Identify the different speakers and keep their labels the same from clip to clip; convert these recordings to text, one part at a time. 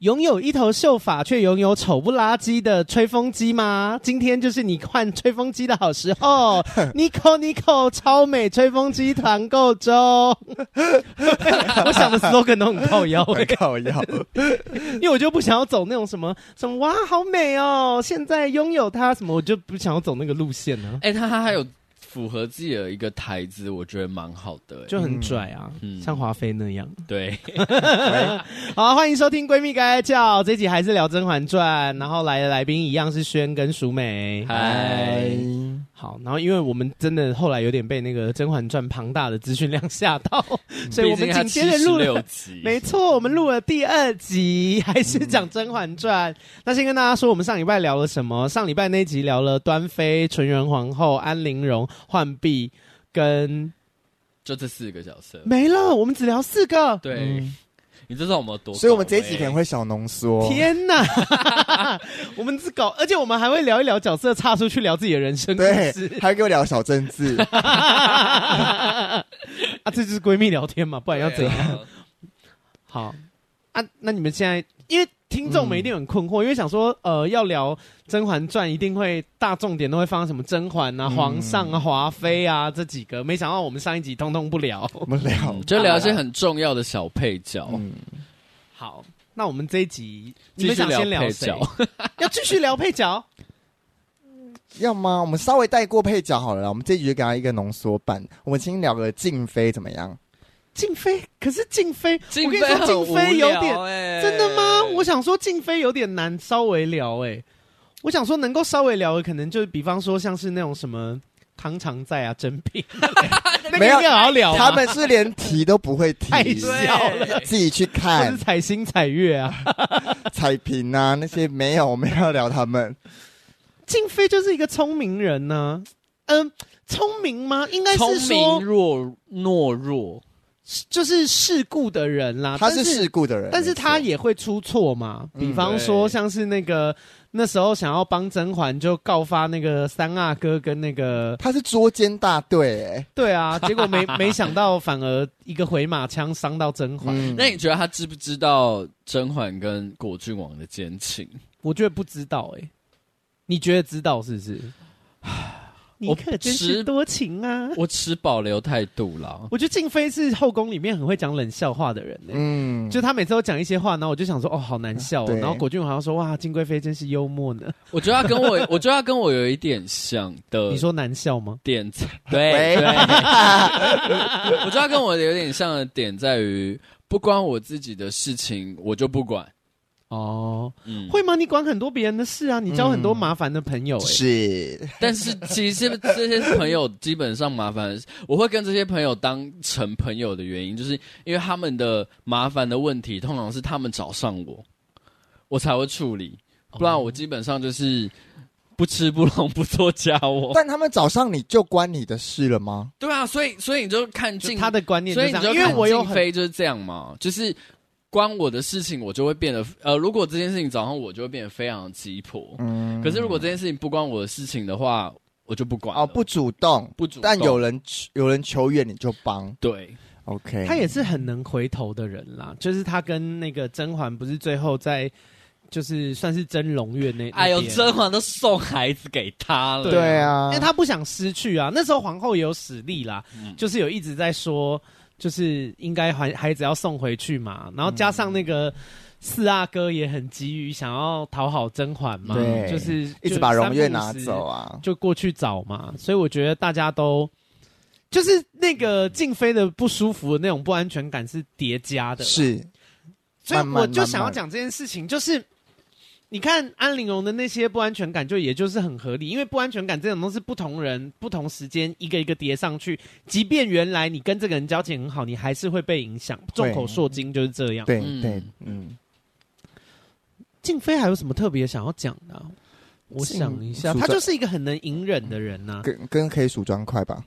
Speaker 1: 拥有一头秀发却拥有丑不拉几的吹风机吗？今天就是你换吹风机的好时 候，Nico Nico 超美吹风机团购 周。我想的 slogan 都很靠腰、
Speaker 2: 很
Speaker 1: 欸，
Speaker 2: 靠腰，
Speaker 1: 因为我就不想要走那种什么什么哇好美哦，现在拥有它什么，我就不想要走那个路线呢、
Speaker 3: 哎、他他还有符合自己的一个台子，我觉得蛮好的、哎
Speaker 1: 就很拽啊，
Speaker 3: 嗯
Speaker 1: 像华妃那样。
Speaker 3: 对，
Speaker 1: 好，欢迎收听《闺蜜该叫》，这集还是聊《甄嬛传》，然后来的来宾一样是轩跟淑美。
Speaker 3: 嗨，
Speaker 1: 好，然后因为我们真的后来有点被那个《甄嬛传》庞大的资讯量吓到，
Speaker 3: 嗯
Speaker 1: 所以我们紧接着录
Speaker 3: 六
Speaker 1: 了。
Speaker 3: 集，
Speaker 1: 没错，我们录了第二集，还是讲《甄嬛传》那先跟大家说，我们上礼拜聊了什么？上礼拜那集聊了端妃、纯元皇后、安陵容、浣碧跟
Speaker 3: 就这四个角色，
Speaker 1: 没了，我们只聊四个。
Speaker 3: 对，
Speaker 1: 嗯
Speaker 3: 你知道我们有多、欸
Speaker 2: 所以我们这一集可能。会小浓缩。
Speaker 1: 天呐！ 我们只搞，而且我们还会聊一聊角色，岔出去聊自己的人生故
Speaker 2: 对
Speaker 1: 事。，
Speaker 2: 还给我聊小政治，
Speaker 1: 啊，这就是闺蜜聊天嘛，不然要怎样？
Speaker 3: 样？
Speaker 1: 好啊，那你们现在因为听众们一定很困惑，因为想说呃要聊《甄嬛传》，一定会大重点都会放在什么甄嬛啊、
Speaker 2: 嗯
Speaker 1: 皇上啊、华妃啊这几个，没想到我们上一集通通不聊。
Speaker 2: 我们聊
Speaker 3: 嗯就聊一 些很重要的小配角，
Speaker 2: 嗯，
Speaker 1: 好，那我们这一集你
Speaker 3: 继
Speaker 1: 们
Speaker 3: 续
Speaker 1: 想先
Speaker 3: 配
Speaker 1: 谁
Speaker 3: 角？。
Speaker 1: 要继续聊配角？
Speaker 2: 要吗？我们稍微带过配角好了啦，我们这一局就给他一个浓缩版。我们先聊个静妃怎么样？静妃
Speaker 1: 可是静妃，
Speaker 3: 静
Speaker 1: 我跟你
Speaker 3: 妃
Speaker 1: 说，
Speaker 3: 很
Speaker 1: 静
Speaker 3: 无
Speaker 1: 妃有
Speaker 3: 聊
Speaker 1: 点。
Speaker 3: 欸
Speaker 1: 真的吗？我想说静妃有点难稍微聊哎、我想说能够稍微聊的，可能就是比方说像是那种什么康常在啊、真品， 那个
Speaker 2: 没有
Speaker 1: 应该好好聊吧
Speaker 2: 他们是连提都不会提，
Speaker 1: 太
Speaker 3: 对
Speaker 1: 小了，
Speaker 2: 自己去
Speaker 1: 或是
Speaker 2: 看
Speaker 1: 彩星彩月啊，
Speaker 2: 彩屏啊那些没有，我们要聊他们。
Speaker 1: 静妃就是一个聪明人呢、嗯，聪明吗？应该
Speaker 3: 聪
Speaker 1: 是
Speaker 3: 明
Speaker 1: 说
Speaker 3: 弱懦弱，
Speaker 1: 就是世故的人啦，
Speaker 2: 他
Speaker 1: 啊但
Speaker 2: 是
Speaker 1: 是
Speaker 2: 世故的人，
Speaker 1: 但是他
Speaker 2: 没错
Speaker 1: 也会出错嘛，
Speaker 2: 嗯
Speaker 1: 比方说
Speaker 3: 对
Speaker 1: 像是那个那时候想要帮甄嬛就告发那个三阿哥跟那个
Speaker 2: 他是捉奸大队、欸，
Speaker 1: 对啊， 结果没没想到反而一个回马枪伤到甄嬛，
Speaker 2: 嗯
Speaker 3: 那你觉得他知不知道甄嬛跟果郡王的奸情？
Speaker 1: 我觉得不知道哎、你觉得知道是不是？ 你
Speaker 3: 我
Speaker 1: 可真
Speaker 3: 持
Speaker 1: 是多情啊！
Speaker 3: 我持保留态度啦。
Speaker 1: 我觉得静妃是后宫里面很会讲冷笑话的人、欸，
Speaker 2: 嗯
Speaker 1: 就她每次都讲一些话，然后我就想说，哦，好难笑、哦。
Speaker 2: 对
Speaker 1: 然后果郡王好像说，哇，金贵妃真是幽默呢。
Speaker 3: 我觉得他跟我，我觉得他跟我有一点像的。
Speaker 1: 你说难笑吗？
Speaker 3: 点 在对
Speaker 2: 喂
Speaker 3: 对，我觉得他跟我有点像的点在于，不关我自己的事情，我就不管。
Speaker 1: 哦，
Speaker 3: 嗯，
Speaker 1: 会吗？你管很多别人的事啊，你交很多麻烦的朋友、欸，
Speaker 2: 是
Speaker 3: 但是其实这些朋友基本上麻烦，我会跟这些朋友当成朋友的原因，就是因为他们的麻烦的问题通常是他们找上我，我才会处理，不然我基本上就是不吃不拢不做家务。
Speaker 2: 但他们早上你就关你的事了吗？
Speaker 3: 对啊，所以所以你就看
Speaker 1: 就
Speaker 3: 进
Speaker 1: 他的观念就
Speaker 3: 所以
Speaker 1: 这
Speaker 3: 你
Speaker 1: 样，
Speaker 3: 就
Speaker 1: 因为
Speaker 3: 看
Speaker 1: 我有
Speaker 3: 静
Speaker 1: 很
Speaker 3: 妃就是这样嘛，就是关我的事情，我就会变得呃，如果这件事情早上我就会变得非常急迫，
Speaker 2: 嗯，
Speaker 3: 可是如果这件事情不关我的事情的话，我就不管
Speaker 2: 哦
Speaker 3: 了
Speaker 2: 不主动，
Speaker 3: 不主动，
Speaker 2: 但有人有人求援你就帮
Speaker 3: 对
Speaker 2: ，OK，
Speaker 1: 他也是很能回头的人啦，就是他跟那个甄嬛不是最后在就是算是真龙院那，
Speaker 3: 哎呦，
Speaker 1: 那边
Speaker 3: 甄嬛都送孩子给他了，
Speaker 2: 对
Speaker 1: 因
Speaker 2: 啊
Speaker 1: 为，他不想失去啊。那时候皇后也有使力啦，
Speaker 3: 嗯
Speaker 1: 就是有一直在说，就是应该还孩子要送回去嘛，然后加上那个。四阿哥也很急于想要讨好甄嬛嘛，
Speaker 3: 嗯
Speaker 2: 对
Speaker 1: 就是
Speaker 2: 一直
Speaker 1: 就
Speaker 2: 把
Speaker 1: 三
Speaker 2: 荣月
Speaker 1: 不五
Speaker 2: 拿
Speaker 1: 时
Speaker 2: 走啊，
Speaker 1: 就过去找嘛。所以我觉得大家都就是那个静妃的不舒服的那种不安全感是叠加的，。
Speaker 2: 是
Speaker 1: 所以
Speaker 2: 慢慢
Speaker 1: 我就想要
Speaker 2: 慢慢
Speaker 1: 讲这件事情，就是你看安陵容的那些不安全感，就也就是很合理，因为不安全感这种东西，不同人、不同时间一个一个叠上去，即便原来你跟这个人交情很好，你还是会被影响。众口铄金就是这样。
Speaker 2: 对
Speaker 3: 嗯
Speaker 2: 对嗯，
Speaker 1: 静妃还有什么特别想要讲的啊、我
Speaker 2: 静
Speaker 1: 想一下，
Speaker 2: 主
Speaker 1: 她
Speaker 2: 张
Speaker 1: 就是一个很能隐忍的人啊呐、
Speaker 2: 跟跟可以数砖块吧，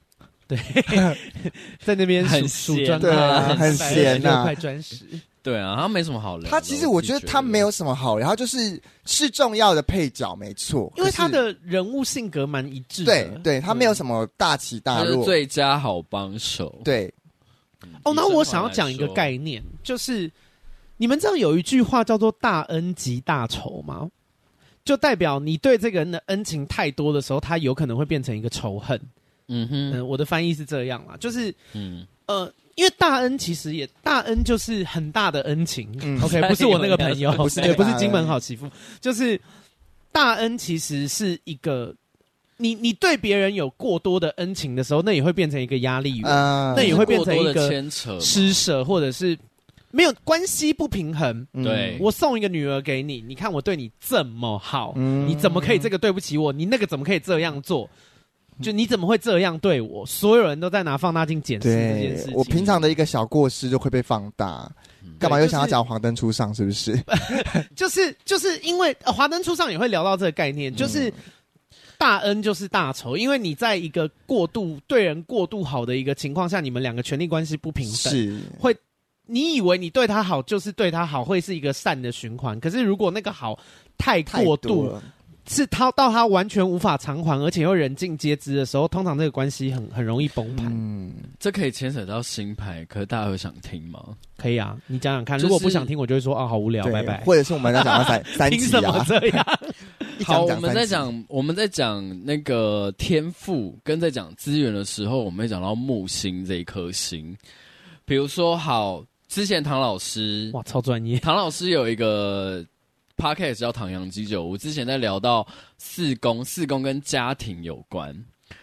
Speaker 1: 在那边
Speaker 3: 很
Speaker 1: 数数
Speaker 3: 闲
Speaker 1: 砖
Speaker 3: 对啊
Speaker 1: 块，
Speaker 2: 很闲呐
Speaker 1: 六块砖石。
Speaker 3: 对啊，他没什么好聊的。
Speaker 2: 他其实
Speaker 3: 我
Speaker 2: 我
Speaker 3: 自
Speaker 2: 觉
Speaker 3: 己
Speaker 2: 得
Speaker 3: 觉
Speaker 2: 他没有什么好聊，他就是是重要的配角没错，
Speaker 1: 因为他
Speaker 2: 可是
Speaker 1: 的嗯人物性格蛮一致的。
Speaker 2: 对对，他没有什么大起大
Speaker 3: 他是
Speaker 2: 落，
Speaker 3: 最佳好帮手。嗯
Speaker 2: 对，
Speaker 1: 哦，那我
Speaker 3: 以
Speaker 1: 想要
Speaker 3: 甄嬛
Speaker 1: 讲
Speaker 3: 来
Speaker 1: 一个
Speaker 3: 说
Speaker 1: 概念，就是你们知道有一句话叫做“大恩即大仇”吗？就代表你对这个人的恩情太多的时候，他有可能会变成一个仇恨。
Speaker 3: 嗯
Speaker 1: 嗯、
Speaker 3: 哼，
Speaker 1: 我的翻译是这样啦，就是
Speaker 3: 嗯，
Speaker 1: 呃，因为大恩其实也大恩就是很大的恩情。
Speaker 2: 嗯
Speaker 1: OK，不是我那个朋友，
Speaker 2: 不是
Speaker 1: 对，不是
Speaker 2: 大恩
Speaker 1: 金门好媳妇，就是大恩其实是一个，你你对别人有过多的恩情的时候，那也会变成一个压力源，
Speaker 2: 嗯
Speaker 1: 那也会变成一个
Speaker 3: 过多的牵扯。
Speaker 1: 施舍或者是没有关系不平衡。
Speaker 2: 嗯
Speaker 3: 对
Speaker 1: 我送一个女儿给你，你看我对你这么好，
Speaker 2: 嗯
Speaker 1: 你怎么可以这个对不起我？你那个怎么可以这样做？就你怎么会这样对我？所有人都在拿放大镜检视这件
Speaker 2: 对
Speaker 1: 事情。嗯
Speaker 2: 我平常的一个小过失就会被放大，干嘛又想要讲黄灯初上？是不是？
Speaker 1: 就是就是因为呃华灯初上也会聊到这个概念，
Speaker 2: 嗯
Speaker 1: 就是大恩就是大仇，因为你在一个过度对人过度好的一个情况下，你们两个权力关系 不平等。
Speaker 2: 是，
Speaker 1: 你以为你对他好就是对他好，会是一个善的循环。可是如果那个好太
Speaker 2: 太
Speaker 1: 过
Speaker 2: 多
Speaker 1: 度，
Speaker 2: 了。
Speaker 1: 是他到他完全无法偿还，而且又人尽皆知的时候，通常这个关系很很容易崩盘。
Speaker 2: 嗯，
Speaker 3: 这可以牵扯到新牌，可是大家会想听吗？
Speaker 1: 可以啊，你讲讲看。
Speaker 3: 就是
Speaker 1: 如果不想听，我就会说啊，好无聊，
Speaker 2: 对，
Speaker 1: 拜拜。
Speaker 2: 或者是我们在讲 到三三
Speaker 1: 凭
Speaker 2: 集
Speaker 1: 什么
Speaker 2: 啊，
Speaker 1: 这样？
Speaker 2: 一
Speaker 3: 好，
Speaker 2: 讲
Speaker 3: 我
Speaker 2: 讲
Speaker 3: 们
Speaker 2: 三
Speaker 3: 在
Speaker 2: 集
Speaker 3: 讲我们在讲那个天赋跟在讲资源的时候，我们会讲到木星这一颗星。比如说，好，之前唐老师，
Speaker 1: 哇，超专业。
Speaker 3: 唐老师有一个 podcast 叫《唐阳鸡酒屋》，之前在聊到四宫，四宫跟家庭有关，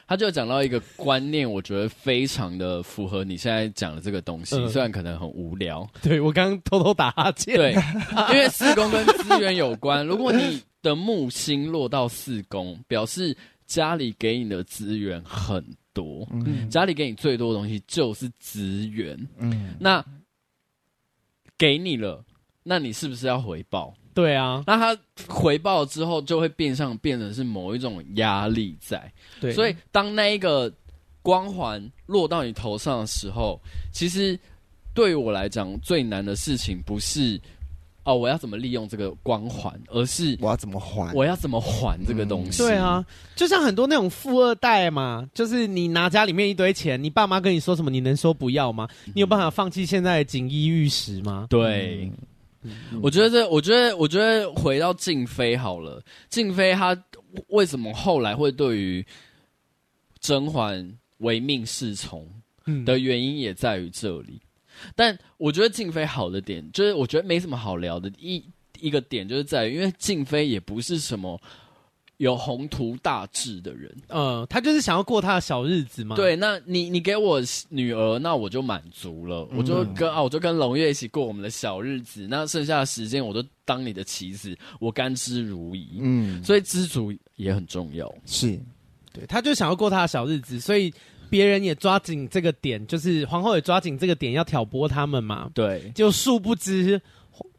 Speaker 3: 他就讲到一个观念，我觉得非常的符合你现在讲的这个东西，
Speaker 1: 嗯
Speaker 3: 虽然可能很无聊，
Speaker 1: 对我刚刚偷偷打哈欠。
Speaker 3: 对， 因为四宫跟资源有关，如果你的木星落到四宫，表示家里给你的资源很多，
Speaker 2: 嗯
Speaker 3: 家里给你最多的东西就是资源，
Speaker 2: 嗯，
Speaker 3: 那给你了，那你是不是要回报？
Speaker 1: 对啊，
Speaker 3: 那他回报之后就会变相变成是某一种压力在，
Speaker 1: 对，
Speaker 3: 所以当那一个光环落到你头上的时候，其实对我来讲最难的事情不是哦我要怎么利用这个光环，而是
Speaker 2: 我要怎么还？
Speaker 3: 我要怎么还这个东西。
Speaker 1: 对啊，就像很多那种富二代嘛，就是你拿家里面一堆钱，你爸妈跟你说什么，你能说不要吗？
Speaker 3: 嗯
Speaker 1: 你有办法放弃现在的锦衣玉食吗？
Speaker 3: 对，
Speaker 1: 嗯
Speaker 3: 我觉得这，我觉得，我觉得回到静妃好了，静妃她为什么后来会对于甄嬛唯命是从
Speaker 1: 嗯
Speaker 3: 的原因也在于这里。但我觉得静妃好的点，就是我觉得没什么好聊的一一个点，就是在于因为静妃也不是什么有宏图大志的人。
Speaker 1: 嗯，他就是想要过他的小日子嘛。，
Speaker 3: 对，那你你给我女儿，那我就满足了，我就跟啊，我就跟龙月一起过我们的小日子，那剩下的时间我就当你的棋子，我甘之如饴。
Speaker 2: 嗯，
Speaker 3: 所以知足也很重要。
Speaker 2: 是
Speaker 1: 对，他就想要过他的小日子，所以别人也抓紧这个点，就是皇后也抓紧这个点要挑拨他们嘛。
Speaker 3: 对，
Speaker 1: 就殊不知。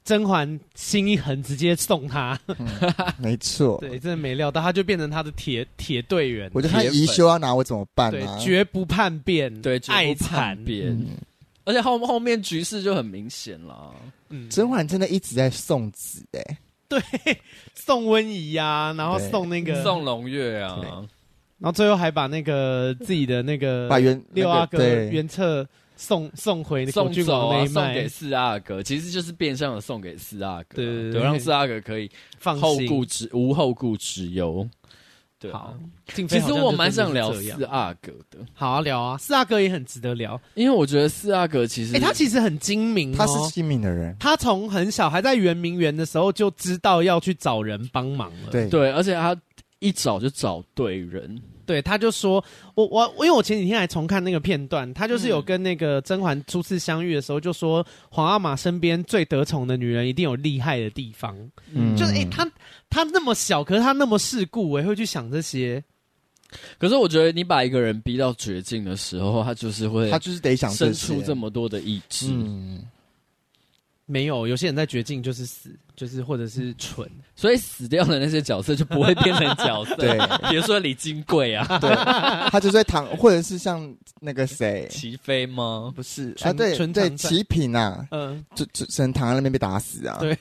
Speaker 1: 甄嬛心一横，直接送 他。
Speaker 2: 没 错。
Speaker 1: 对，真的没料到，他就变成他的铁铁队员。
Speaker 2: 我觉得他
Speaker 3: 铁
Speaker 2: 宜
Speaker 3: 粉
Speaker 2: 修要拿我怎么办
Speaker 1: 对，
Speaker 2: 啊？
Speaker 1: 绝不叛变，
Speaker 3: 对，绝不
Speaker 1: 爱
Speaker 3: 叛
Speaker 1: 惨。
Speaker 3: 变，
Speaker 2: 嗯
Speaker 3: 而且后后面局势就很明显啦。
Speaker 1: 嗯
Speaker 2: 甄嬛真的一直在送子哎、
Speaker 1: 送温怡呀，然后
Speaker 2: 对
Speaker 1: 送那个，
Speaker 3: 送龙月啊
Speaker 2: 对，
Speaker 1: 然后最后还把那个自己的那个
Speaker 2: 把原
Speaker 1: 六阿哥
Speaker 2: 那个对
Speaker 1: 原册送送回国
Speaker 3: 送
Speaker 1: 郡
Speaker 3: 走
Speaker 1: 王
Speaker 3: 啊，
Speaker 1: 那一
Speaker 3: 送给
Speaker 1: 脉，
Speaker 3: 四阿哥，其实就是变相的送给四阿哥啊，
Speaker 1: 对对对
Speaker 3: 对，让四阿哥可以
Speaker 1: 放
Speaker 3: 后
Speaker 1: 心。
Speaker 3: 顾之无后顾之忧。对啊，
Speaker 1: 好，静
Speaker 3: 其
Speaker 1: 妃
Speaker 3: 实
Speaker 1: 好像
Speaker 3: 我
Speaker 1: 就
Speaker 3: 蛮
Speaker 1: 真的
Speaker 3: 想聊
Speaker 1: 是这样
Speaker 3: 四阿哥的，
Speaker 1: 好啊，聊啊，四阿哥也很值得聊。
Speaker 3: 因为我觉得四阿哥其实，
Speaker 1: 哎，他其实很精明哦，
Speaker 2: 他是机敏的人，
Speaker 1: 他从很小还在圆明园的时候就知道要去找人帮忙了。
Speaker 2: 对，
Speaker 3: 对，而且他一找就找对人，
Speaker 1: 对，他就说，我我因为我前几天还重看那个片段，他就是有跟那个甄嬛初次相遇的时候，就说皇阿玛身边最得宠的女人一定有厉害的地方，
Speaker 2: 嗯
Speaker 1: 就是诶、他他那么小，可是他那么世故，我也会去想这些。
Speaker 3: 可是我觉得你把一个人逼到绝境的时候，他就是会
Speaker 2: 他就是得想
Speaker 3: 生
Speaker 2: 些
Speaker 3: 出这么多的意志。
Speaker 2: 嗯，
Speaker 1: 没有，有些人在绝境就是死，就是或者是蠢。
Speaker 3: 所以死掉的那些角色就不会变成角色，
Speaker 2: 对，
Speaker 3: 比如说李金 贵啊、
Speaker 2: 对，他就是会躺，或者是像那个谁，
Speaker 3: 齐飞吗？
Speaker 2: 不是啊，
Speaker 1: 纯
Speaker 2: 对
Speaker 1: 纯
Speaker 2: 对，
Speaker 1: 常在
Speaker 2: 齐品啊，
Speaker 1: 嗯、
Speaker 2: 就就只能躺在那边被打死啊，
Speaker 1: 对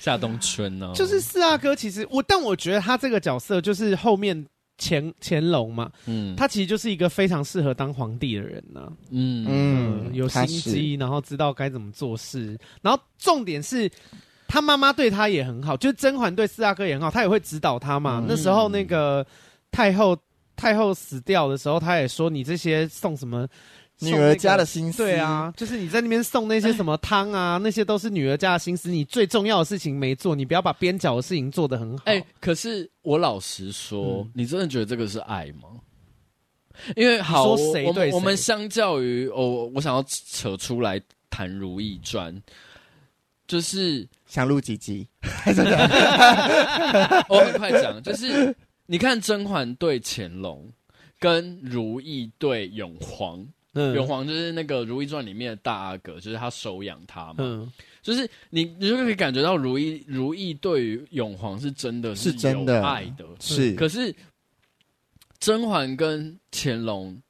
Speaker 3: 夏冬春呢、哦
Speaker 1: 就是四阿哥，其实我，但我觉得他这个角色就是后面乾乾隆嘛，
Speaker 3: 嗯
Speaker 1: 他其实就是一个非常适合当皇帝的人呐、
Speaker 3: 嗯
Speaker 1: 嗯，有心
Speaker 2: 他是
Speaker 1: 机，然后知道该怎么做事，然后重点是。他妈妈对他也很好，就是甄嬛对四阿哥也很好，他也会指导他嘛。
Speaker 3: 嗯
Speaker 1: 那时候那个太后太后死掉的时候，他也说你这些送什么
Speaker 2: 女儿家
Speaker 1: 的。
Speaker 2: 的心思，
Speaker 1: 对，啊，就是你在那边送 那些什么汤啊，那些都是女儿家的心思。你最重要的事情没做，你不要把边角的事情做得很好。
Speaker 3: 哎、可是我老实说，
Speaker 1: 嗯
Speaker 3: 你真的觉得这个是爱吗？因为好，
Speaker 1: 说谁
Speaker 3: 我我
Speaker 1: 对
Speaker 3: 们我们
Speaker 1: 谁
Speaker 3: 相较于哦，我想要扯出来谈《如懿传》，就是
Speaker 2: 想录几集？
Speaker 3: 哦我很快 讲，就是你看甄嬛对乾隆，跟如懿对永璜，
Speaker 1: 嗯
Speaker 3: 永璜就是那个《如懿传》里面的大阿哥，就是他收养他嘛，
Speaker 1: 嗯，
Speaker 3: 就是你你就可以感觉到如懿如懿对于永璜是真的
Speaker 2: 是真的
Speaker 3: 有爱的，
Speaker 2: 是，
Speaker 3: 可是甄嬛跟乾隆，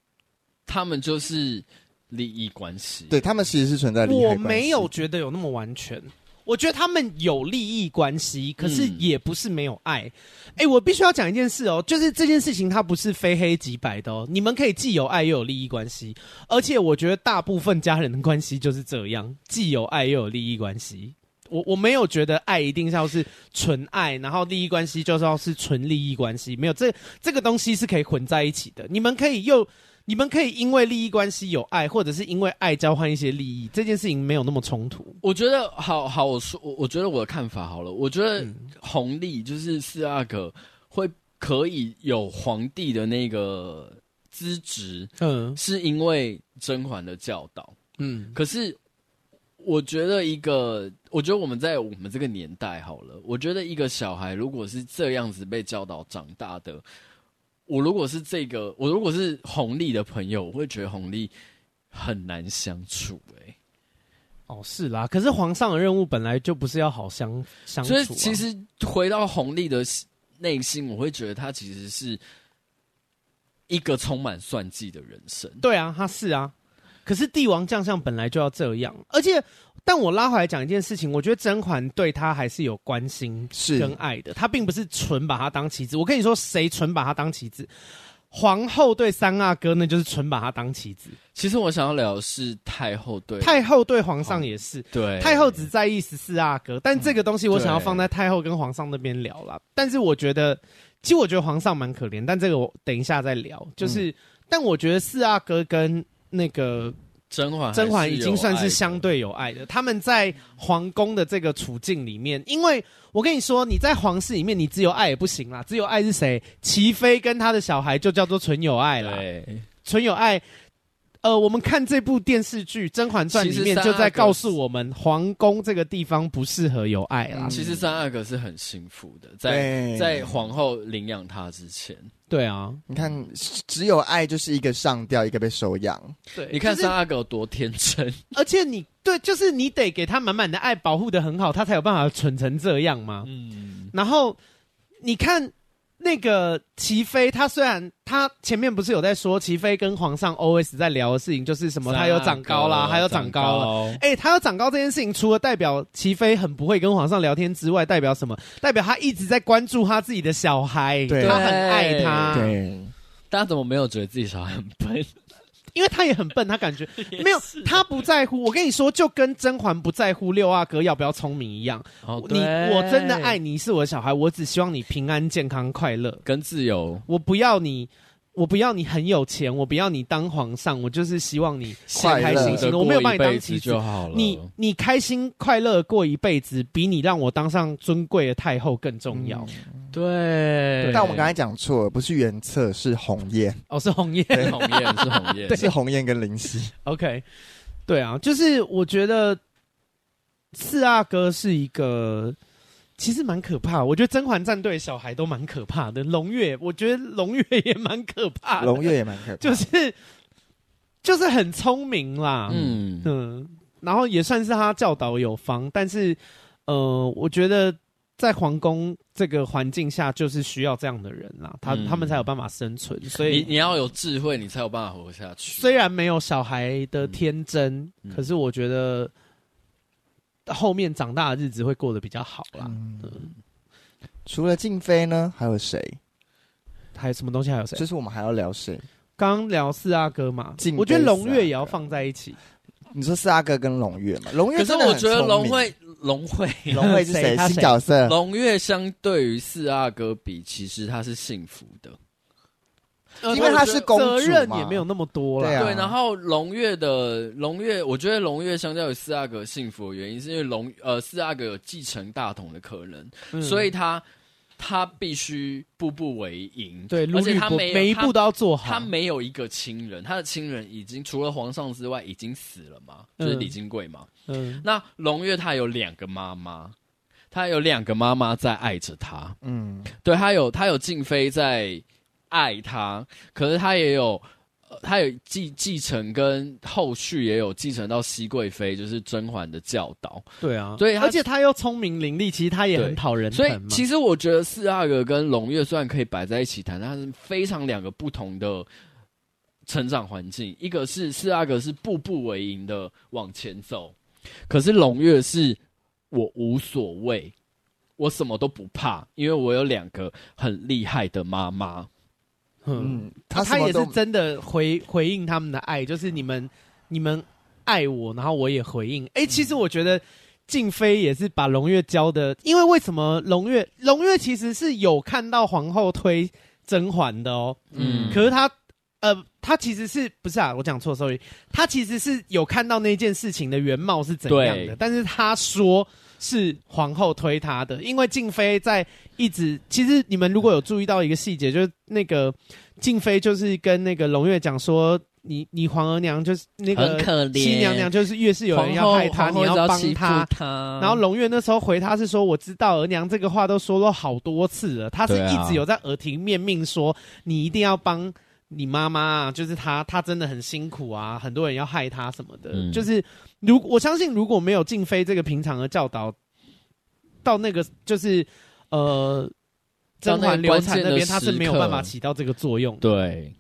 Speaker 3: 他们就是利益关系。，
Speaker 2: 对他们其实是存在利害
Speaker 1: 我
Speaker 2: 关系
Speaker 1: 没有觉得有那么完全。我觉得他们有利益关系，可是
Speaker 3: 嗯
Speaker 1: 也不是没有爱。哎、我必须要讲一件事哦，就是这件事情它不是非黑即白的哦。你们可以既有爱又有利益关系，而且我觉得大部分家人的关系就是这样，既有爱又有利益关系。我我没有觉得爱一定要是纯爱，然后利益关系就是要是纯利益关系，没有这这个东西是可以混在一起的。你们可以又你们可以因为利益关系有爱，或者是因为爱交换一些利益，这件事情没有那么冲突。
Speaker 3: 我觉得好好，我说我我觉得我的看法好了，我觉得弘历就是四阿哥会可以有皇帝的那个资质，
Speaker 1: 嗯
Speaker 3: 是因为甄嬛的教导。
Speaker 1: 嗯
Speaker 3: 可是我觉得一个，我觉得我们在我们这个年代好了，我觉得一个小孩如果是这样子被教导长大的，我如果是这个，我如果是红利的朋友，我会觉得红利很难相处、欸。
Speaker 1: 哦，是啦。可是皇上的任务本来就不是要好相相处、
Speaker 3: 所
Speaker 1: 啊，
Speaker 3: 以其实回到红利的内心，我会觉得他其实是一个充满算计的人生。
Speaker 1: 对啊，他是啊。可是帝王将相本来就要这样，而且，但我拉回来讲一件事情，我觉得甄嬛对他还是有关心
Speaker 2: 是
Speaker 1: 跟爱的，他并不是纯把他当棋子。我跟你说，谁纯把他当棋子？皇后对三阿哥那就是纯把他当棋子，
Speaker 3: 其实我想要聊的是太后对
Speaker 1: 太后对皇上也是，
Speaker 3: 对
Speaker 1: 太后只在意十四阿哥，但这个东西我想要放在太后跟皇上那边聊啦。但是我觉得，其实我觉得皇上蛮可怜，但这个我等一下再聊。就是，但我觉得四阿哥跟那个
Speaker 3: 甄嬛还
Speaker 1: 甄嬛已
Speaker 3: 有
Speaker 1: 经算
Speaker 3: 爱
Speaker 1: 是
Speaker 3: 的
Speaker 1: 相对有爱的。他们在皇宫的这个处境里面，因为我跟你说，你在皇室里面，你只有爱也不行啦。只有爱是谁？齐妃跟她的小孩就叫做纯友爱啦。
Speaker 3: 对，
Speaker 1: 纯友爱。呃，我们看这部电视剧《甄嬛传》里
Speaker 3: 其实
Speaker 1: 面
Speaker 3: 三阿
Speaker 1: 就
Speaker 3: 哥
Speaker 1: 在告诉我们，皇宫这个地方不适合有爱啦。
Speaker 2: 嗯
Speaker 3: 其实三阿哥是很幸福的，在
Speaker 2: 对，
Speaker 3: 在皇后领养他之前，
Speaker 1: 对啊，
Speaker 2: 你看，只有爱就是一个上吊，一个被收养，
Speaker 1: 对
Speaker 3: 你
Speaker 1: 就
Speaker 3: 看
Speaker 1: 是
Speaker 3: 三阿哥有多天 真，
Speaker 1: 而且你对，就是你得给他满满的爱，保护的很好，他才有办法蠢成这样嘛。
Speaker 3: 嗯，
Speaker 1: 然后你看那个齐妃，她虽然她前面不是有在说齐妃跟皇上 always 在聊的事情，就是什么她有长高啦，她有长高啦。
Speaker 3: 了，
Speaker 1: 哎、她有长高这件事情，除了代表齐妃很不会跟皇上聊天之外，代表什么？代表她一直在关注她自己的小孩，
Speaker 2: 对
Speaker 1: 她很爱他，
Speaker 2: 对，
Speaker 3: 大家怎么没有觉得自己小孩很笨？
Speaker 1: 因为她也很笨，她感觉没有，她不在乎。我跟你说，就跟甄嬛不在乎六阿哥要不要聪明一样，
Speaker 3: 哦，
Speaker 1: 你
Speaker 3: 对
Speaker 1: 我真的爱你，是我的小孩，我只希望你平安、健康、快乐。
Speaker 3: 跟自由，
Speaker 1: 我不要你，我不要你很有钱，我不要你当皇上，我就是希望你开
Speaker 2: 快
Speaker 1: 开
Speaker 2: 乐
Speaker 1: 心心
Speaker 3: 幸福地
Speaker 1: 的。我没有把你
Speaker 3: 过一
Speaker 1: 当
Speaker 3: 辈
Speaker 1: 妻
Speaker 3: 子
Speaker 1: 子
Speaker 3: 就，好了，
Speaker 1: 你你开心快乐地过一辈子，比你让我当上尊贵的太后更重要。
Speaker 3: 对，
Speaker 2: 嗯但我们刚才讲错了，不是原策，是鸿雁，
Speaker 1: 哦，是红叶
Speaker 3: 是红叶是红叶，
Speaker 2: 是鸿雁跟林夕。
Speaker 1: ，OK，对啊，就是我觉得四阿哥是一个。其实蛮可怕，我觉得甄嬛战队小孩都蛮可怕的。龙月，我觉得龙月也蛮可怕的，
Speaker 2: 龙月也蛮可怕，
Speaker 1: 啊 就是就是很聪明啦，嗯，
Speaker 3: 嗯，
Speaker 1: 嗯，然后也算是他教导有方，但是呃，我觉得在皇宫这个环境下，就是需要这样的人啦，他、
Speaker 3: 嗯
Speaker 1: 他们才有办法生存。所
Speaker 3: 你
Speaker 1: 以
Speaker 3: 你要有智慧，你才有办法活下去。
Speaker 1: 虽然没有小孩的天真，
Speaker 3: 嗯
Speaker 1: 可是我觉得后面长大的日子会
Speaker 2: 嗯
Speaker 1: 过得比较好啦。
Speaker 2: 除了静妃呢，还有谁？
Speaker 1: 还有什么东西？还有谁
Speaker 2: 就？是我们还要聊谁？
Speaker 1: 刚刚聊四阿哥嘛
Speaker 2: 敬，杯
Speaker 1: 我觉得龙
Speaker 2: 四阿哥
Speaker 1: 月也要放在一起。
Speaker 2: 你说四阿哥跟龙月嘛？龙月
Speaker 3: 可是
Speaker 2: 真的
Speaker 3: 我
Speaker 2: 很
Speaker 3: 觉得
Speaker 2: 聪
Speaker 3: 龙
Speaker 2: 明
Speaker 3: 会 龙会
Speaker 2: 龙会是
Speaker 1: 谁
Speaker 2: 谁？
Speaker 1: 他
Speaker 2: 新
Speaker 1: 谁
Speaker 2: 角色
Speaker 3: 龙月相对于四阿哥比，其实他是幸福的。
Speaker 2: 因为她是公主
Speaker 1: 责任
Speaker 2: 嘛
Speaker 1: 也没有那么多
Speaker 2: 对
Speaker 1: 啦。
Speaker 2: 啊
Speaker 3: 对，然后龙月的龙月，我觉得龙月相较于四阿哥幸福的原因，是因为龙呃四阿哥有继承大统的可能，
Speaker 1: 嗯
Speaker 3: 所以他他必须步步为营，
Speaker 1: 对，
Speaker 3: 而
Speaker 1: 如
Speaker 3: 且
Speaker 1: 履
Speaker 3: 他
Speaker 1: 薄
Speaker 3: 没有
Speaker 1: 每一步都要做
Speaker 3: 他
Speaker 1: 好。
Speaker 3: 没有一个亲人，他的亲人已经除了皇上之外已经死了嘛，就是
Speaker 1: 嗯
Speaker 3: 李金贵嘛。
Speaker 1: 嗯，
Speaker 3: 那龙月她有两个妈妈，她有两个妈妈在爱着她，
Speaker 2: 嗯，
Speaker 3: 对她有她有静妃在爱她，可是她也有。呃她有继继承跟后续也有继承到熹贵妃，就是甄嬛的教导，
Speaker 1: 对啊，
Speaker 3: 对她
Speaker 1: 而且他又聪明伶俐，其实他也
Speaker 3: 对
Speaker 1: 很讨人
Speaker 3: 所
Speaker 1: 疼
Speaker 3: 以
Speaker 1: 嘛。
Speaker 3: 其实我觉得四阿哥跟龙月虽然可以摆在一起谈，但是非常两个不同的成长环境。一个是四阿哥是步步为营的往前走，可是龙月是我无所谓，我什么都不怕，因为我有两个很厉害的妈妈。
Speaker 1: 嗯，
Speaker 2: 嗯，
Speaker 1: 他
Speaker 2: 他什么
Speaker 1: 也
Speaker 2: 都
Speaker 1: 是真的回回应他们的爱，就是你们你们爱我，然后我也回应。
Speaker 2: 嗯
Speaker 1: 哎、其实我觉得静妃也是把龙月教的，因为为什么龙月龙月其实是有看到皇后推甄嬛的哦，
Speaker 3: 嗯
Speaker 1: 可是他呃，他其实是不是啊？我讲错，sorry，他其实是有看到那件事情的原貌是怎样
Speaker 3: 对
Speaker 1: 的，但是他说是皇后推他的，因为静妃在一直，其实你们如果有注意到一个细节，就是那个静妃就是跟那个龙月讲说。你你皇额娘就是那
Speaker 3: 很
Speaker 1: 个
Speaker 3: 可怜
Speaker 1: 新娘娘，就是越是有人要害她，
Speaker 3: 皇后
Speaker 1: 你
Speaker 3: 皇后一直要
Speaker 1: 帮
Speaker 3: 欺负
Speaker 1: 她，
Speaker 3: 她
Speaker 1: 然后龙月那时候回他是说：“我知道额娘这个话都说了好多次了，他是
Speaker 3: 对啊
Speaker 1: 一直有在耳提面命说你一定要帮你妈妈啊，就是她，她真的很辛苦啊，很多人要害她什么的。
Speaker 3: 嗯
Speaker 1: 就是如我相信，如果没有静妃这个平常的教导，到那个就是呃
Speaker 3: 到
Speaker 1: 甄
Speaker 3: 那个
Speaker 1: 嬛流产那
Speaker 3: 关键的
Speaker 1: 边，
Speaker 3: 时刻
Speaker 1: 她是没有办法起到这个作用的。
Speaker 3: 对。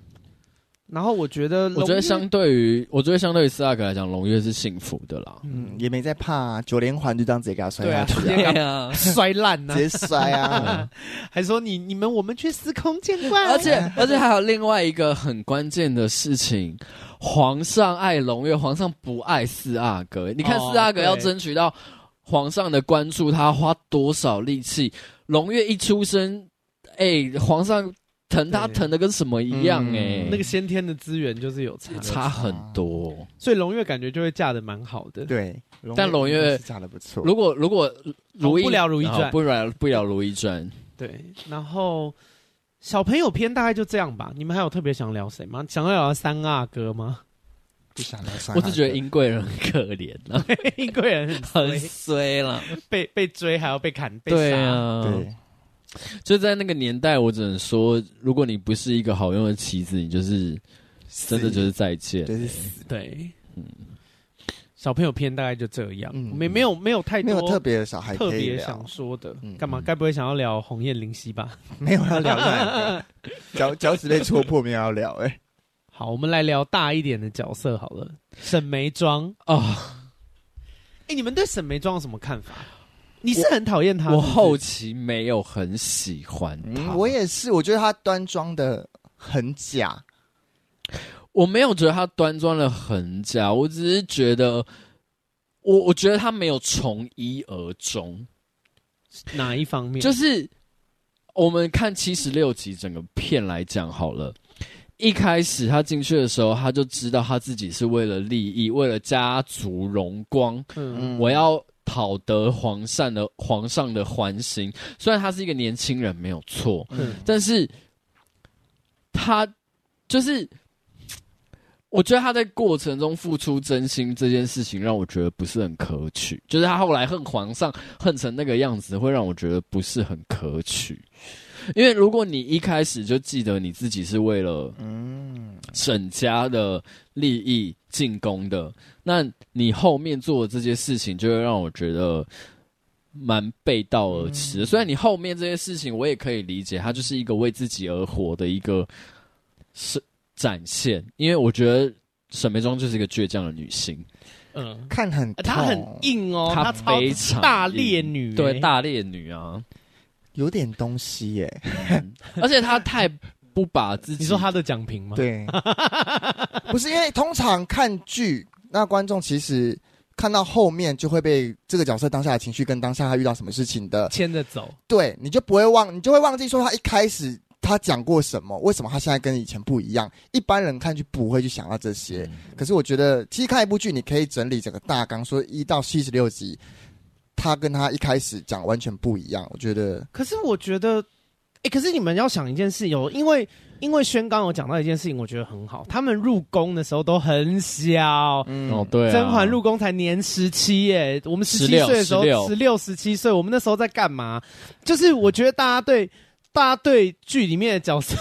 Speaker 1: 然后我觉得龙月，
Speaker 3: 我觉得相对于我觉得相对于四阿哥来讲，龙月是幸福的啦。
Speaker 2: 嗯也没在怕啊，九连环就这样直接给他摔
Speaker 1: 对
Speaker 2: 下
Speaker 1: 啊嗯
Speaker 2: 去
Speaker 1: 对
Speaker 2: 啊，
Speaker 3: 啊，
Speaker 1: 摔烂 呢、
Speaker 2: 直接摔啊！
Speaker 1: 还说你你们我们去司空见惯，啊
Speaker 3: 而且而且还有另外一个很关键的事情，皇上爱胧月，皇上不爱四阿哥。你看
Speaker 1: 哦
Speaker 3: 四阿哥要
Speaker 1: 对
Speaker 3: 争取到皇上的关注，他花多少力气？胧月一出生，哎、皇上疼他
Speaker 1: 对
Speaker 3: 疼的跟什么一样、
Speaker 2: 嗯
Speaker 3: 哎、
Speaker 1: 那个先天的资源就是有差，
Speaker 3: 差很多。
Speaker 1: 所以龙月感觉就会嫁的蛮好的。
Speaker 2: 对，
Speaker 3: 但龙月
Speaker 2: 是长得不错，
Speaker 3: 如果如果如懿
Speaker 1: 不了如懿
Speaker 3: 哦
Speaker 1: 传
Speaker 3: 不了不了如懿传，
Speaker 1: 对，然后小朋友篇大概就这样吧。你们还有特别想聊谁吗？想要聊三阿哥吗？
Speaker 2: 不想来摔
Speaker 3: 我
Speaker 2: 他
Speaker 3: 只觉得
Speaker 2: 的
Speaker 3: 英贵人很可怜 啊，
Speaker 1: 一个人
Speaker 3: 很
Speaker 1: 很衰
Speaker 3: 衰啦。
Speaker 1: 被被追还要被砍被杀。
Speaker 3: 对啊，
Speaker 2: 对，
Speaker 1: 嗯
Speaker 3: 就在那个年代，我只能说，如果你不是一个好用的棋子，你就是真的就是再见。
Speaker 2: 就是死
Speaker 1: 对小朋友篇大概就这样，
Speaker 2: 嗯
Speaker 1: 没没有没有太
Speaker 2: 没
Speaker 1: 多
Speaker 2: 有特别的小孩
Speaker 1: 特
Speaker 2: 可以
Speaker 1: 别
Speaker 2: 聊
Speaker 1: 想，说的
Speaker 2: 嗯。
Speaker 1: 干嘛？该不会想要聊鸿雁灵犀吧？
Speaker 2: 没有要聊 那个脚脚趾被戳破，没有要聊哎，
Speaker 1: 好，我们来聊大一点的角色好了。沈眉庄，
Speaker 3: 哦，
Speaker 1: 哎、你们对沈眉庄有什么看法？你是很讨厌她？
Speaker 3: 我
Speaker 1: 是不是
Speaker 3: 后期没有很喜欢他，
Speaker 2: 嗯，我也是，我觉得他端庄的很假，
Speaker 3: 我没有觉得他端庄了很假，我只是觉得，我我觉得他没有从一而终，
Speaker 1: 哪一方面？
Speaker 3: 就是我们看七十六集整个片来讲好了。一开始他进去的时候，他就知道他自己是为了利益，为了家族荣光，
Speaker 1: 嗯
Speaker 2: 嗯，
Speaker 3: 我要讨得皇上的皇上的欢心。虽然他是一个年轻人，没有错，
Speaker 1: 嗯
Speaker 3: 但是他就是，我觉得他在过程中付出真心这件事情，让我觉得不是很可取。就是他后来恨皇上恨成那个样子，会让我觉得不是很可取。因为如果你一开始就记得你自己是为了
Speaker 2: 嗯，
Speaker 3: 沈家的利益进攻的，那你后面做的这些事情，就会让我觉得蛮背道而驰的。
Speaker 1: 嗯
Speaker 3: 虽然你后面这些事情我也可以理解，它就是一个为自己而活的一个是展现，因为我觉得沈眉庄就是一个倔强的女性，
Speaker 1: 嗯，
Speaker 2: 看很
Speaker 1: 呃她很
Speaker 2: 痛，
Speaker 1: 硬哦，她超
Speaker 3: 非常
Speaker 1: 大
Speaker 3: 硬
Speaker 1: 烈女欸，
Speaker 3: 对大烈女啊，嗯
Speaker 2: 有点东西耶，
Speaker 3: 而且她太不把自己
Speaker 1: 你说他的奖评吗？，
Speaker 2: 对，不是因为通常看剧，那观众其实看到后面就会被这个角色当下的情绪跟当下他遇到什么事情的，
Speaker 1: 牵着走。
Speaker 2: 对，你就不会忘，你就会忘记说他一开始他讲过什么，为什么他现在跟以前不一样。一般人看剧不会去想到这些，
Speaker 3: 嗯
Speaker 1: 嗯
Speaker 2: 可是我觉得，其实看一部剧，你可以整理整个大纲，说一到七十六集，他跟他一开始讲完全不一样。我觉得，
Speaker 1: 可是我觉得，哎、可是你们要想一件事，有因为因为轩刚有讲到一件事情，我觉得很好，他们入宫的时候都很小，
Speaker 2: 嗯，
Speaker 3: 哦，对、啊，
Speaker 1: 甄嬛入宫才年十七耶，我们十七
Speaker 3: 16
Speaker 1: 岁的时候，
Speaker 3: 16
Speaker 1: 十六、十七岁，我们那时候在干嘛？就是我觉得大家对大家对剧里面的角色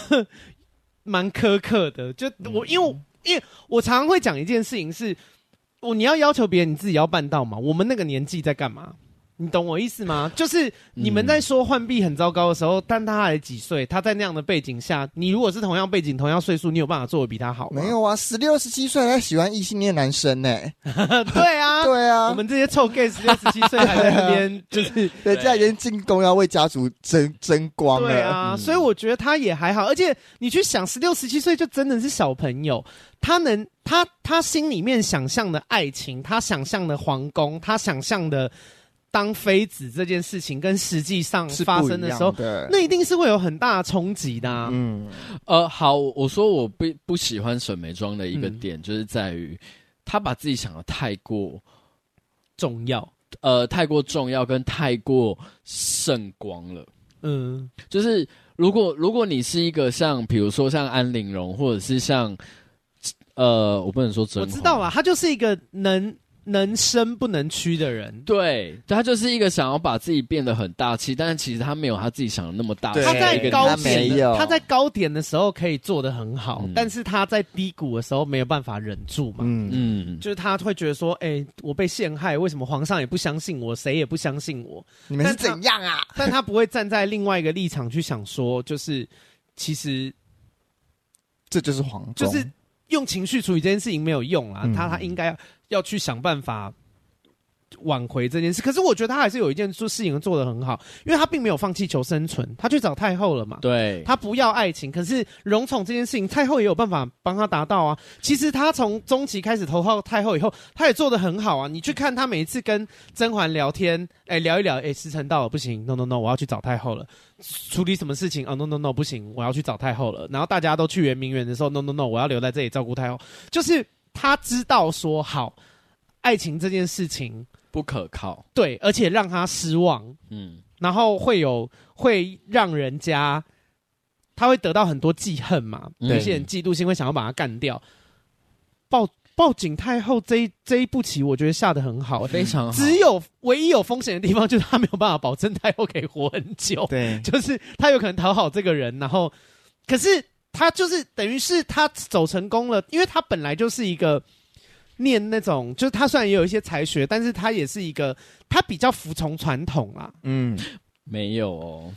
Speaker 1: 蛮苛刻的，就我因为我因为我常常会讲一件事情是，我你要要求别人，你自己要办到嘛。我们那个年纪在干嘛？你懂我意思吗？就是你们在说浣碧很糟糕的时候，但他还几岁？他在那样的背景下，你如果是同样背景、同样岁数，你有办法做的比他好吗？
Speaker 2: 没，有啊，十六、十七岁还喜欢异性恋男生呢、
Speaker 1: 对啊，
Speaker 2: 对啊，
Speaker 1: 我们这些臭 gay 十六十七岁还在那 边，就是
Speaker 2: 人家已经进宫要为家族争争光了。
Speaker 1: 对啊，
Speaker 3: 嗯
Speaker 1: 所以我觉得他也还好。而且你去想，十六十七岁就真的是小朋友，他能他他心里面想象的爱情，他想象的皇宫，他想象的当妃子这件事情，跟实际上
Speaker 2: 是
Speaker 1: 发
Speaker 2: 不一
Speaker 1: 生的时
Speaker 2: 样
Speaker 1: 候，
Speaker 2: 的
Speaker 1: 那一定是会有很大的冲击的、啊。
Speaker 2: 嗯，
Speaker 3: 呃，好，我我说我不不喜欢沈眉庄的一个
Speaker 1: 嗯
Speaker 3: 点，就是在于她把自己想的太过
Speaker 1: 重要，
Speaker 3: 呃太过重要跟太过圣光了。
Speaker 1: 嗯，
Speaker 3: 就是如果如果你是一个像比如说像安陵容，或者是像呃，我不能说真，
Speaker 1: 我知道啊啦，，他就是一个能能伸不能屈的人。
Speaker 3: 对他就是一个想要把自己变得很大气，但是其实他没有他自己想的那么大气。
Speaker 2: 对
Speaker 1: 他
Speaker 3: 一
Speaker 1: 在
Speaker 3: 个
Speaker 1: 高
Speaker 2: 他
Speaker 3: 女生
Speaker 1: 点
Speaker 2: 没有
Speaker 1: 的，他在高点的时候可以做的很好，
Speaker 3: 嗯
Speaker 1: 但是他在低谷的时候没有办法忍住嘛。
Speaker 2: 嗯嗯，
Speaker 3: 嗯，
Speaker 1: 就是他会觉得说，哎、我被陷害，为什么皇上也不相信我，谁也不相信 我？
Speaker 2: 你们是
Speaker 1: 但他
Speaker 2: 怎样啊？
Speaker 1: 但他不会站在另外一个立场去想说，就是其实
Speaker 2: 这就是皇宫，
Speaker 1: 就是用情绪处理这件事情没有用啊，
Speaker 2: 嗯
Speaker 1: 他他应该要去想办法挽回这件事。可是我觉得他还是有一件做事情做得很好，因为他并没有放弃求生存，他去找太后了嘛。
Speaker 3: 对，
Speaker 1: 他不要爱情，可是荣宠这件事情，太后也有办法帮他达到啊。其实他从中期开始投靠太后以后，他也做得很好啊。你去看他每一次跟甄嬛聊天，哎、聊一聊，哎、时辰到了，不行，no no no，我要去找太后了。处理什么事情啊、n o no no，不行，我要去找太后了。然后大家都去圆明园的时候，no no no，我要留在这里照顾太后。就是他知道说好，爱情这件事情，
Speaker 3: 不可靠。
Speaker 1: 对，而且让他失望，
Speaker 3: 嗯，
Speaker 1: 然后会有会让人家他会得到很多记恨嘛，
Speaker 3: 嗯
Speaker 1: 有些人嫉妒心会想要把他干掉。报报警太后这一这一步棋，我觉得下的很好、欸
Speaker 3: 非常好
Speaker 1: 只有唯一有风险的地方就是他没有办法保证太后可以活很久，
Speaker 2: 对，
Speaker 1: 就是他有可能讨好这个人，然后可是他就是等于是他走成功了，因为他本来就是一个念那种，就是他虽然也有一些才学，但是他也是一个他比较服从传统啦，
Speaker 2: 嗯，
Speaker 3: 没有哦，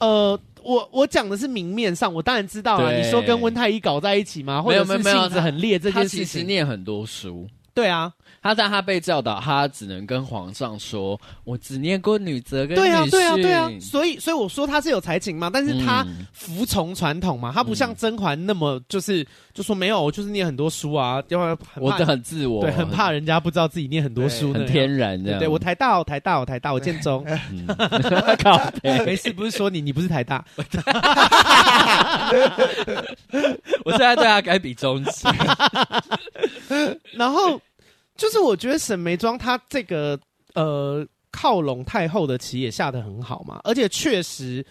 Speaker 1: 呃，我我讲的是明面上，我当然知道啊。
Speaker 3: 对
Speaker 1: 你说跟温太医搞在一起吗？或
Speaker 3: 没有
Speaker 1: 者
Speaker 3: 没有
Speaker 1: 是
Speaker 3: 没有
Speaker 1: 性子很烈这
Speaker 3: 他
Speaker 1: 件
Speaker 3: 其
Speaker 1: 事
Speaker 3: 实
Speaker 1: 情？
Speaker 3: 念很多书，
Speaker 1: 对啊，
Speaker 3: 他但他被教导，他只能跟皇上说：“我只念过女则跟女
Speaker 1: 对啊，
Speaker 3: 婿。
Speaker 1: 对啊，对啊。所以，所以我说他是有才情嘛，但是他
Speaker 3: 嗯
Speaker 1: 服从传统嘛，他不像甄嬛那么就是就说没有，我就是念很多书啊，要不然很
Speaker 3: 我
Speaker 1: 怕
Speaker 3: 的很自我，
Speaker 1: 对，很怕人家不知道自己念很多书
Speaker 3: 很
Speaker 1: 那样
Speaker 3: 天然这
Speaker 1: 对
Speaker 3: 样。
Speaker 1: 对，我台大哦，台大哦，台大哦，我建中，
Speaker 3: 嗯 靠
Speaker 1: 没
Speaker 3: 背，
Speaker 1: 事，不是说你，你不是台大，
Speaker 3: 我现在对他改比中指。
Speaker 1: 然后就是我觉得沈眉庄她这个呃靠拢太后的棋也下得很好嘛，而且确实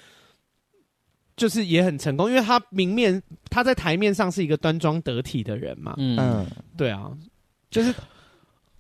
Speaker 1: 就是也很成功，因为她明面她在台面上是一个端庄得体的人嘛，
Speaker 3: 嗯，
Speaker 2: 嗯，
Speaker 1: 对啊，就是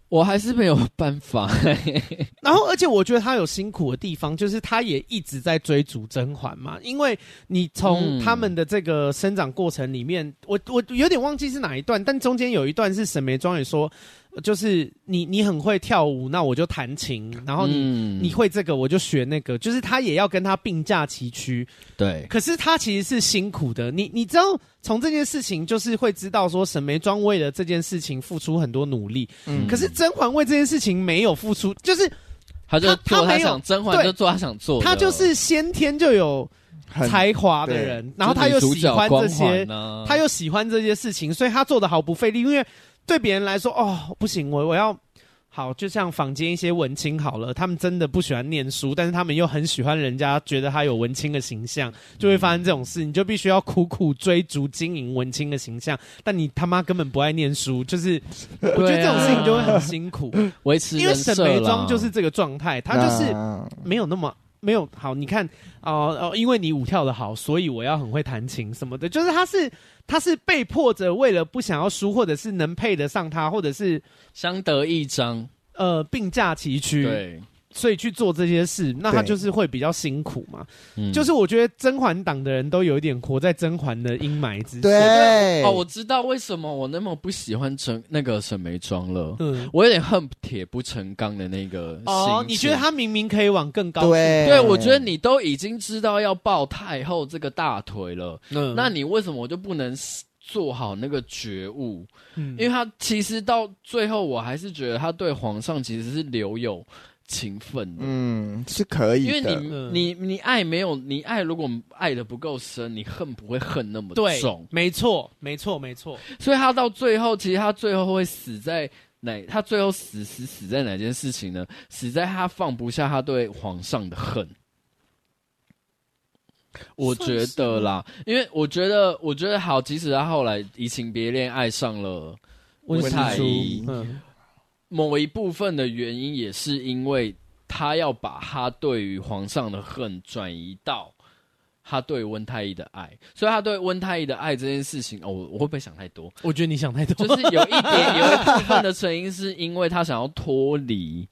Speaker 3: 我还是没有办法。欸
Speaker 1: 然后，而且我觉得他有辛苦的地方，就是他也一直在追逐甄嬛嘛。因为你从
Speaker 3: 嗯
Speaker 1: 他们的这个生长过程里面，我我有点忘记是哪一段，但中间有一段是沈眉庄也说，呃就是你你很会跳舞，那我就弹琴，然后你、
Speaker 3: 嗯
Speaker 1: 你会这个我就学那个，就是他也要跟他并驾齐驱。
Speaker 3: 对
Speaker 1: 可是他其实是辛苦的，你你知道，从这件事情就是会知道说沈眉庄为了这件事情付出很多努力，
Speaker 2: 嗯
Speaker 1: 可是甄嬛为这件事情没有付出，就是
Speaker 3: 他就
Speaker 1: 他他
Speaker 3: 做他
Speaker 1: 没有
Speaker 3: 想，甄嬛
Speaker 1: 对
Speaker 3: 就做他想做的，
Speaker 1: 他就是先天就有
Speaker 2: 嗯很
Speaker 1: 才华的
Speaker 2: 对
Speaker 1: 人，
Speaker 3: 就
Speaker 1: 然后他
Speaker 3: 女
Speaker 1: 又
Speaker 3: 主
Speaker 1: 喜
Speaker 3: 角
Speaker 1: 欢
Speaker 3: 光
Speaker 1: 这些
Speaker 3: 环，啊
Speaker 1: 他又喜欢这些事情，所以他做的毫不费力。因为对别人来说，哦，不行，我我要好，就像坊间一些文青好了，他们真的不喜欢念书，但是他们又很喜欢人家觉得他有文青的形象，就会发生这种事。你就必须要苦苦追逐经营文青的形象，但你他妈根本不爱念书，就是我觉得这种事情就会很辛苦，
Speaker 3: 啊维持
Speaker 1: 因为
Speaker 3: 人
Speaker 1: 沈
Speaker 3: 设
Speaker 1: 眉
Speaker 3: 啦
Speaker 1: 庄就是这个状态，他就是。
Speaker 2: 嗯
Speaker 1: 没有那么没有好。你看，哦、哦，因为你舞跳的好，所以我要很会弹琴什么的。就是他是他是被迫着，为了不想要输，或者是能配得上他，或者是
Speaker 3: 相得益彰，
Speaker 1: 呃并驾齐驱，
Speaker 3: 对，
Speaker 1: 所以去做这些事，那他
Speaker 2: 对
Speaker 1: 就是会比较辛苦嘛。
Speaker 3: 嗯
Speaker 1: 就是我觉得甄嬛党的人都有一点活在甄嬛的阴霾之下。
Speaker 2: 对
Speaker 3: 哦，我知道为什么我那么不喜欢整那个沈眉庄了，
Speaker 1: 嗯，
Speaker 3: 我有点恨铁不成钢的那个心情。
Speaker 1: 哦，你觉得他明明可以往更高处？
Speaker 2: 对
Speaker 3: 对，我觉得你都已经知道要抱太后这个大腿了，
Speaker 1: 嗯，
Speaker 3: 那你为什么我就不能做好那个觉悟？
Speaker 1: 嗯
Speaker 3: 因为他其实到最后，我还是觉得他对皇上其实是留有情分的。
Speaker 2: 嗯是可以
Speaker 3: 因
Speaker 2: 的，
Speaker 3: 为你
Speaker 1: 嗯
Speaker 3: 你你爱没有你爱，如果爱的不够深，你恨不会恨那么
Speaker 1: 对
Speaker 3: 重。，
Speaker 1: 没错，没错，没错。
Speaker 3: 所以他到最后，其实他最后会死在哪？他最后死死死在哪件事情呢？死在他放不下他对皇上的恨。我觉得啦，因为我觉得，我觉得好，即使他后来移情别恋爱上了温
Speaker 1: 温
Speaker 3: 太
Speaker 1: 太
Speaker 3: 医
Speaker 1: 医，嗯，
Speaker 3: 某一部分的原因，也是因为他要把他对于皇上的恨转移到他对温太医的爱，所以他对温太医的爱这件事情，哦，我我会不会想太多？
Speaker 1: 我觉得你想太多。
Speaker 3: 就是有一点有一部分的成因是因为他想要脱离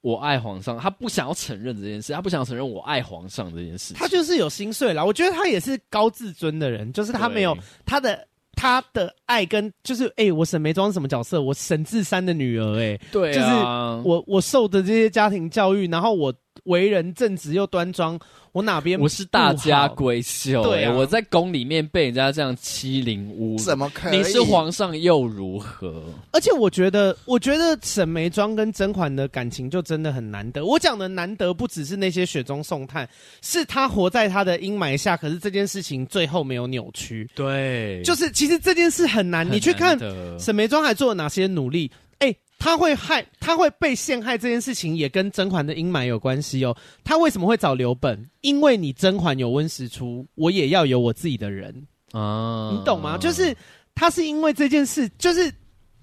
Speaker 3: 我爱皇上，他不想要承认这件事，他不想承认我爱皇上这件事情。
Speaker 1: 他就是有心碎啦。我觉得他也是高自尊的人，就是他没有
Speaker 3: 对
Speaker 1: 他的他的爱跟就是哎、我沈眉庄是什么角色？我沈志山的女儿哎、
Speaker 3: 对啊，
Speaker 1: 我我受的这些家庭教育，然后我为人正直又端庄，我哪边
Speaker 3: 我是大家
Speaker 1: 不好
Speaker 3: 闺秀、
Speaker 1: 对啊
Speaker 3: 欸我在宫里面被人家这样欺凌侮辱，
Speaker 2: 怎么可以？
Speaker 3: 你是皇上又如何？
Speaker 1: 而且我觉得，我觉得沈眉庄跟甄嬛的感情就真的很难得。我讲的难得，不只是那些雪中送炭，是她活在她的阴霾下，可是这件事情最后没有扭曲。
Speaker 3: 对
Speaker 1: 就是其实这件事很难，你去看
Speaker 3: 嗯
Speaker 1: 沈眉庄还做了哪些努力？哎、她会害，她会被陷害这件事情也跟甄嬛的阴霾有关系哦。她为什么会找刘本？因为你甄嬛有温实初，我也要有我自己的人，
Speaker 3: 啊
Speaker 1: 你懂吗？就是她是因为这件事，就是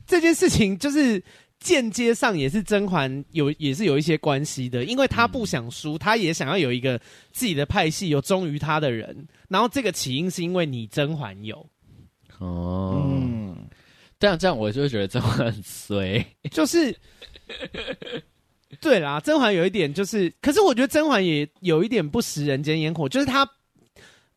Speaker 1: 这件事情，就是。间接上也是甄嬛有也是有一些关系的，因为她不想输，她也想要有一个自己的派系，有忠于她的人。然后这个起因是因为你甄嬛有，
Speaker 3: 哦，
Speaker 2: 嗯。
Speaker 3: 这样这样我就会觉得这嬛很衰。
Speaker 1: 就是，对啦，甄嬛有一点就是，可是我觉得甄嬛也有一点不食人间烟火，就是她，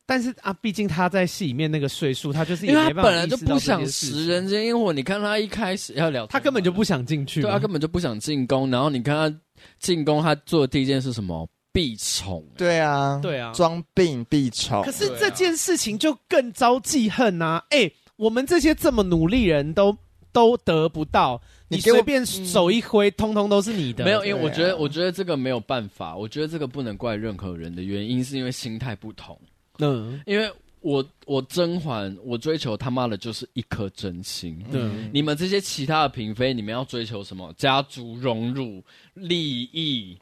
Speaker 1: 但是啊，毕竟她在戏里面那个岁数，她就是也
Speaker 3: 因为他
Speaker 1: 没办法
Speaker 3: 本来就
Speaker 1: 意识到
Speaker 3: 不
Speaker 1: 这件
Speaker 3: 想
Speaker 1: 事
Speaker 3: 食
Speaker 1: 情，
Speaker 3: 人间烟火，你看他一开始要聊，
Speaker 1: 她根啊本就不想进去
Speaker 3: 对啊
Speaker 1: 嘛，
Speaker 3: 他根本就不想进宫。然后你看他进宫，他做的第一件是什么？避宠。
Speaker 2: 对啊，
Speaker 1: 对啊。
Speaker 2: 装病必丑
Speaker 1: 可。是这件事情就更招记恨啊！哎、我们这些这么努力人都都得不到，
Speaker 2: 你
Speaker 1: 你
Speaker 2: 给我嗯
Speaker 1: 随便手一挥，通通都是你的。
Speaker 3: 没有，因为
Speaker 2: 对啊
Speaker 3: 我觉得，我觉得这个没有办法，我觉得这个不能怪任何人的原因，是因为心态不同。
Speaker 1: 嗯
Speaker 3: 因为我我甄嬛，我追求他妈的就是一颗真心。
Speaker 1: 嗯
Speaker 3: 你们这些其他的嫔妃，你们要追求什么？家族荣辱、利益、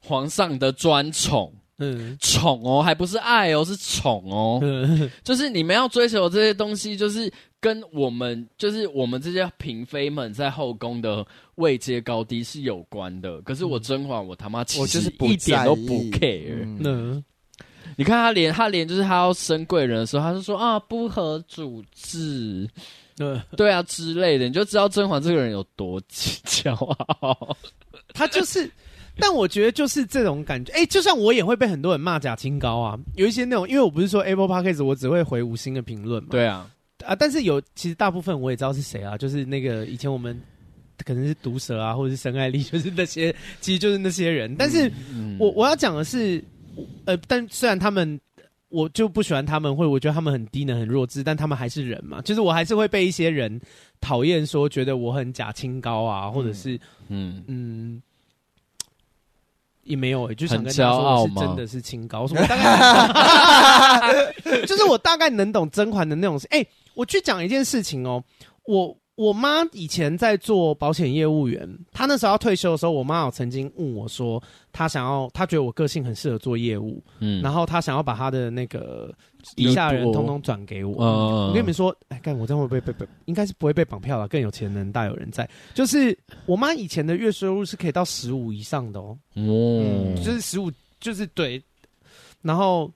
Speaker 3: 皇上的专宠，
Speaker 1: 嗯
Speaker 3: 宠哦，还不是爱哦，是宠哦。
Speaker 1: 嗯，
Speaker 3: 就是你们要追求这些东西，就是跟我们，就是我们这些嫔妃们在后宫的位阶高低是有关的。可是我甄嬛，我他妈其
Speaker 2: 我就
Speaker 3: 实
Speaker 2: 是不
Speaker 3: 一点都
Speaker 2: 在意
Speaker 3: 不 care。
Speaker 2: 嗯，
Speaker 1: 嗯
Speaker 3: 你看她连她连就是她要升贵人的时候，她就说啊不合主制，
Speaker 1: 嗯，
Speaker 3: 对啊之类的，你就知道甄嬛这个人有多啊骄傲。
Speaker 1: 他 就是，但我觉得就是这种感觉。哎、就算我也会被很多人骂假清高啊，有一些那种，因为我不是说 Apple Podcast 我只会回五星的评论嘛，
Speaker 3: 对啊，
Speaker 1: 啊，但是有其实大部分我也知道是谁啊，就是那个以前我们可能是毒蛇啊，或者是深爱丽，就是那些， 其实就是那些人。但是
Speaker 3: 嗯
Speaker 1: 我我要讲的是，呃，但虽然他们。我就不喜欢他们，会我觉得他们很低能、很弱智，但他们还是人嘛。就是我还是会被一些人讨厌，说觉得我很假清高啊，或者是
Speaker 3: 嗯
Speaker 1: 嗯，也没有哎、就想跟
Speaker 3: 很
Speaker 1: 你
Speaker 3: 骄
Speaker 1: 说，
Speaker 3: 傲
Speaker 1: 我是
Speaker 3: 吗
Speaker 1: 真的是清高，我说我大概 能懂，就是我大概能懂甄嬛的那种事。哎、我去讲一件事情哦，我我妈以前在做保险业务员，她那时候要退休的时候，我妈有曾经问我说，她想要，她觉得我个性很适合做业务，
Speaker 3: 嗯，
Speaker 1: 然后她想要把她的那个底下人通通转给我。
Speaker 3: 嗯
Speaker 1: 我跟你们说，哎，干我这样会不会被被？应该是不会被绑票了，更有钱人大有人在。就是我妈以前的月收入是可以到十五以上的哦，
Speaker 3: 哦，
Speaker 1: 就是十五，就是对。然后，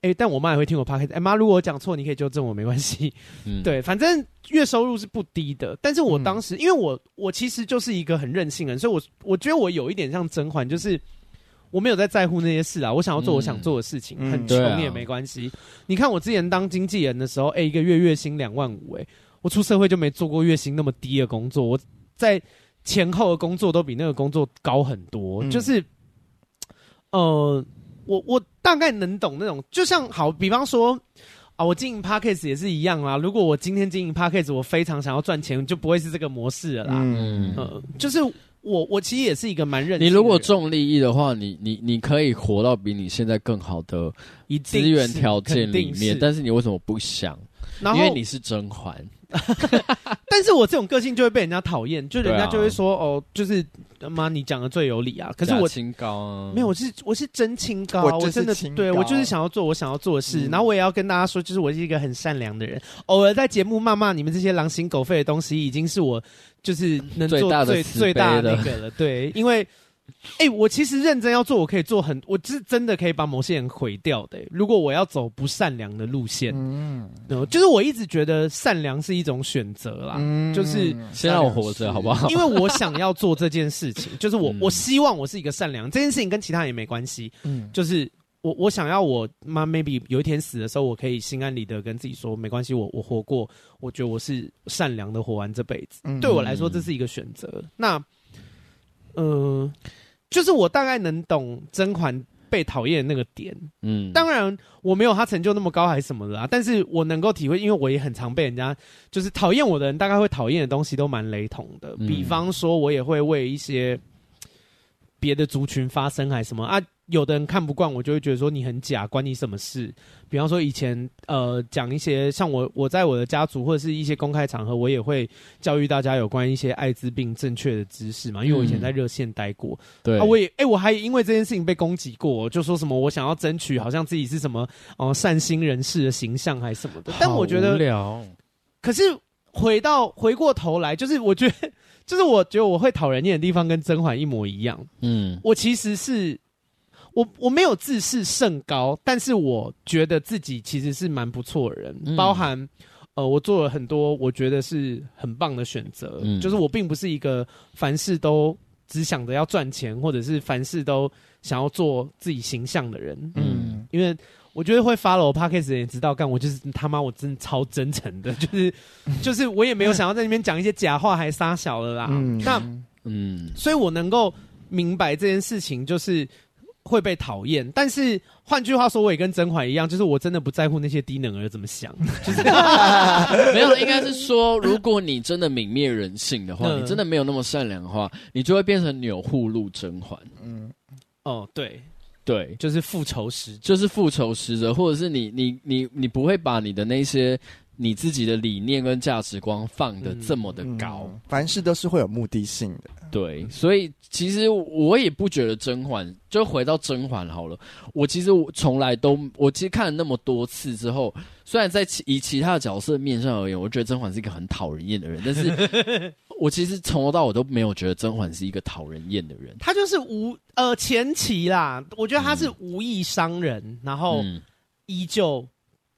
Speaker 1: 哎、但我妈也会听我 p o d c a s 哎妈，如果我讲错，你可以纠正我，没关系。
Speaker 3: 嗯，
Speaker 1: 对，反正月收入是不低的，但是我当时、因为我我其实就是一个很任性的人，所以我我觉得我有一点像甄嬛，就是我没有在在乎那些事啊，我想要做我想做的事情，
Speaker 2: 嗯
Speaker 1: 很
Speaker 2: 对
Speaker 3: 啊
Speaker 1: 穷也没关系。你看我之前当经纪人的时候，哎、一个月月薪两万五，哎，我出社会就没做过月薪那么低的工作，我在前后的工作都比那个工作高很多，
Speaker 2: 嗯
Speaker 1: 就是呃，我我大概能懂那种，就像好，比方说。啊，我经营 p a c k a g e 也是一样啦。如果我今天经营 p a c k a g e 我非常想要赚钱，就不会是这个模式了啦。嗯、
Speaker 2: 嗯，
Speaker 1: 就是我我其实也是一个蛮认。
Speaker 3: 你如果重利益的话，你你你可以活到比你现在更好的
Speaker 1: 以
Speaker 3: 资源条件里面，但是你为什么不想？
Speaker 1: 然
Speaker 3: 因为
Speaker 1: 后
Speaker 3: 你是甄嬛，
Speaker 1: 但是我这种个性就会被人家讨厌，就人
Speaker 3: 对
Speaker 1: 家
Speaker 3: 啊
Speaker 1: 就会说、哦，就是妈你讲的最有理啊。可是
Speaker 3: 假
Speaker 1: 我
Speaker 3: 清高啊，
Speaker 1: 没有，我是我是真清高，
Speaker 2: 嗯我
Speaker 1: 我
Speaker 2: 就是
Speaker 1: 真的
Speaker 2: 清
Speaker 1: 对
Speaker 2: 高
Speaker 1: 我就是想要做我想要做的事，
Speaker 2: 嗯
Speaker 1: 然后我也要跟大家说，就是我是一个很善良的人。偶尔在节目骂骂你们这些狼心狗肺的东西，已经是我 就是能做
Speaker 3: 最大的
Speaker 1: 最
Speaker 3: 慈悲
Speaker 1: 最大的
Speaker 3: 了
Speaker 1: 那个了。对，因为哎、我其实认真要做，我可以做很，我是真的可以把某些人毁掉的、欸如果我要走不善良的路线，
Speaker 2: 嗯
Speaker 1: 呃就是我一直觉得善良是一种选择啦。
Speaker 2: 嗯
Speaker 1: 就是
Speaker 3: 先让我活着好不？好？
Speaker 1: 因为我想要做这件事情，就是我、
Speaker 3: 嗯
Speaker 1: 我希望我是一个善良，这件事情跟其他人也没关系，
Speaker 2: 嗯，
Speaker 1: 就是我我想要我妈 maybe 有一天死的时候，我可以心安理得跟自己说，没关系，我我活过，我觉得我是善良的活完这辈子。
Speaker 2: 嗯
Speaker 1: 对我来说，这是一个选择。那，呃，就是我大概能懂甄嬛被讨厌的那个点。
Speaker 3: 嗯，
Speaker 1: 当然，我没有她成就那么高还是什么的啊，但是我能够体会，因为我也很常被人家就是讨厌我的人，大概会讨厌的东西都蛮雷同的。
Speaker 3: 嗯
Speaker 1: 比方说，我也会为一些别的族群发声，还是什么啊？有的人看不惯我，就会觉得说你很假，关你什么事？比方说以前呃讲一些像我我在我的家族或者是一些公开场合，我也会教育大家有关一些艾滋病正确的知识嘛，因为我以前
Speaker 3: 嗯
Speaker 1: 在热线待过，
Speaker 3: 对，
Speaker 1: 啊，我也哎、我还因为这件事情被攻击过，就说什么我想要争取，好像自己是什么哦、呃善心人士的形象还是什么的。但我觉
Speaker 3: 好无
Speaker 1: 得，
Speaker 3: 聊，
Speaker 1: 可是回到回过头来，就是我觉得，就是我觉得我会讨人厌的地方跟甄嬛一模一样。
Speaker 3: 嗯
Speaker 1: 我其实是我我没有自视甚高，但是我觉得自己其实是蛮不错的人，
Speaker 3: 嗯
Speaker 1: 包含呃，我做了很多我觉得是很棒的选择，
Speaker 3: 嗯
Speaker 1: 就是我并不是一个凡事都只想着要赚钱，或者是凡事都想要做自己形象的人，
Speaker 2: 嗯
Speaker 1: 因为。我觉得会 follow podcast 的人也知道，干我就是他妈我真的超真诚的，就是就是我也没有想要在那边讲一些假话，还撒小了啦。啊
Speaker 2: 嗯
Speaker 1: 那
Speaker 3: 嗯
Speaker 1: 所以我能够明白这件事情就是会被讨厌，但是换句话说，我也跟甄嬛一样，就是我真的不在乎那些低能儿怎么想。
Speaker 3: 没有，应该是说，如果你真的泯灭人性的话，
Speaker 1: 嗯
Speaker 3: 你真的没有那么善良的话，你就会变成钮祜禄甄嬛。
Speaker 2: 嗯
Speaker 1: 哦，对，
Speaker 3: 对，
Speaker 1: 就是复仇时
Speaker 3: 就是复仇使者，或者是你你你你不会把你的那些你自己的理念跟价值观放的这么的高。
Speaker 2: 嗯凡事都是会有目的性的。
Speaker 3: 对，所以其实我也不觉得甄嬛，就回到甄嬛好了。我其实我从来都，我其实看了那么多次之后，虽然在其以其他的角色面上而言，我觉得甄嬛是一个很讨人厌的人，但是 我其实从头到尾都没有觉得甄嬛是一个讨人厌的人。
Speaker 1: 他就是无呃前期啦，我觉得他是无意伤人，然后
Speaker 3: 嗯
Speaker 1: 依旧。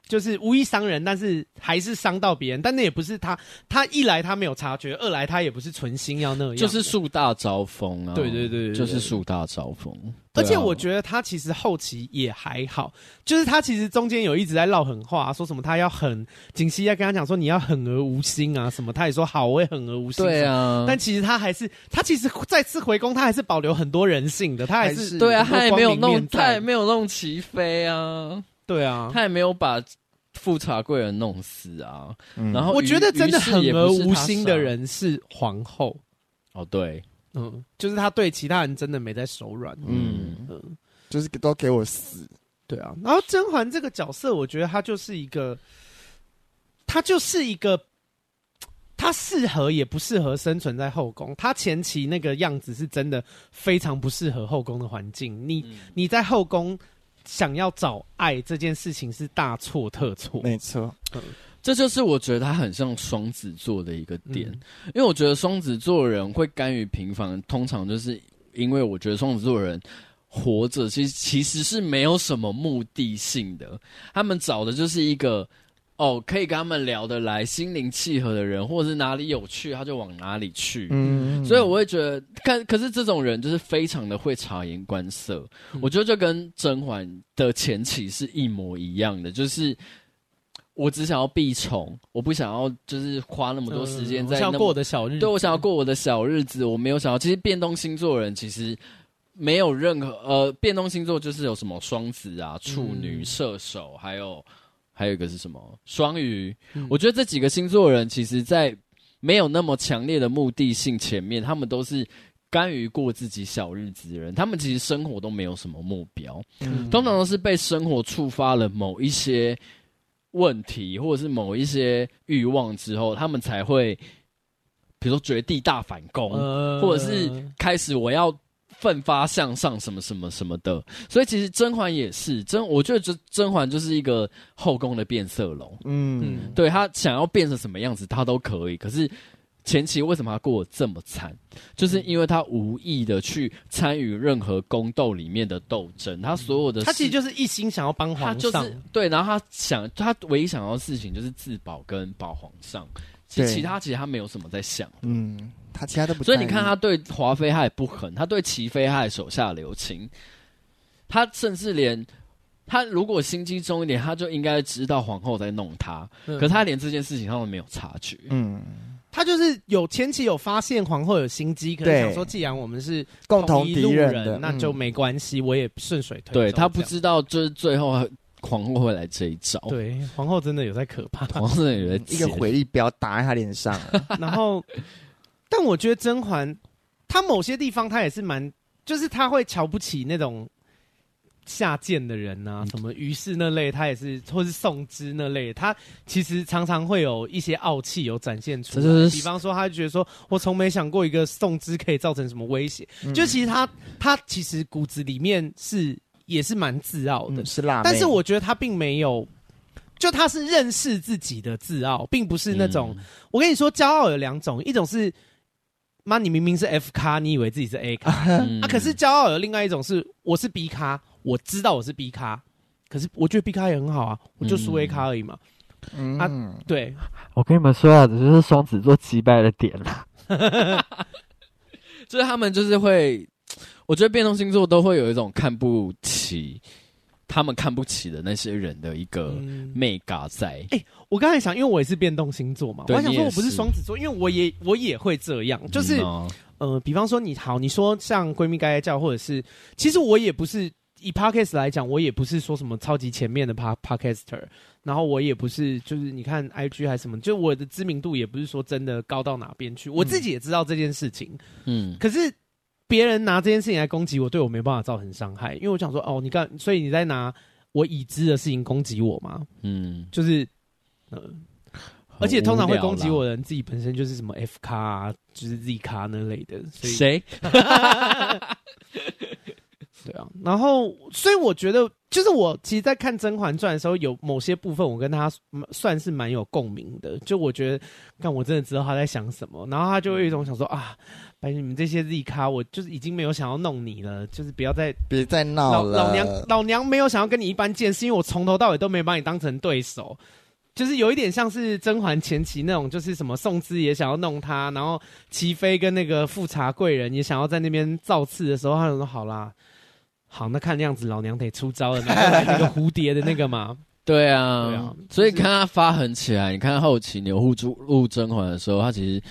Speaker 1: 就是无意伤人，但是还是伤到别人，但那也不是他。他一来他没有察觉，二来他也不是存心要那样。
Speaker 3: 就是树大招风啊！
Speaker 1: 对对对对对
Speaker 3: 就是树大招风。
Speaker 1: 而且
Speaker 3: 对啊
Speaker 1: 我觉得他其实后期也还好，就是他其实中间有一直在唠狠话，说什么他要狠，锦溪在跟他讲说你要狠而无心啊什么，他也说好，我也狠而无心。
Speaker 3: 对
Speaker 1: 什么，
Speaker 3: 啊，
Speaker 1: 但其实他还是他其实再次回宫，他还是保留很多人性的，他还
Speaker 2: 还
Speaker 1: 是
Speaker 2: 是
Speaker 3: 对啊，
Speaker 1: 很多
Speaker 3: 他也没有
Speaker 1: 光明面
Speaker 3: 弄，他也
Speaker 1: 在
Speaker 3: 没有弄齐飞啊，
Speaker 1: 对啊，
Speaker 3: 他也没有把富察贵人弄死啊。
Speaker 2: 嗯
Speaker 3: 然后
Speaker 1: 我
Speaker 3: 于
Speaker 1: 觉得真的
Speaker 3: 于是
Speaker 1: 狠
Speaker 3: 也
Speaker 1: 而
Speaker 3: 不是
Speaker 1: 无
Speaker 3: 他
Speaker 1: 心的
Speaker 3: 杀
Speaker 1: 人是皇后。
Speaker 3: 哦，对，
Speaker 1: 嗯，就是他对其他人真的没在手软。
Speaker 2: 嗯
Speaker 1: 嗯，
Speaker 2: 就是都给我死。
Speaker 1: 对啊，然后甄嬛这个角色，我觉得她就是一个，她就是一个，她适合也不适合生存在后宫。她前期那个样子是真的非常不适合后宫的环境。
Speaker 3: 嗯
Speaker 1: 你、你在后宫想要找爱这件事情是大错特错。
Speaker 2: 没错，
Speaker 3: 这就是我觉得他很像双子座的一个点，
Speaker 1: 嗯
Speaker 3: 因为我觉得双子座人会甘于平凡，通常就是因为我觉得双子座人活着其实其实是没有什么目的性的，他们找的就是一个哦可以跟他们聊得来、心灵契合的人，或者是哪里有趣他就往哪里去。
Speaker 2: 嗯，
Speaker 3: 所以我会觉得，看，可是这种人就是非常的会察言观色，
Speaker 1: 嗯
Speaker 3: 我觉得就跟甄嬛的前期是一模一样的，就是我只想要避宠，我不想要就是花那么多时间
Speaker 1: 嗯
Speaker 3: 在
Speaker 1: 我想要
Speaker 3: 那么
Speaker 1: 过我的小日子，
Speaker 3: 对我想要过我的小日子，我没有想要。其实变动星座的人其实没有任何呃，变动星座就是有什么双子啊、处女、
Speaker 1: 嗯
Speaker 3: 射手，还有还有一个是什么双鱼。
Speaker 1: 嗯
Speaker 3: 我觉得这几个星座的人，其实在没有那么强烈的目的性前面，他们都是。甘于过自己小日子的人，他们其实生活都没有什么目标，
Speaker 1: 嗯
Speaker 3: 通常都是被生活触发了某一些问题，或者是某一些欲望之后，他们才会，比如说绝地大反攻，
Speaker 1: 呃
Speaker 3: 或者是嗯开始我要奋发向上，什么什么什么的。所以其实甄嬛也是甄，我觉得这甄嬛就是一个后宫的变色龙，
Speaker 2: 嗯，
Speaker 3: 对她想要变成什么样子，她都可以。可是。前期为什么她过得这么惨？就是
Speaker 1: 嗯
Speaker 3: 因为她无意的去参与任何宫斗里面的斗争，她所有的
Speaker 1: 他其
Speaker 3: 事
Speaker 1: 实就是一心想要帮
Speaker 3: 他
Speaker 1: 皇
Speaker 3: 就
Speaker 1: 上，
Speaker 3: 是对，然后他想，他唯一想要的事情就是自保跟保皇上，其
Speaker 2: 对
Speaker 3: 其他其实他没有什么在想。
Speaker 2: 嗯，他其他都不在
Speaker 3: 所
Speaker 2: 意，
Speaker 3: 以你看，他对华妃他也不狠，他对齐妃他也手下留情，他甚至连他如果心机重一点，他就应该知道皇后在弄他，
Speaker 1: 嗯
Speaker 3: 可是他连这件事情他都没有察觉。
Speaker 2: 嗯，
Speaker 1: 他就是有前期有发现皇后有心机，可是
Speaker 2: 对
Speaker 1: 想说既然我们是
Speaker 2: 共同
Speaker 1: 一
Speaker 2: 敌
Speaker 1: 路
Speaker 2: 人
Speaker 1: 人，
Speaker 2: 的，
Speaker 1: 那
Speaker 2: 嗯
Speaker 1: 就没关系，我也顺水推舟。
Speaker 3: 对他不
Speaker 1: 这样
Speaker 3: 知道，就是最后皇后会来这一招，
Speaker 1: 对嗯皇后真的有在可怕。
Speaker 3: 皇后也在
Speaker 2: 一
Speaker 3: 解
Speaker 2: 个回力镖打在他脸上，
Speaker 1: 然后，但我觉得甄嬛，她某些地方她也是蛮，就是她会瞧不起那种下贱的人呐、
Speaker 3: 嗯
Speaker 1: 什么于氏那类，她也是，或是宋之那类，她其实常常会有一些傲气有展现出来。
Speaker 3: 这就是
Speaker 1: 比方说，她觉得说我从没想过一个宋之可以造成什么威胁，
Speaker 2: 嗯
Speaker 1: 就其实她她其实骨子里面是也是蛮自傲的
Speaker 2: 嗯，是辣妹，
Speaker 1: 但是我觉得他并没有，就他是认识自己的自傲，并不是那种。
Speaker 3: 嗯
Speaker 1: 我跟你说，骄傲有两种，一种是妈，你明明是 F 咖，你以为自己是 A 咖
Speaker 3: 嗯
Speaker 1: 啊，可是骄傲有另外一种是我是 B 咖，我知道我是 B 咖，可是我觉得 B 咖也很好啊，我就输 A 咖而已嘛。
Speaker 2: 嗯，
Speaker 1: 对，
Speaker 4: 我跟你们说啊，这就是双子座击败的点啦。
Speaker 3: 就是他们就是会，我觉得变动星座都会有一种看不起他们看不起的那些人的一个
Speaker 1: 嗯
Speaker 3: 媚嘎在。
Speaker 1: 我刚才想，因为我也是变动星座嘛，我
Speaker 3: 对
Speaker 1: 还想
Speaker 3: 你
Speaker 1: 说
Speaker 3: 也
Speaker 1: 我不是
Speaker 3: 是
Speaker 1: 双子座，因为我也我也会这样，就是
Speaker 3: 嗯哦
Speaker 1: 呃，比方说你好，你说像闺蜜该该叫，或者是其实我也不是以 podcast 来讲，我也不是说什么超级前面的 pa podcaster，然后我也不是就是你看 IG 还是什么，就我的知名度也不是说真的高到哪边去，我自己也知道这件事情，
Speaker 3: 嗯，
Speaker 1: 可是别人拿这件事情来攻击我，对我没办法造成伤害，因为我想说哦，你看，所以你在拿我已知的事情攻击我嘛，
Speaker 3: 嗯，
Speaker 1: 就是呃，而且通常会攻击我
Speaker 3: 的
Speaker 1: 的人自己本身就是什么 F 咖、啊，就是 Z 咖那类的，所以。
Speaker 3: 谁？
Speaker 1: 对啊，然后所以我觉得，就是我其实，在看《甄嬛传》的时候，有某些部分我跟他嗯算是蛮有共鸣的。就我觉得，看我真的知道他在想什么，然后他就会有一种想说啊，反正你们这些 Z 咖，我就是已经没有想要弄你了，就是不要再
Speaker 2: 别再闹
Speaker 1: 老
Speaker 2: 了，
Speaker 1: 老娘老娘没有想要跟你一般见识，因为我从头到尾都没把你当成对手。就是有一点像是甄嬛前期那种，就是什么宋之也想要弄她，然后齐妃跟那个富察贵人也想要在那边造次的时候，他就说好啦，好那看样子老娘得出招了，然后来 那个蝴蝶的那个嘛，
Speaker 3: 对啊，
Speaker 1: 对啊
Speaker 3: 所以看他发狠起来，你看后期钮祜珠入甄嬛的时候，他其实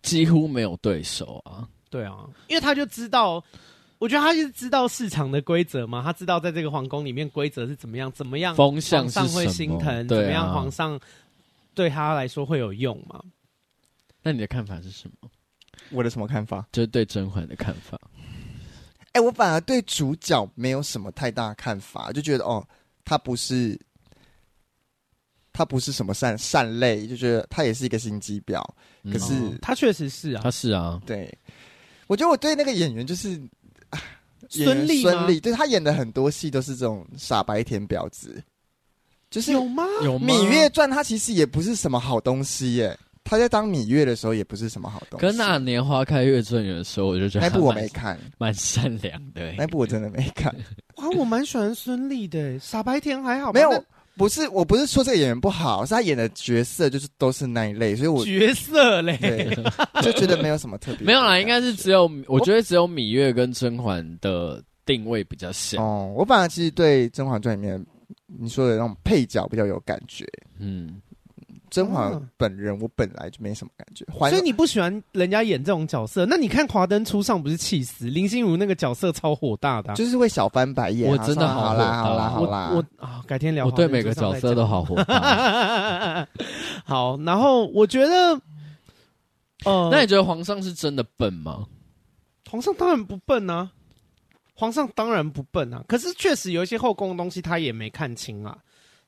Speaker 3: 几乎没有对手啊。
Speaker 1: 对啊，因为他就知道，我觉得他就是知道市场的规则嘛，他知道在这个皇宫里面规则是怎么样，怎么样
Speaker 3: 风
Speaker 1: 皇
Speaker 3: 向是
Speaker 1: 上会
Speaker 3: 什
Speaker 1: 心
Speaker 3: 么？
Speaker 1: 疼，怎么
Speaker 3: 对
Speaker 1: 样皇
Speaker 3: 啊，
Speaker 1: 上对他来说会有用嘛，
Speaker 3: 那你的看法是什么？
Speaker 2: 我的什么看法？
Speaker 3: 就是对甄嬛的看法。
Speaker 2: 哎、我反而对主角没有什么太大的看法，就觉得哦，他不是他不是什么善善类，就觉得他也是一个心机婊。
Speaker 3: 嗯
Speaker 2: 可是
Speaker 1: 哦他确实是啊
Speaker 3: 他，是啊，
Speaker 2: 对，我觉得我对那个演员就是啊演员
Speaker 1: 孙俪吗
Speaker 2: 孙俪，对他演的很多戏都是这种傻白甜婊子，就是
Speaker 1: 有吗？
Speaker 3: 有吗
Speaker 2: 芈月传》，他其实也不是什么好东西耶。他在当芈月的时候也不是什么好东西。
Speaker 3: 可是那年花开月正圆的时候，我就觉得
Speaker 2: 那部
Speaker 3: 他
Speaker 2: 我
Speaker 3: 蛮
Speaker 2: 没哎看，
Speaker 3: 蛮善良的欸、
Speaker 2: 那部我真的没看。
Speaker 1: 哇，我蛮喜欢孙俪的，傻白甜还好吧，
Speaker 2: 没有
Speaker 1: 那，
Speaker 2: 不是，我不是说这个演员不好，是他演的角色就是都是那一类，所以我
Speaker 1: 角色嘞。
Speaker 2: 对就觉得没有什么特别的感
Speaker 3: 没
Speaker 2: 觉。
Speaker 3: 有啦，应该是只有我觉得只有芈月跟甄嬛的定位比较像。
Speaker 2: 哦。我反而其实对《甄嬛传》里面你说的那种配角比较有感觉，
Speaker 3: 嗯，
Speaker 2: 甄嬛
Speaker 1: 嗯
Speaker 2: 本人我本来就没什么感觉。还
Speaker 1: 所以你不喜欢人家演这种角色，那你看《华灯初上》不是气死林心如那个角色超火大的啊、
Speaker 2: 就是会小翻白眼啊，
Speaker 3: 我真的
Speaker 2: 说
Speaker 3: 好
Speaker 2: 好啦好
Speaker 3: 火
Speaker 2: 啦
Speaker 3: 大
Speaker 2: 好啦，
Speaker 1: 我我啊，改天聊。
Speaker 3: 我对每个角色都。好火大。
Speaker 1: 好，然后我觉得，呃，
Speaker 3: 那你觉得皇上是真的笨吗？
Speaker 1: 皇上当然不笨啊，皇上当然不笨啊。可是确实有一些后宫的东西他也没看清啊，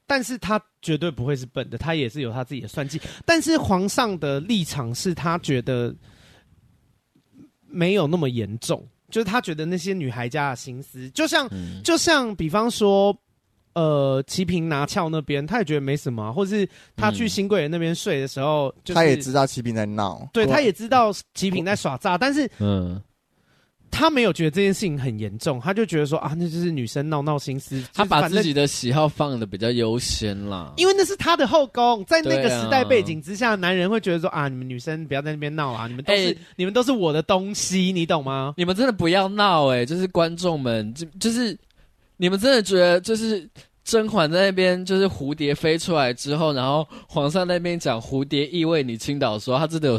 Speaker 1: 但是他绝对不会是笨的，他也是有他自己的算计。但是皇上的立场是他觉得没有那么严重，就是他觉得那些女孩家的心思，就像
Speaker 3: 嗯，
Speaker 1: 就像比方说，呃，齐平拿翘那边，他也觉得没什么啊、或是他去
Speaker 3: 嗯
Speaker 1: 新贵人那边睡的时候，就是、
Speaker 2: 他也知道启平在闹，
Speaker 1: 对，他也知道齐平在耍诈，但是
Speaker 3: 嗯，
Speaker 1: 他没有觉得这件事情很严重，他就觉得说啊，那就是女生闹闹心思，
Speaker 3: 他把
Speaker 1: 就是反正
Speaker 3: 自己的喜好放的比较优先啦。
Speaker 1: 因为那是他的后宫，在那个
Speaker 3: 对啊
Speaker 1: 时代背景之下，男人会觉得说啊，你们女生不要在那边闹啊，你们都是、
Speaker 3: 哎
Speaker 1: 你们都是我的东西，你懂吗？
Speaker 3: 你们真的不要闹哎、就是观众们，就就是你们真的觉得就是。甄嬛在那边就是蝴蝶飞出来之后，然后皇上那边讲蝴蝶意为你倾倒的时候，他真的有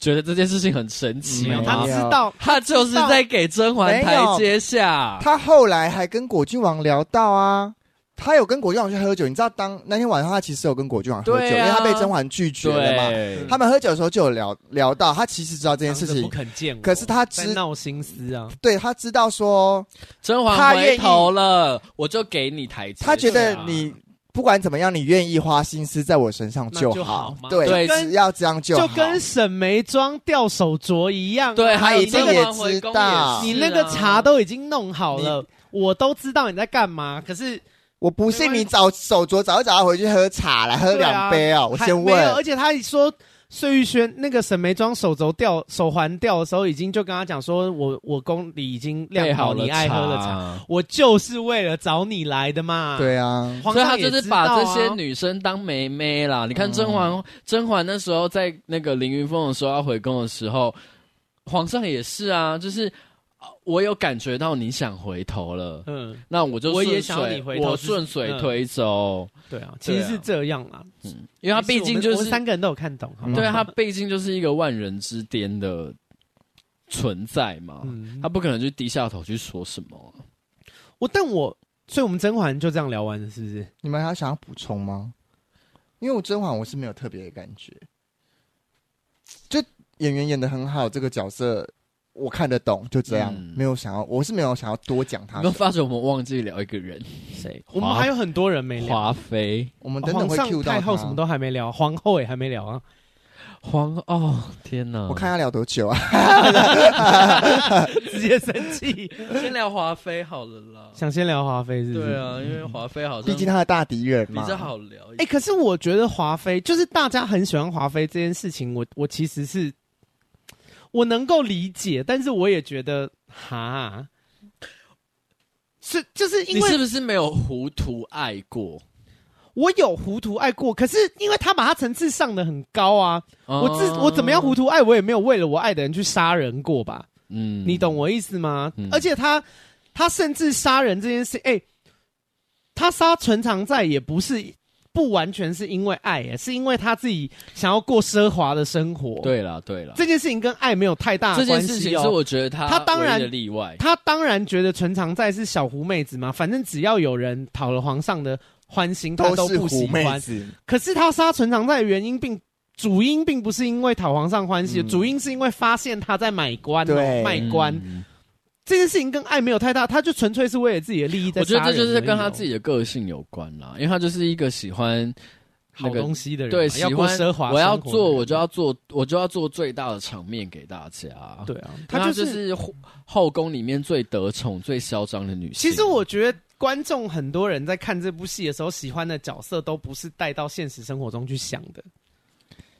Speaker 3: 觉得这件事情很神奇
Speaker 2: 没有
Speaker 1: 他
Speaker 3: 吗
Speaker 1: 知？道，
Speaker 3: 他就是在给甄嬛台阶
Speaker 1: 啊
Speaker 3: 下。
Speaker 2: 他后来还跟果郡王聊到啊，他有跟果郡王去喝酒。你知道当那天晚上他其实有跟果郡王喝酒，
Speaker 3: 对啊
Speaker 2: 因为他被甄嬛拒绝了嘛。
Speaker 3: 对，
Speaker 2: 他们喝酒的时候就有聊聊到，他其实知道这件事
Speaker 1: 当着不
Speaker 2: 情，
Speaker 1: 肯见我，
Speaker 2: 可是他
Speaker 1: 在
Speaker 2: 知
Speaker 1: 闹心思啊，
Speaker 2: 对他知道说，
Speaker 3: 甄嬛
Speaker 2: 他愿
Speaker 3: 回
Speaker 2: 意
Speaker 3: 头了，我就给你台阶下。
Speaker 2: 他觉得
Speaker 1: 啊
Speaker 2: 你不管怎么样，你愿意花心思在我身上
Speaker 1: 那
Speaker 2: 就
Speaker 1: 就好
Speaker 2: 好
Speaker 1: 嘛，
Speaker 2: 对，
Speaker 3: 对
Speaker 2: 只要这样好。
Speaker 1: 就跟沈眉庄掉手镯一样啊、
Speaker 3: 对，还有
Speaker 1: 你那
Speaker 3: 甄
Speaker 1: 个
Speaker 3: 嬛回宫也是啊
Speaker 1: 你那个茶都已经弄好了，
Speaker 2: 啊
Speaker 1: 我都知道你在干嘛，可是
Speaker 2: 我不信你找手镯早就找他回去喝茶来喝
Speaker 1: 对啊
Speaker 2: 两杯哦，我
Speaker 1: 还
Speaker 2: 先
Speaker 1: 没有，
Speaker 2: 问
Speaker 1: 而。且他还说。碎玉轩那个沈眉庄手镯掉手环掉的时候，已经就跟他讲说我，我宫里已经
Speaker 3: 备
Speaker 1: 晾
Speaker 3: 好了
Speaker 1: 你爱喝的茶，
Speaker 3: 茶。
Speaker 1: 我就是为了找你来的嘛。，
Speaker 2: 对啊，
Speaker 1: 皇
Speaker 3: 所以他
Speaker 1: 上
Speaker 3: 就是把这些女生当妹妹啦。
Speaker 1: 嗯
Speaker 3: 你看甄嬛，甄嬛那时候在那个凌云峰的时候要回宫的时候，皇上也是啊，就是呃我有感觉到你想回头 了，
Speaker 1: 嗯，
Speaker 3: 那我就
Speaker 1: 我也
Speaker 3: 顺
Speaker 1: 想要你
Speaker 3: 水，
Speaker 1: 回头
Speaker 3: 我
Speaker 1: 是
Speaker 3: 顺水
Speaker 1: 嗯
Speaker 3: 推舟，
Speaker 1: 对啊，其实是这样啦。
Speaker 3: 因为他毕竟就
Speaker 1: 我们我
Speaker 3: 是
Speaker 1: 们三个人都有看懂，好吗？
Speaker 3: 对啊他毕竟就是一个万人之巅的存在嘛，
Speaker 1: 嗯
Speaker 3: 他，不可能就低下头去说什么啊、
Speaker 1: 我但我，所以我们甄嬛就这样聊完了，是不是？
Speaker 2: 你们还有想要补充吗？因为我甄嬛我是没有特别的感觉，就演员演的很好，这个角色我看得懂，就这样，
Speaker 3: 嗯
Speaker 2: 没有想要，我是没有想要多讲他
Speaker 3: 你
Speaker 2: 的
Speaker 3: 们。发觉我们忘记聊一个人，
Speaker 1: 谁？我们还有很多人没聊。
Speaker 3: 华妃，
Speaker 2: 我们等等
Speaker 1: 皇
Speaker 2: 会
Speaker 1: 上、
Speaker 2: Q 到
Speaker 1: 太后
Speaker 2: 他
Speaker 1: 什么都还没聊，皇后也还没聊啊。
Speaker 3: 皇哦，天哪！
Speaker 2: 我看要聊多久 啊？
Speaker 1: 直接生 气。
Speaker 3: 先聊华妃好了啦
Speaker 1: 想先聊华妃是不是？
Speaker 3: 对。啊，因为华妃好像
Speaker 2: 毕竟他的大敌人
Speaker 3: 比
Speaker 2: 嘛。
Speaker 3: 较好聊一
Speaker 1: 哎、
Speaker 3: 点。
Speaker 1: 可是我觉得华妃就是大家很喜欢华妃这件事情，我我其实是我能够理解，但是我也觉得哈，是就是哎因
Speaker 3: 你是
Speaker 1: 为
Speaker 3: 不是没有糊涂爱过？
Speaker 1: 我有糊涂爱过，可是因为他把他层次上的很高啊，我自
Speaker 3: 哦
Speaker 1: 我怎么样糊涂爱，我也没有为了我爱的人去杀人过吧。
Speaker 3: 嗯
Speaker 1: 你懂我意思吗？
Speaker 3: 嗯
Speaker 1: 而且他他甚至杀人这件事，哎、他杀陈常在也不是不完全是因为爱、哎，是因为他自己想要过奢华的生活。，
Speaker 3: 对啦，对啦，
Speaker 1: 这件事情跟爱没有太大
Speaker 3: 这
Speaker 1: 的
Speaker 3: 件
Speaker 1: 关
Speaker 3: 事
Speaker 1: 系
Speaker 3: 情是
Speaker 1: 哦。
Speaker 3: 我觉得他
Speaker 1: 他当然
Speaker 3: 唯一的例外。
Speaker 1: 他当然觉得陈常在是小狐妹子嘛，反正只要有人讨了皇上的欢心，他
Speaker 2: 都是
Speaker 1: 不
Speaker 2: 狐
Speaker 1: 喜
Speaker 2: 妹
Speaker 1: 欢。
Speaker 2: 子，
Speaker 1: 可是他杀陈常在的原因并主因并不是因为讨皇上欢喜，
Speaker 2: 嗯
Speaker 1: 主因是因为发现他在买官、哦，
Speaker 2: 对
Speaker 1: 卖官、
Speaker 3: 嗯
Speaker 1: 这件事情跟爱没有太大，他就纯粹是为了自己的利益在
Speaker 3: 我觉
Speaker 1: 杀人而已哦。
Speaker 3: 得这就是跟他自己的个性有关啦，因为他就是一个喜欢
Speaker 1: 好
Speaker 3: 那个
Speaker 1: 东西的人嘛，
Speaker 3: 对喜
Speaker 1: 要过
Speaker 3: 欢
Speaker 1: 奢华生活的人，
Speaker 3: 我要做我就要做我就要做最大的场面给大家。，
Speaker 1: 对啊，
Speaker 3: 她
Speaker 1: 就
Speaker 3: 就是是后后宫里面最得宠、最嚣张的女性。
Speaker 1: 其实我觉得观众很多人在看这部戏的时候，喜欢的角色都不是带到现实生活中去想的。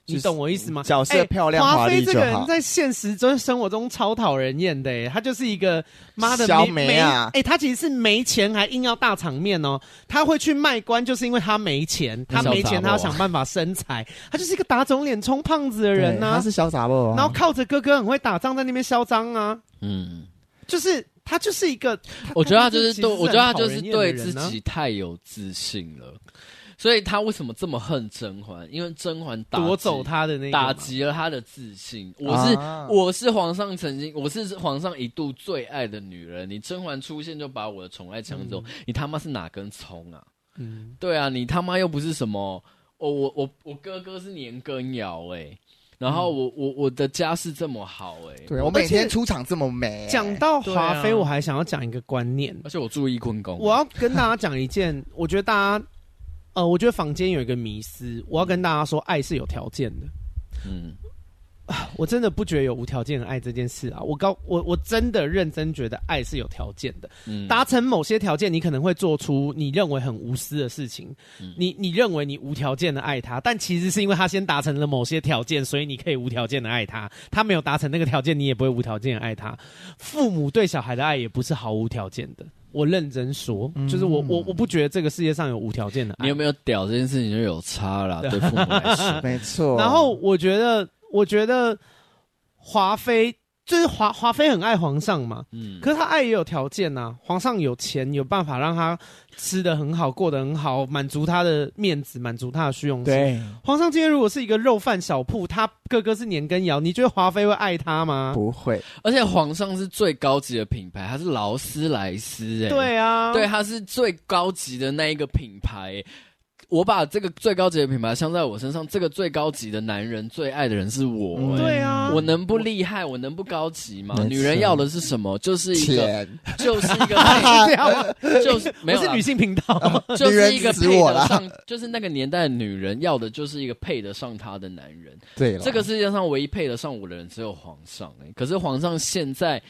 Speaker 2: 就
Speaker 1: 你
Speaker 2: 哦是
Speaker 1: 懂我意思吗？
Speaker 2: 角色
Speaker 1: 哎
Speaker 2: 漂亮华
Speaker 1: 华
Speaker 2: 丽
Speaker 1: 妃
Speaker 2: 就
Speaker 1: 这
Speaker 2: 好
Speaker 1: 个人在现实中生活中超讨人厌的、哎，她就是一个妈的
Speaker 2: 小
Speaker 1: 没
Speaker 2: 梅啊
Speaker 1: 没哎、她其实是没钱还硬要大场面哦、她会去卖官，就是因为她没钱，她没钱，她要想办法生财，她就是一个打肿脸充胖子的人啊呐、
Speaker 2: 他是潇洒不？啊
Speaker 1: 然后靠着哥哥很会打仗，在那边嚣张啊，
Speaker 3: 嗯，
Speaker 1: 就是她就是一个，
Speaker 3: 我觉得他就是
Speaker 1: 其实
Speaker 3: 对，
Speaker 1: 很
Speaker 3: 我觉得他就
Speaker 1: 讨
Speaker 3: 是
Speaker 1: 人厌的
Speaker 3: 对
Speaker 1: 人
Speaker 3: 自
Speaker 1: 啊
Speaker 3: 己太有自信了，所以他为什么这么恨甄嬛？因为甄嬛打击
Speaker 1: 夺走他的那个
Speaker 3: 打
Speaker 1: 嘛
Speaker 3: 击了他的自信。我是、
Speaker 2: 啊
Speaker 3: 我是皇上曾经，我是皇上一度最爱的女人。你甄嬛出现就把我的宠爱抢走，你他妈是哪根葱啊？
Speaker 1: 嗯，
Speaker 3: 对啊，你他妈又不是什么，哦、我我我哥哥是年羹尧哎、然
Speaker 1: 嗯
Speaker 3: 后我、我我的家世这么好哎、
Speaker 2: 对我每天出场这么美，，
Speaker 1: 讲到华妃，
Speaker 3: 对啊
Speaker 1: 我还想要讲一个观念，
Speaker 3: 而且我注意坤宫，啊
Speaker 1: 我要跟大家讲一件， 我觉得大家，呃，我觉得坊间有一个迷思，我要跟大家说，爱是有条件的。
Speaker 3: 嗯
Speaker 1: 我真的不觉得有无条件的爱这件事啊！我告我我真的认真觉得爱是有条件的，
Speaker 3: 嗯
Speaker 1: 达成某些条件，你可能会做出你认为很无私的事情，
Speaker 3: 嗯
Speaker 1: 你你认为你无条件的爱他，但其实是因为他先达成了某些条件，所以你可以无条件的爱他。他没有达成那个条件，你也不会无条件的爱他。父母对小孩的爱也不是毫无条件的。我认真说，就是我我我不觉得这个世界上有无条件的爱。
Speaker 3: 你有没有屌这件事情就有差
Speaker 1: 啊
Speaker 3: 啦，对父母来 说
Speaker 2: 没错。
Speaker 1: 然后我觉得，我觉得华妃就是华华妃很爱皇上嘛，
Speaker 3: 嗯，
Speaker 1: 可是她爱也有条件呐、皇上有钱，有办法让她吃的很好，过得很好，满足她的面子，满足她的虚荣心。
Speaker 2: 对，
Speaker 1: 皇上今天如果是一个肉贩小铺，他哥哥是年羹尧，你觉得华妃会爱他吗？
Speaker 2: 不会，
Speaker 3: 而且皇上是最高级的品牌，它是劳斯莱斯、哎，、
Speaker 1: 对啊，
Speaker 3: 对，，它是最高级的那一个品牌、哎我把这个最高级的品牌镶在我身上，这个最高级的男人最爱的人是我、
Speaker 2: 嗯
Speaker 3: 哎
Speaker 1: 对啊，
Speaker 3: 我能不厉害，我能不高级吗
Speaker 2: 没？错
Speaker 3: 女人要的是什么？就是一个，
Speaker 2: 钱
Speaker 3: 就是一个 配，
Speaker 1: 这样吗？
Speaker 3: 就是没有
Speaker 1: 啊我是
Speaker 3: 啦
Speaker 1: 女性频道，
Speaker 3: 就
Speaker 2: 女
Speaker 3: 是
Speaker 2: 人
Speaker 3: 一个
Speaker 2: 指
Speaker 3: 配
Speaker 2: 我
Speaker 3: 得
Speaker 2: 啦
Speaker 3: 上，就是那个年代的女人要的就是一个配得上她的男人。
Speaker 2: 对了，
Speaker 3: 这个世界上唯一配得上我的人只有皇上哎、可是皇上现在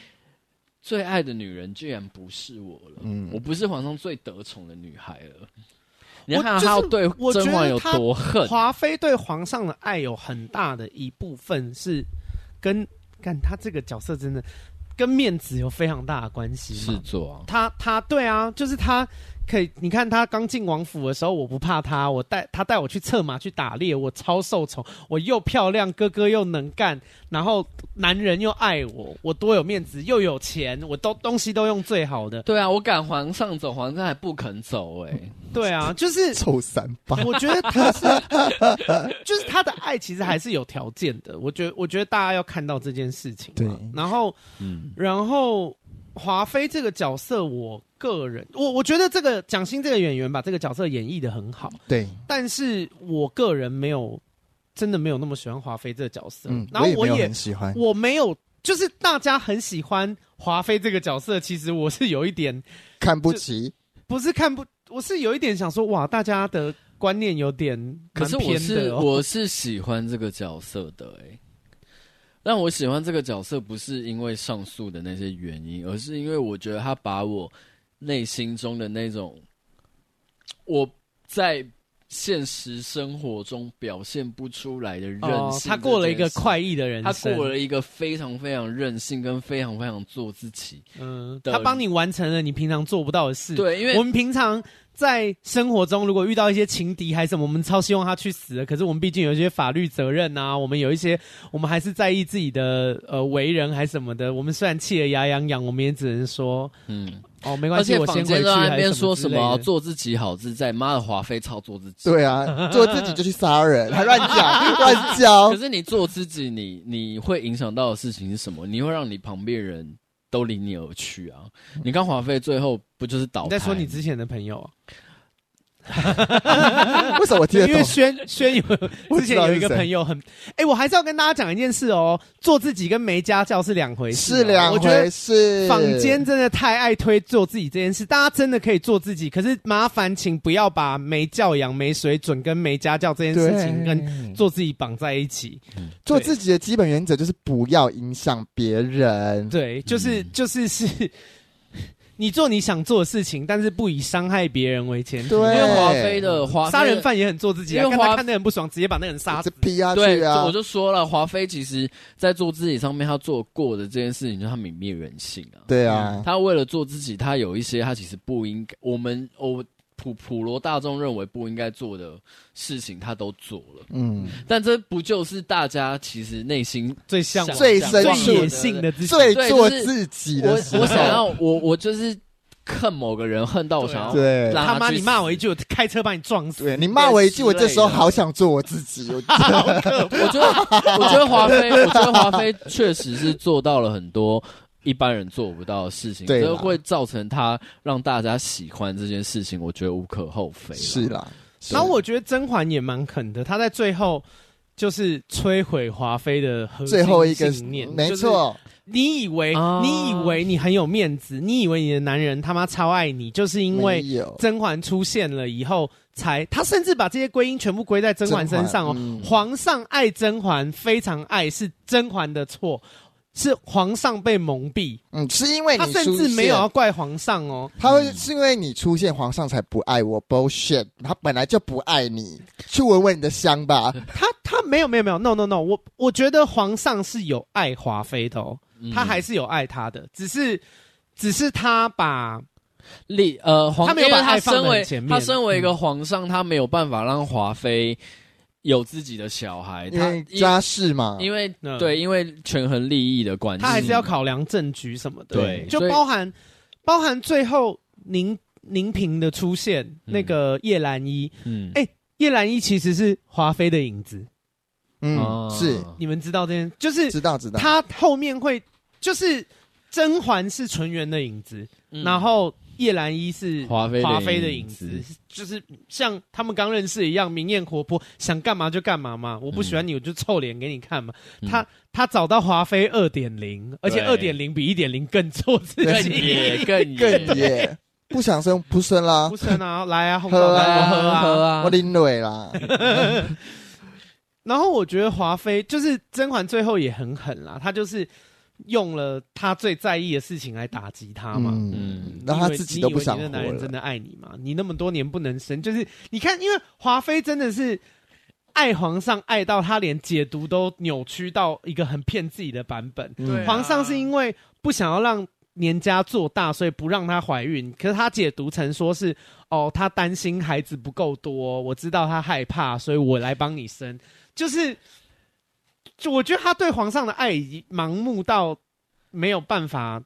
Speaker 3: 最爱的女人居然不是我了，
Speaker 2: 嗯
Speaker 3: 我不是皇上最得宠的女孩了。你
Speaker 1: 我
Speaker 3: 看
Speaker 1: 就是
Speaker 3: 他要对
Speaker 1: 我觉得
Speaker 3: 甄嬛有
Speaker 1: 他
Speaker 3: 多恨，
Speaker 1: 华妃对皇上的爱有很大的一部分是跟干她这个角色真的跟面子有非常大的关系
Speaker 3: 是
Speaker 1: 嘛。
Speaker 3: 做啊，
Speaker 1: 她她对啊，就是她可以，你看她刚进王府的时候，我不怕她，我带她带我去策马去打猎，我超受宠，我又漂亮，哥哥又能干，然后男人又爱我，我多有面子，又有钱，我都东西都用最好的。
Speaker 3: 对啊，我赶皇上走，皇上还不肯走哎、
Speaker 1: 对啊， 就是
Speaker 2: 臭三八，
Speaker 1: 我觉得他是，就是他的爱其实还是有条件的。我觉得，我觉得大家要看到这件事情嘛。
Speaker 2: 对
Speaker 1: 然后，
Speaker 3: 嗯，
Speaker 1: 然后华妃这个角色，我个人，我我觉得这个蒋欣这个演员把这个角色演绎的很好，
Speaker 2: 对，
Speaker 1: 但是我个人没有真的没有那么喜欢华妃这个角色。
Speaker 2: 嗯，
Speaker 1: 然后
Speaker 2: 我
Speaker 1: 我
Speaker 2: 也没有
Speaker 1: 也
Speaker 2: 很喜欢，
Speaker 1: 我没有，就是大家很喜欢华妃这个角色，其实我是有一点
Speaker 2: 看不起，
Speaker 1: 不是看不，我是有一点想说，哇，大家的观念有点
Speaker 3: 可是我
Speaker 1: 蛮偏
Speaker 3: 是
Speaker 1: 的哦
Speaker 3: 我是喜欢这个角色的哎、但我喜欢这个角色不是因为上述的那些原因，而是因为我觉得他把我内心中的那种我在现实生活中表现不出来的任性、
Speaker 1: 哦，他过了一个，快意的人
Speaker 3: 他
Speaker 1: 生，
Speaker 3: 过了一个非常非常任性跟非常非常做自己。
Speaker 1: 嗯，
Speaker 3: 的
Speaker 1: 他帮你完成了你平常做不到的事。，
Speaker 3: 对，因为
Speaker 1: 我们平常在生活中如果遇到一些情敌还是什么，我们超希望他去死的。可是我们毕竟有一些法律责任啊，我们有一些，我们还是在意自己的呃为人还什么的。我们虽然气得牙痒痒，我们也只能说
Speaker 3: 嗯，
Speaker 1: 哦，没关
Speaker 3: 而
Speaker 1: 系，
Speaker 3: 且
Speaker 1: 我
Speaker 3: 坊
Speaker 1: 先回
Speaker 3: 间
Speaker 1: 去。
Speaker 3: 都在那
Speaker 1: 还
Speaker 3: 边
Speaker 1: 是
Speaker 3: 说
Speaker 1: 什
Speaker 3: 什
Speaker 1: 么之类
Speaker 3: 么
Speaker 1: 的？
Speaker 3: 做自己好自在，妈的华妃超做自己。
Speaker 2: 对啊，做自己就去杀人，还 乱讲乱教
Speaker 3: 可，是你做自己，你你会影响到的事情是什么？你会让你旁边人都离你而去啊！你看华妃最后不就是倒
Speaker 1: 你
Speaker 3: 台？
Speaker 1: 在说你之前的朋友啊？
Speaker 2: 为什么我听 得
Speaker 1: 因为
Speaker 2: 懂？
Speaker 1: 轩轩有
Speaker 2: 我
Speaker 1: 之
Speaker 2: 知
Speaker 1: 前
Speaker 2: 道
Speaker 1: 有一
Speaker 2: 是
Speaker 1: 个
Speaker 2: 谁
Speaker 1: 朋友很，哎、我还是要跟大家讲一件事哦，做自己跟没家教是两回事、哦
Speaker 2: 是两
Speaker 1: 我觉得
Speaker 2: 回事。
Speaker 1: 坊间真的太爱推做自己这件事，大家真的可以做自己，可是麻烦请不要把没教养、没水准跟没家教这件事情跟
Speaker 2: 对
Speaker 1: 做自己绑在一起。
Speaker 2: 做
Speaker 1: 对
Speaker 2: 自己的基本原则就是不要影响别人。
Speaker 1: 对，就是、
Speaker 3: 嗯
Speaker 1: 就是是，你做你想做的事情，但是不以伤害别人为前提。
Speaker 2: 对
Speaker 3: 因为华妃的华妃
Speaker 1: 杀人犯也很做自己、啊，
Speaker 3: 因为
Speaker 1: 看他
Speaker 3: 华
Speaker 1: 看得很不爽，直接把那个人杀
Speaker 2: 这
Speaker 1: 死。
Speaker 2: 劈下
Speaker 3: 对，
Speaker 2: 去
Speaker 3: 就
Speaker 2: 啊
Speaker 3: 我！就说了，华妃其实在做自己上面，她做过的这件事情，就是她泯灭人性啊。
Speaker 2: 对啊，
Speaker 3: 她为了做自己，她有一些她其实不应该，我们我普普罗大众认为不应该做的事情，她都做了。
Speaker 2: 嗯，
Speaker 3: 但这不就是大家其实内心
Speaker 1: 最向往、
Speaker 2: 最
Speaker 3: 想
Speaker 2: 深
Speaker 1: 最
Speaker 3: 往
Speaker 2: 处
Speaker 3: 的
Speaker 1: 野性的自己，
Speaker 2: 最
Speaker 3: 对
Speaker 2: 做
Speaker 3: 就是
Speaker 2: 自己
Speaker 3: 我
Speaker 2: 的时候
Speaker 3: 我想要我我就是恨某个人，恨到我想要
Speaker 1: 啊
Speaker 2: 对
Speaker 3: 让
Speaker 1: 他妈
Speaker 3: 去
Speaker 1: 你
Speaker 3: 死
Speaker 1: 骂我一句，我开车把你撞死。
Speaker 2: 对你骂我一句，我这时候好想做我自己。我
Speaker 3: 我觉得，我觉得华妃，我觉得华妃确实是做到了很多一般人做不到的事情，
Speaker 2: 对啦
Speaker 3: 这会造成他让大家喜欢这件事情，我觉得无可厚非。
Speaker 2: 是，啦，是
Speaker 1: 然后啊我觉得甄嬛也蛮狠的，她在最后就是摧毁华妃的核心
Speaker 2: 最后一个
Speaker 1: 信念，
Speaker 2: 没。错，
Speaker 1: 你以为、
Speaker 3: 啊
Speaker 1: 你以为你很有面子，你以为你的男人他妈超爱你，就是因为
Speaker 2: 没有
Speaker 1: 甄嬛出现了以后才，他甚至把这些归因全部归在甄嬛身上哦。
Speaker 2: 嗯
Speaker 1: 皇上爱甄嬛，非常爱，是甄嬛的错，是皇上被蒙蔽，
Speaker 2: 嗯，是因为
Speaker 1: 他
Speaker 2: 你
Speaker 1: 甚
Speaker 2: 出
Speaker 1: 至没有要
Speaker 2: 现，
Speaker 1: 怪皇上哦。
Speaker 2: 他会是因为你出现，皇上才不爱我。bullshit，他本来就不爱你，去闻闻你的香吧。
Speaker 1: 他他没有没有没有，no no no，我我觉得皇上是有爱华妃的哦，
Speaker 3: 嗯
Speaker 1: 他还是有爱她的，只是只是他把
Speaker 3: 立呃皇，
Speaker 1: 他没有
Speaker 3: 因为
Speaker 1: 把爱
Speaker 3: 他
Speaker 1: 放得
Speaker 3: 身
Speaker 1: 很
Speaker 3: 为
Speaker 1: 前面
Speaker 3: 他身为
Speaker 2: 嗯
Speaker 3: 一个皇上，他没有办法让华妃有自己的小孩，
Speaker 2: 因
Speaker 3: 他
Speaker 2: 为家世嘛，
Speaker 3: 因为
Speaker 1: 嗯
Speaker 3: 对，因为权衡利益的关系，
Speaker 1: 他还是要考量政局什么的，
Speaker 3: 对
Speaker 1: 就
Speaker 3: 所以
Speaker 1: 包含包含最后宁宁嫔的出现，那个叶澜依，
Speaker 3: 嗯
Speaker 1: 哎叶澜依其实是华妃的影子，
Speaker 2: 嗯
Speaker 3: 哦，
Speaker 2: 是
Speaker 1: 你们知道这件，就是
Speaker 2: 知道知道。
Speaker 1: 他后面会就是甄嬛是纯元的影子，
Speaker 3: 嗯
Speaker 1: 然后叶澜依是
Speaker 3: 华妃
Speaker 1: 华妃的影
Speaker 3: 子
Speaker 1: 子，，就是像他们刚认识一样，明艳活泼，想干嘛就干嘛嘛。我不喜欢你，我就臭脸给你看嘛。
Speaker 3: 嗯
Speaker 1: 他他找到华妃二点零，而且二
Speaker 3: 对啊
Speaker 1: 点零比一点零 更做自
Speaker 3: 更
Speaker 1: 己。
Speaker 3: 野更野
Speaker 2: 更野，不想生不生啦
Speaker 1: 不，生啊，来啊，红
Speaker 2: 喝
Speaker 1: 枣来
Speaker 2: 啊
Speaker 1: 我喝啊。
Speaker 3: 啊
Speaker 2: 我林蕊啦，
Speaker 1: 然后我觉得华妃就是甄嬛，最后也很狠啦，她就是用了她最在意的事情来打击他嘛。
Speaker 2: 嗯，
Speaker 3: 嗯，
Speaker 2: 然后他自己都不想
Speaker 1: 你以为
Speaker 2: 活
Speaker 1: 你的男人真
Speaker 2: 了。
Speaker 1: 的爱你吗？你那么多年不能生，就是你看，因为华妃真的是爱皇上爱到他连解读都扭曲到一个很骗自己的版本。
Speaker 3: 对啊
Speaker 1: 皇上是因为不想要让年家做大，所以不让她怀孕。可是她解读成说是哦，她担心孩子不够多，我知道她害怕，所以我来帮你生。就是，就我觉得她对皇上的爱已经盲目到没有办法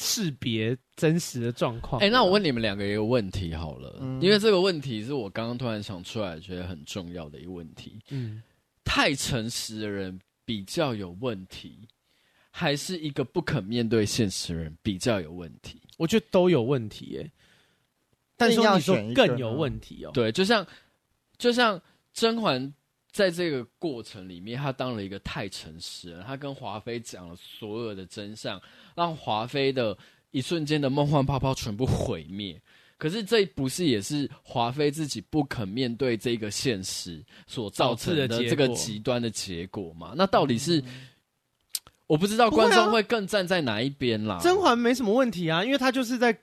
Speaker 1: 识别真实的状况。
Speaker 3: 哎、那我问你们两个一个问题好了，
Speaker 2: 嗯
Speaker 3: 因为这个问题是我刚刚突然想出来，觉得很重要的一个问题：
Speaker 1: 嗯，
Speaker 3: 太诚实的人比较有问题，还是一个不肯面对现实的人比较有问题？
Speaker 1: 我觉得都有问题耶、但
Speaker 2: 硬
Speaker 1: 说
Speaker 2: 要
Speaker 1: 你说
Speaker 2: 选一个
Speaker 1: 更有问题哦、
Speaker 3: 对，就像就像甄嬛在这个过程里面，她当了一个太诚实人，她跟华妃讲了所有的真相，让华妃的一瞬间的梦幻泡泡全部毁灭。可是这不是也是华妃自己不肯面对这个现实所造成的
Speaker 1: 导致的结
Speaker 3: 这个
Speaker 1: 果嗯
Speaker 3: 极端的结果嘛？那到底是、我不知道
Speaker 1: 不会啊
Speaker 3: 观众会更站在哪一边啦？
Speaker 1: 甄嬛没什么问题啊，因为她就是在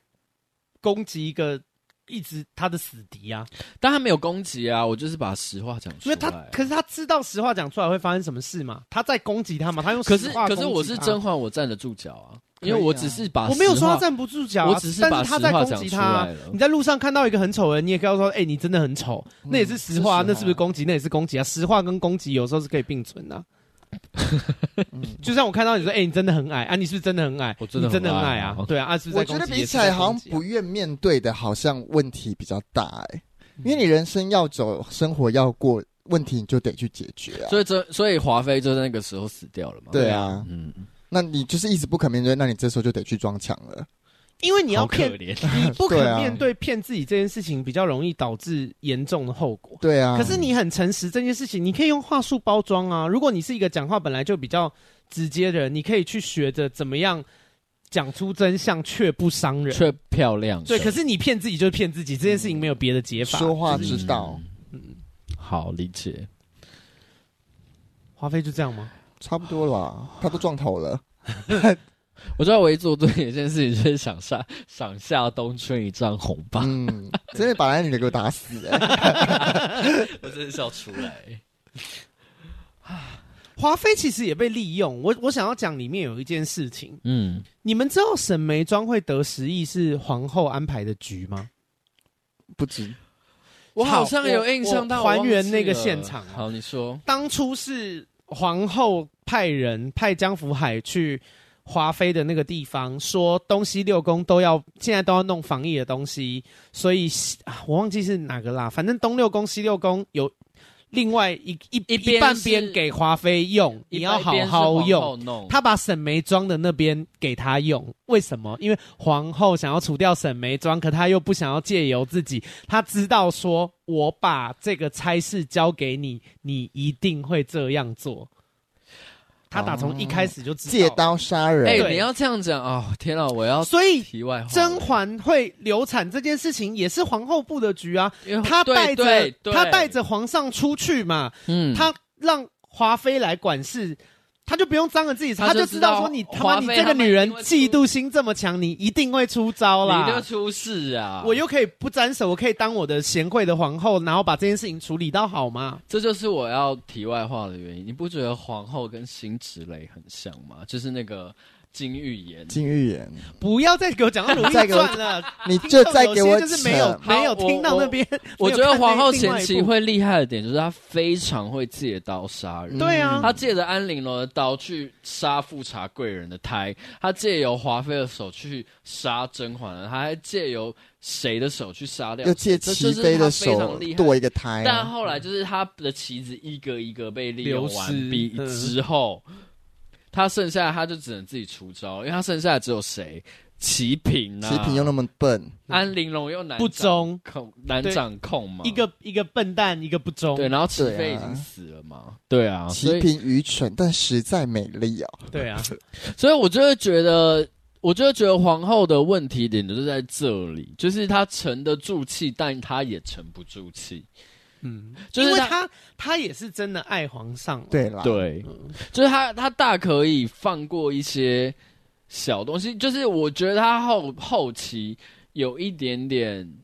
Speaker 1: 攻击一个一直她的死敌啊，
Speaker 3: 但她没有攻击啊，我就是把实话讲出
Speaker 1: 因为
Speaker 3: 来。
Speaker 1: 她可是她知道实话讲出来会发生什么事嘛，她在攻击他嘛，她用
Speaker 3: 可
Speaker 1: 实
Speaker 3: 是
Speaker 1: 话
Speaker 3: 可是
Speaker 1: 攻击
Speaker 3: 我是
Speaker 1: 他
Speaker 3: 甄，嬛，我站得住脚啊，
Speaker 2: 可以
Speaker 3: 因为我只是把
Speaker 1: 我没有
Speaker 3: 实
Speaker 1: 说她
Speaker 3: 话，
Speaker 1: 站不住脚、啊，
Speaker 3: 我只是
Speaker 1: 但
Speaker 3: 把
Speaker 1: 是她在
Speaker 3: 实话
Speaker 1: 攻
Speaker 3: 讲
Speaker 1: 击
Speaker 3: 出
Speaker 1: 他啊、
Speaker 3: 来了
Speaker 1: 你在路上看到一个很丑的人，你也跟他说：“哎、你真的很丑。”
Speaker 3: 嗯
Speaker 1: 那也是实话，啊
Speaker 2: 是实话
Speaker 1: 那是不是攻击？那也是攻击啊！实话跟攻击有时候是可以并存的啊、
Speaker 2: 嗯
Speaker 1: 就像我看到你说：“哎、你真的很矮啊！”你是不是真的很矮？
Speaker 3: 我真的
Speaker 1: 你真的
Speaker 3: 很
Speaker 1: 很
Speaker 3: 矮
Speaker 1: 矮
Speaker 3: 啊
Speaker 1: 啊！对啊，啊是不是
Speaker 2: 我
Speaker 1: 在
Speaker 2: 觉
Speaker 1: 攻
Speaker 2: 得
Speaker 1: 击？
Speaker 2: 比
Speaker 1: 也是
Speaker 2: 起
Speaker 1: 在
Speaker 2: 来，好
Speaker 1: 攻
Speaker 2: 像
Speaker 1: 击啊
Speaker 2: 不愿面对的，好像问题比较大哎、因为你人生要走，生活要过，问题你就得去解决啊。
Speaker 3: 所以这所以华妃就在那个时候死掉了嘛。
Speaker 2: 对，啊，
Speaker 3: 嗯，
Speaker 2: 那你就是一直不肯面对，那你这时候就得去装强了。
Speaker 1: 因为你要
Speaker 3: 好可
Speaker 1: 骗，
Speaker 3: 怜。
Speaker 1: 你不
Speaker 2: 对
Speaker 1: 肯
Speaker 2: 啊
Speaker 1: 面对骗自己这件事情，比较容易导致严重的后果。
Speaker 2: 对啊，
Speaker 1: 可是你很诚实这件事情，你可以用话术包装啊。如果你是一个讲话本来就比较直接的人，你可以去学着怎么样讲出真相却不伤人。
Speaker 3: 却漂亮。嗯
Speaker 1: 对，可是你骗自己就是骗自己，这件事情没有别的解法。
Speaker 2: 嗯说话之道、
Speaker 3: 嗯，好理解。
Speaker 1: 华妃就这样吗？
Speaker 2: 差不多啦，他都撞头 了，
Speaker 3: 我知道唯一做对的一件事情就是想下想下东村一丈红吧，
Speaker 1: 啊
Speaker 2: 嗯，真的把那女的给我打死、欸，
Speaker 3: 我真的笑出来。
Speaker 1: 华妃其实也被利用。我我想要讲里面有一件事情，
Speaker 3: 嗯，
Speaker 1: 你们知道沈眉庄会得十亿是皇后安排的局吗？
Speaker 2: 不止，
Speaker 3: 我好像有印象，但
Speaker 1: 我
Speaker 3: 我
Speaker 1: 还原
Speaker 3: 忘记
Speaker 1: 那个
Speaker 3: 了
Speaker 1: 现场啊
Speaker 3: 好，你说，
Speaker 1: 当初是皇后派人派江福海去华妃的那个地方，说东西六宫都要现在都要弄防疫的东西，所以西啊，我忘记是哪个啦，反正东六宫西六宫有另外一一
Speaker 3: 一边
Speaker 1: 半
Speaker 3: 是
Speaker 1: 边给华妃用，你要好好用。
Speaker 3: 用
Speaker 1: 他把沈眉庄的那边给他用，为什么？因为皇后想要除掉沈眉庄，可她又不想要借由自己，她知道说，我把这个差事交给你，你一定会这样做。他打从一开始就知道，
Speaker 2: 借刀杀人，
Speaker 3: 哎、
Speaker 1: 对
Speaker 3: 你要这样讲哦！天啊，我要
Speaker 1: 所以
Speaker 3: 题外话了，
Speaker 1: 甄嬛会流产这件事情也是皇后布的局啊，
Speaker 3: 因为
Speaker 1: 她
Speaker 3: 对
Speaker 1: 带着
Speaker 3: 对对
Speaker 1: 她带着皇上出去嘛，
Speaker 3: 嗯
Speaker 1: 她让华妃来管事，她就不用张着自己，
Speaker 3: 她
Speaker 1: 她就
Speaker 3: 就
Speaker 1: 知
Speaker 3: 知
Speaker 1: 道
Speaker 3: 道
Speaker 1: 说你他妈
Speaker 3: 华
Speaker 1: 你
Speaker 3: 妃
Speaker 1: 这个
Speaker 3: 他们
Speaker 1: 女人
Speaker 3: 一定会出
Speaker 1: 嫉妒心这么强，你一定会出招
Speaker 3: 你
Speaker 1: 啦
Speaker 3: 就。出事啊！
Speaker 1: 我又可以不沾手，我可以当我的贤惠的皇后，然后把这件事情处理到好吗？
Speaker 3: 这就是我要题外话的原因。你不觉得皇后跟辛芷蕾很像吗？就是那个金玉妍，
Speaker 2: 金玉妍，
Speaker 3: 嗯
Speaker 1: 不要再给我讲到《 如懿
Speaker 2: 再给我
Speaker 1: 传》了，
Speaker 2: 你就再给我
Speaker 1: 啊听众有些就是没有
Speaker 2: 扯
Speaker 1: 没有
Speaker 3: 好我
Speaker 1: 听到
Speaker 3: 我
Speaker 1: 那边。
Speaker 3: 我
Speaker 1: 没
Speaker 3: 觉
Speaker 1: 有
Speaker 3: 得
Speaker 1: 看那
Speaker 3: 皇后
Speaker 1: 另外
Speaker 3: 前
Speaker 1: 一
Speaker 3: 期
Speaker 1: 部
Speaker 3: 会厉害的点就是她非常会借刀杀
Speaker 2: 嗯
Speaker 3: 人。
Speaker 1: 对啊
Speaker 3: 她借着安陵容的刀去杀富察贵人的胎，她借由华妃的手去杀甄嬛，她还借由谁的手去杀掉谁？
Speaker 2: 又借
Speaker 3: 这
Speaker 2: 齐
Speaker 3: 就是
Speaker 2: 妃的
Speaker 3: 她非常
Speaker 2: 手
Speaker 3: 厉害
Speaker 2: 剁一个胎、
Speaker 3: 但
Speaker 2: 啊，
Speaker 3: 后来就是他的棋子一个一个被利用完毕
Speaker 1: 流失嗯
Speaker 3: 之后，他剩下他就只能自己出招，因为他剩下的只有谁？齐平啊，
Speaker 2: 齐平又那么笨，
Speaker 3: 安陵容又难
Speaker 1: 不忠
Speaker 3: 掌控，难
Speaker 1: 对
Speaker 3: 掌控嘛，
Speaker 1: 一个一个笨蛋，一个不忠。
Speaker 3: 嗯对，然后齐
Speaker 2: 对啊
Speaker 3: 妃已经死了嘛，对啊，所
Speaker 2: 齐
Speaker 3: 以
Speaker 2: 平愚蠢但实在美丽哦，
Speaker 1: 对 啊，
Speaker 3: 所以我就会觉得。我就会觉得皇后的问题点就是在这里，就是她沉得住气，但她也沉不住气，
Speaker 1: 嗯，
Speaker 3: 就是
Speaker 1: 因为
Speaker 3: 她
Speaker 1: 他他也是真的爱皇上了，
Speaker 2: 对啦，啊
Speaker 3: 对，
Speaker 2: 嗯
Speaker 3: 就是他他大可以放过一些小东西，就是我觉得他后后期有一点点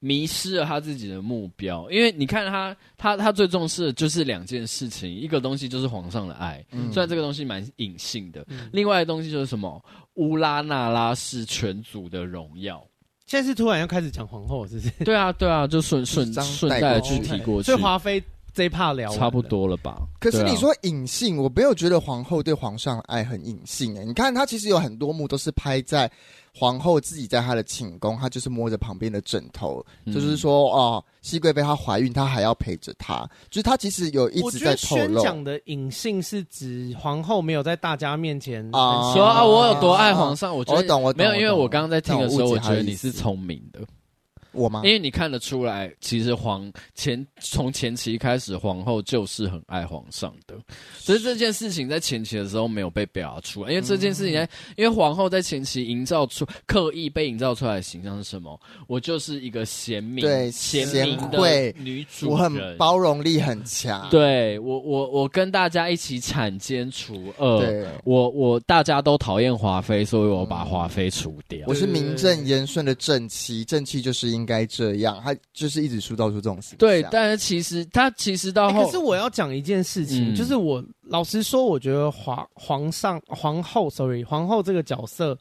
Speaker 3: 迷失了他自己的目标，因为你看他他他最重视的就是两件事情，一个东西就是皇上的爱，
Speaker 2: 嗯
Speaker 3: 虽然这个东西蛮隐性的，
Speaker 1: 嗯
Speaker 3: 另外的东西就是什么乌拉那拉氏全族的荣 耀，
Speaker 1: 现在是突然要开始讲皇后，是不是？
Speaker 3: 对啊对啊，就顺顺
Speaker 2: 张
Speaker 3: 顺
Speaker 2: 代
Speaker 3: 带的
Speaker 2: 国
Speaker 3: 去
Speaker 2: ，OK
Speaker 3: 提过去
Speaker 1: 所以，华妃这一趴聊完了
Speaker 3: 差不。多了吧？
Speaker 2: 可是
Speaker 3: 对啊
Speaker 2: 你说隐性，我没有觉得皇后对皇上的爱很隐性欸诶、你看她其实有很多幕都是拍在皇后自己在她的寝宫，她就是摸着旁边的枕头，
Speaker 3: 嗯
Speaker 2: 就是说哦，熹贵妃她怀孕，她还要陪着她，就是她其实有一
Speaker 1: 我
Speaker 2: 直
Speaker 1: 觉
Speaker 2: 在
Speaker 1: 得
Speaker 2: 透
Speaker 1: 宣
Speaker 2: 露。
Speaker 1: 讲的隐性是指皇后没有在大家面前
Speaker 2: 啊
Speaker 1: 很
Speaker 3: 说啊，我有多
Speaker 2: 啊
Speaker 3: 爱
Speaker 2: 啊
Speaker 3: 皇上，我觉
Speaker 2: 我
Speaker 3: 得
Speaker 2: 懂，我懂
Speaker 3: 没有，因为
Speaker 2: 懂
Speaker 3: 我刚刚在听的时
Speaker 2: 但
Speaker 3: 候，
Speaker 2: 我
Speaker 3: 我
Speaker 2: 误解她
Speaker 3: 觉
Speaker 2: 的
Speaker 3: 得
Speaker 2: 意
Speaker 3: 你是
Speaker 2: 思啊
Speaker 3: 聪明的，
Speaker 2: 我吗
Speaker 3: 因？为你看得出来，其实皇前从前期开始，皇后就是很爱皇上的，只是这件事情在前期的时候没有被表达出来，因为这件事情
Speaker 2: 嗯
Speaker 3: 在，因为皇后在前期营造出刻意被营造出来的形象是什么？我就是一个贤明、
Speaker 2: 对
Speaker 3: 贤
Speaker 2: 贤
Speaker 3: 明
Speaker 2: 惠
Speaker 3: 的女主人，
Speaker 2: 我很包容力很强。
Speaker 3: 对我我我跟大家一起铲奸除恶，
Speaker 2: 对
Speaker 3: 我我大家都讨厌华妃，所以我把华妃除掉
Speaker 2: 我。是名正言顺的正妻，正妻就是应该这样。她就是一直塑造出这种形象。
Speaker 3: 对，但是其实他其实到
Speaker 1: 欸
Speaker 3: 后，
Speaker 1: 可是我要讲一件事情，
Speaker 3: 嗯
Speaker 1: 就是我老实说，我觉得皇皇上皇后，sorry，皇后这个角色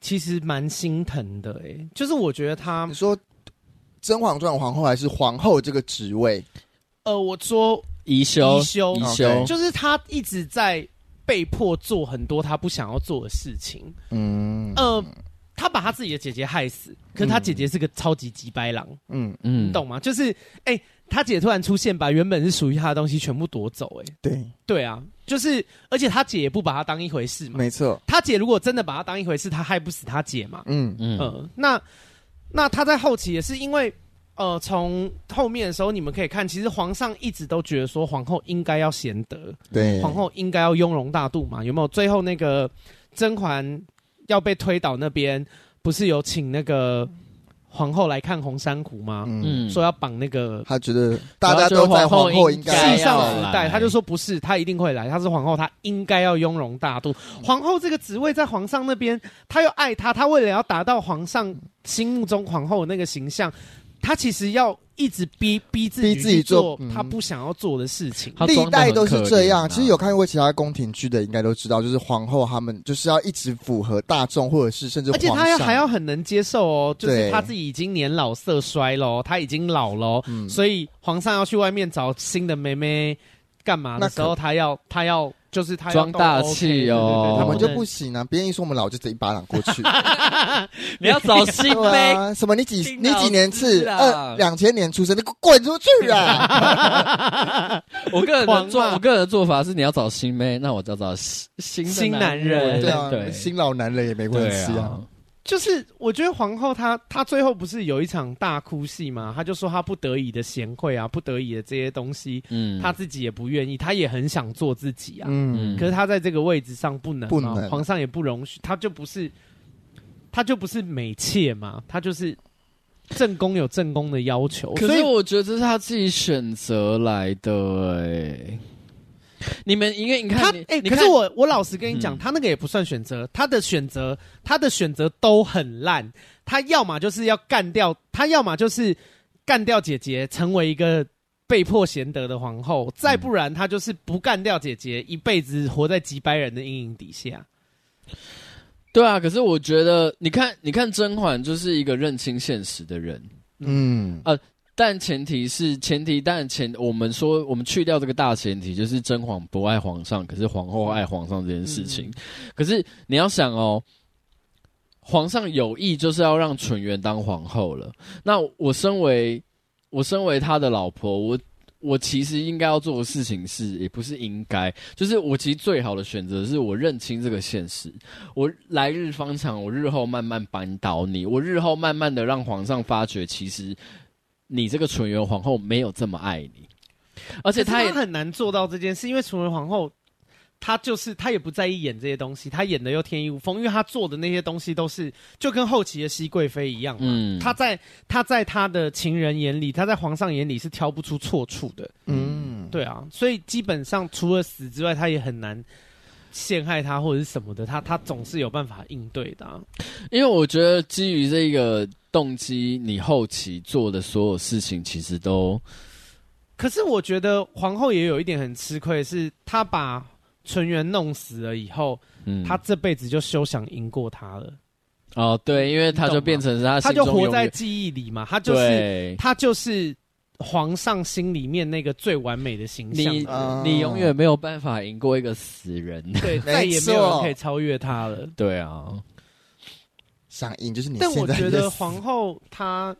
Speaker 1: 其实蛮心疼的、欸，就是我觉得她
Speaker 2: 你说《甄嬛传》皇后还是皇后这个职位？
Speaker 1: 呃，我说
Speaker 3: 宜修哦
Speaker 1: 宜修
Speaker 3: 宜
Speaker 2: OK
Speaker 3: 修，
Speaker 1: 就是她一直在被迫做很多她不想要做的事情，
Speaker 2: 嗯，
Speaker 1: 呃，他把他自己的姐姐害死，可是他姐姐是个超级急白狼，
Speaker 2: 嗯，
Speaker 3: 嗯
Speaker 1: 你懂吗？就是哎、他姐突然出现，把原本是属于他的东西全部夺走、哎，
Speaker 2: 对，
Speaker 1: 对啊，就是而且他姐也不把他当一回事嘛。
Speaker 2: 没错，
Speaker 1: 他姐如果真的把他当一回事，他害不死他姐嘛。
Speaker 2: 嗯
Speaker 3: 嗯
Speaker 1: 呃，那那他在后期也是因为，呃，从后面的时候你们可以看，其实皇上一直都觉得说皇后应该要贤德，
Speaker 2: 对，
Speaker 1: 皇后应该要雍容大度嘛，有没有？最后那个甄嬛要被推倒那边，不是有请那个皇后来看红珊瑚吗？
Speaker 2: 嗯，
Speaker 3: 嗯
Speaker 1: 说要绑那个
Speaker 2: 他觉得大家都在皇后应
Speaker 3: 该
Speaker 1: 系
Speaker 2: 该
Speaker 3: 要
Speaker 1: 上
Speaker 3: 啦
Speaker 1: 福袋，他就说不是，他一定会来，他是皇后，他应该要雍容大度。
Speaker 2: 嗯
Speaker 1: 皇后这个职位在皇上那边，他又爱她，他为了要达到皇上心目中皇后的那个形象，他其实要一直逼逼自己
Speaker 2: 逼自己
Speaker 1: 去做
Speaker 2: 做嗯
Speaker 1: 他不想要做的事情。
Speaker 3: 他
Speaker 2: 历
Speaker 3: 装得
Speaker 2: 代
Speaker 3: 很
Speaker 2: 都是
Speaker 3: 可
Speaker 2: 这
Speaker 3: 怜
Speaker 2: 样。
Speaker 3: 啊
Speaker 2: 其实有看过其他宫廷剧的，应该都知道，就是皇后他们就是要一直符合大众，或者是甚至
Speaker 1: 而
Speaker 2: 皇
Speaker 1: 且
Speaker 2: 上。
Speaker 1: 他要还要很能接受哦，就是
Speaker 2: 对
Speaker 1: 他自己已经年老色衰喽，他已经老喽，
Speaker 2: 嗯
Speaker 1: 所以皇上要去外面找新的妹妹干嘛的
Speaker 2: 那
Speaker 1: 时
Speaker 2: 可
Speaker 1: 候，他要他要就是他要
Speaker 3: 装
Speaker 1: 都
Speaker 3: 大
Speaker 1: OK，
Speaker 3: 气
Speaker 1: 对对对
Speaker 3: 哦
Speaker 1: 他
Speaker 2: 我们就
Speaker 1: 能
Speaker 2: 不行啊！别人一说我们老，就直接一巴掌过 去。
Speaker 3: 你要找 新
Speaker 2: 对
Speaker 3: 呗，
Speaker 2: 啊，什么你几
Speaker 3: 丁
Speaker 2: 你几年
Speaker 3: 老师
Speaker 2: 次？
Speaker 3: 啊
Speaker 2: 二两千年出生，你给我滚出去 啊！
Speaker 3: 我个人
Speaker 1: 狂
Speaker 3: 的
Speaker 1: 骂
Speaker 3: 做，我个人的做法是，你要找新妹，那我就要找新新的
Speaker 1: 新男人
Speaker 3: 人，
Speaker 2: 对啊，
Speaker 3: 对，
Speaker 2: 新老男人也没关
Speaker 3: 对
Speaker 2: 系啊
Speaker 3: 啊。，
Speaker 1: 就是我觉得皇后她她最后不是有一场大哭戏嘛，她就说她不得已的贤惠啊，不得已的这些东西，
Speaker 3: 嗯，
Speaker 1: 她自己也不愿意，她也很想做自己啊，
Speaker 2: 嗯，
Speaker 1: 可是她在这个位置上不能嘛，啊
Speaker 2: 不能
Speaker 1: 皇上也不容许，她就不是，她就不是美妾嘛，她就是正宫有正宫的要求，
Speaker 3: 可
Speaker 1: 所以
Speaker 3: 是我觉得这是他自己选择来的、哎，你们因为你
Speaker 1: 她
Speaker 3: 看，你
Speaker 1: 哎、
Speaker 3: 你
Speaker 1: 可
Speaker 3: 看
Speaker 1: 是我我老实跟你讲，
Speaker 3: 嗯
Speaker 1: 她那个也不算选择，她的选择她的选择都很烂，她要么就是要干掉，她要么就是干掉姐姐，成为一个被迫贤德的皇后，再不然她就是不干掉姐姐，一辈子活在几百人的阴影底下。
Speaker 3: 对啊，可是我觉得，你看，你看甄嬛就是一个认清现实的人，
Speaker 2: 嗯，
Speaker 3: 但前提是前提，但前我们说我们去掉这个大前提，就是甄嬛不爱皇上，可是皇后爱皇上这件事情。可是你要想哦，皇上有意就是要让纯元当皇后了。那我身为我身为他的老婆，我我其实应该要做的事情是，也不是应该，就是我其实最好的选择是我认清这个现实，我来日方长，我日后慢慢扳倒你，我日后慢慢的让皇上发觉，其实你这个纯元皇后没有这么爱你，而
Speaker 1: 而
Speaker 3: 且她也
Speaker 1: 很难做到这件事，因为纯为皇后。她就是她也不在意演这些东西，她演的又天衣无缝，因为她做的那些东西都是就跟后期的熹贵妃一样嘛。
Speaker 3: 嗯
Speaker 1: 她在她在她的情人眼里，她在皇上眼里是挑不出错处的。
Speaker 2: 嗯，
Speaker 1: 对啊，所以基本上除了死之外，她也很难陷害他或者是什么的，她她总是有办法应对的、啊。
Speaker 3: 因为我觉得基于这个动机，你后期做的所有事情其实都
Speaker 1: 可是我觉得皇后也有一点很吃亏，是她把纯元弄死了以后，
Speaker 3: 嗯，
Speaker 1: 她这辈子就休想赢过他了。
Speaker 3: 哦对，因为他
Speaker 1: 你懂
Speaker 3: 就
Speaker 1: 吗
Speaker 3: 变成是他
Speaker 1: 他
Speaker 3: 心
Speaker 1: 就
Speaker 3: 中
Speaker 1: 活
Speaker 3: 永
Speaker 1: 在
Speaker 3: 远
Speaker 1: 记忆里嘛，他就是
Speaker 3: 对
Speaker 1: 他就是皇上心里面那个最完美的形象
Speaker 3: 你、
Speaker 1: 嘛，
Speaker 2: 啊
Speaker 3: 你永远没有办法赢过一个死人，
Speaker 1: 对，
Speaker 2: 没
Speaker 1: 再也没有人
Speaker 2: 错
Speaker 1: 可以超越他了。
Speaker 3: 对啊，
Speaker 2: 想赢就是你
Speaker 1: 但我
Speaker 2: 现在
Speaker 1: 觉
Speaker 2: 的
Speaker 1: 得
Speaker 2: 死
Speaker 1: 皇后她，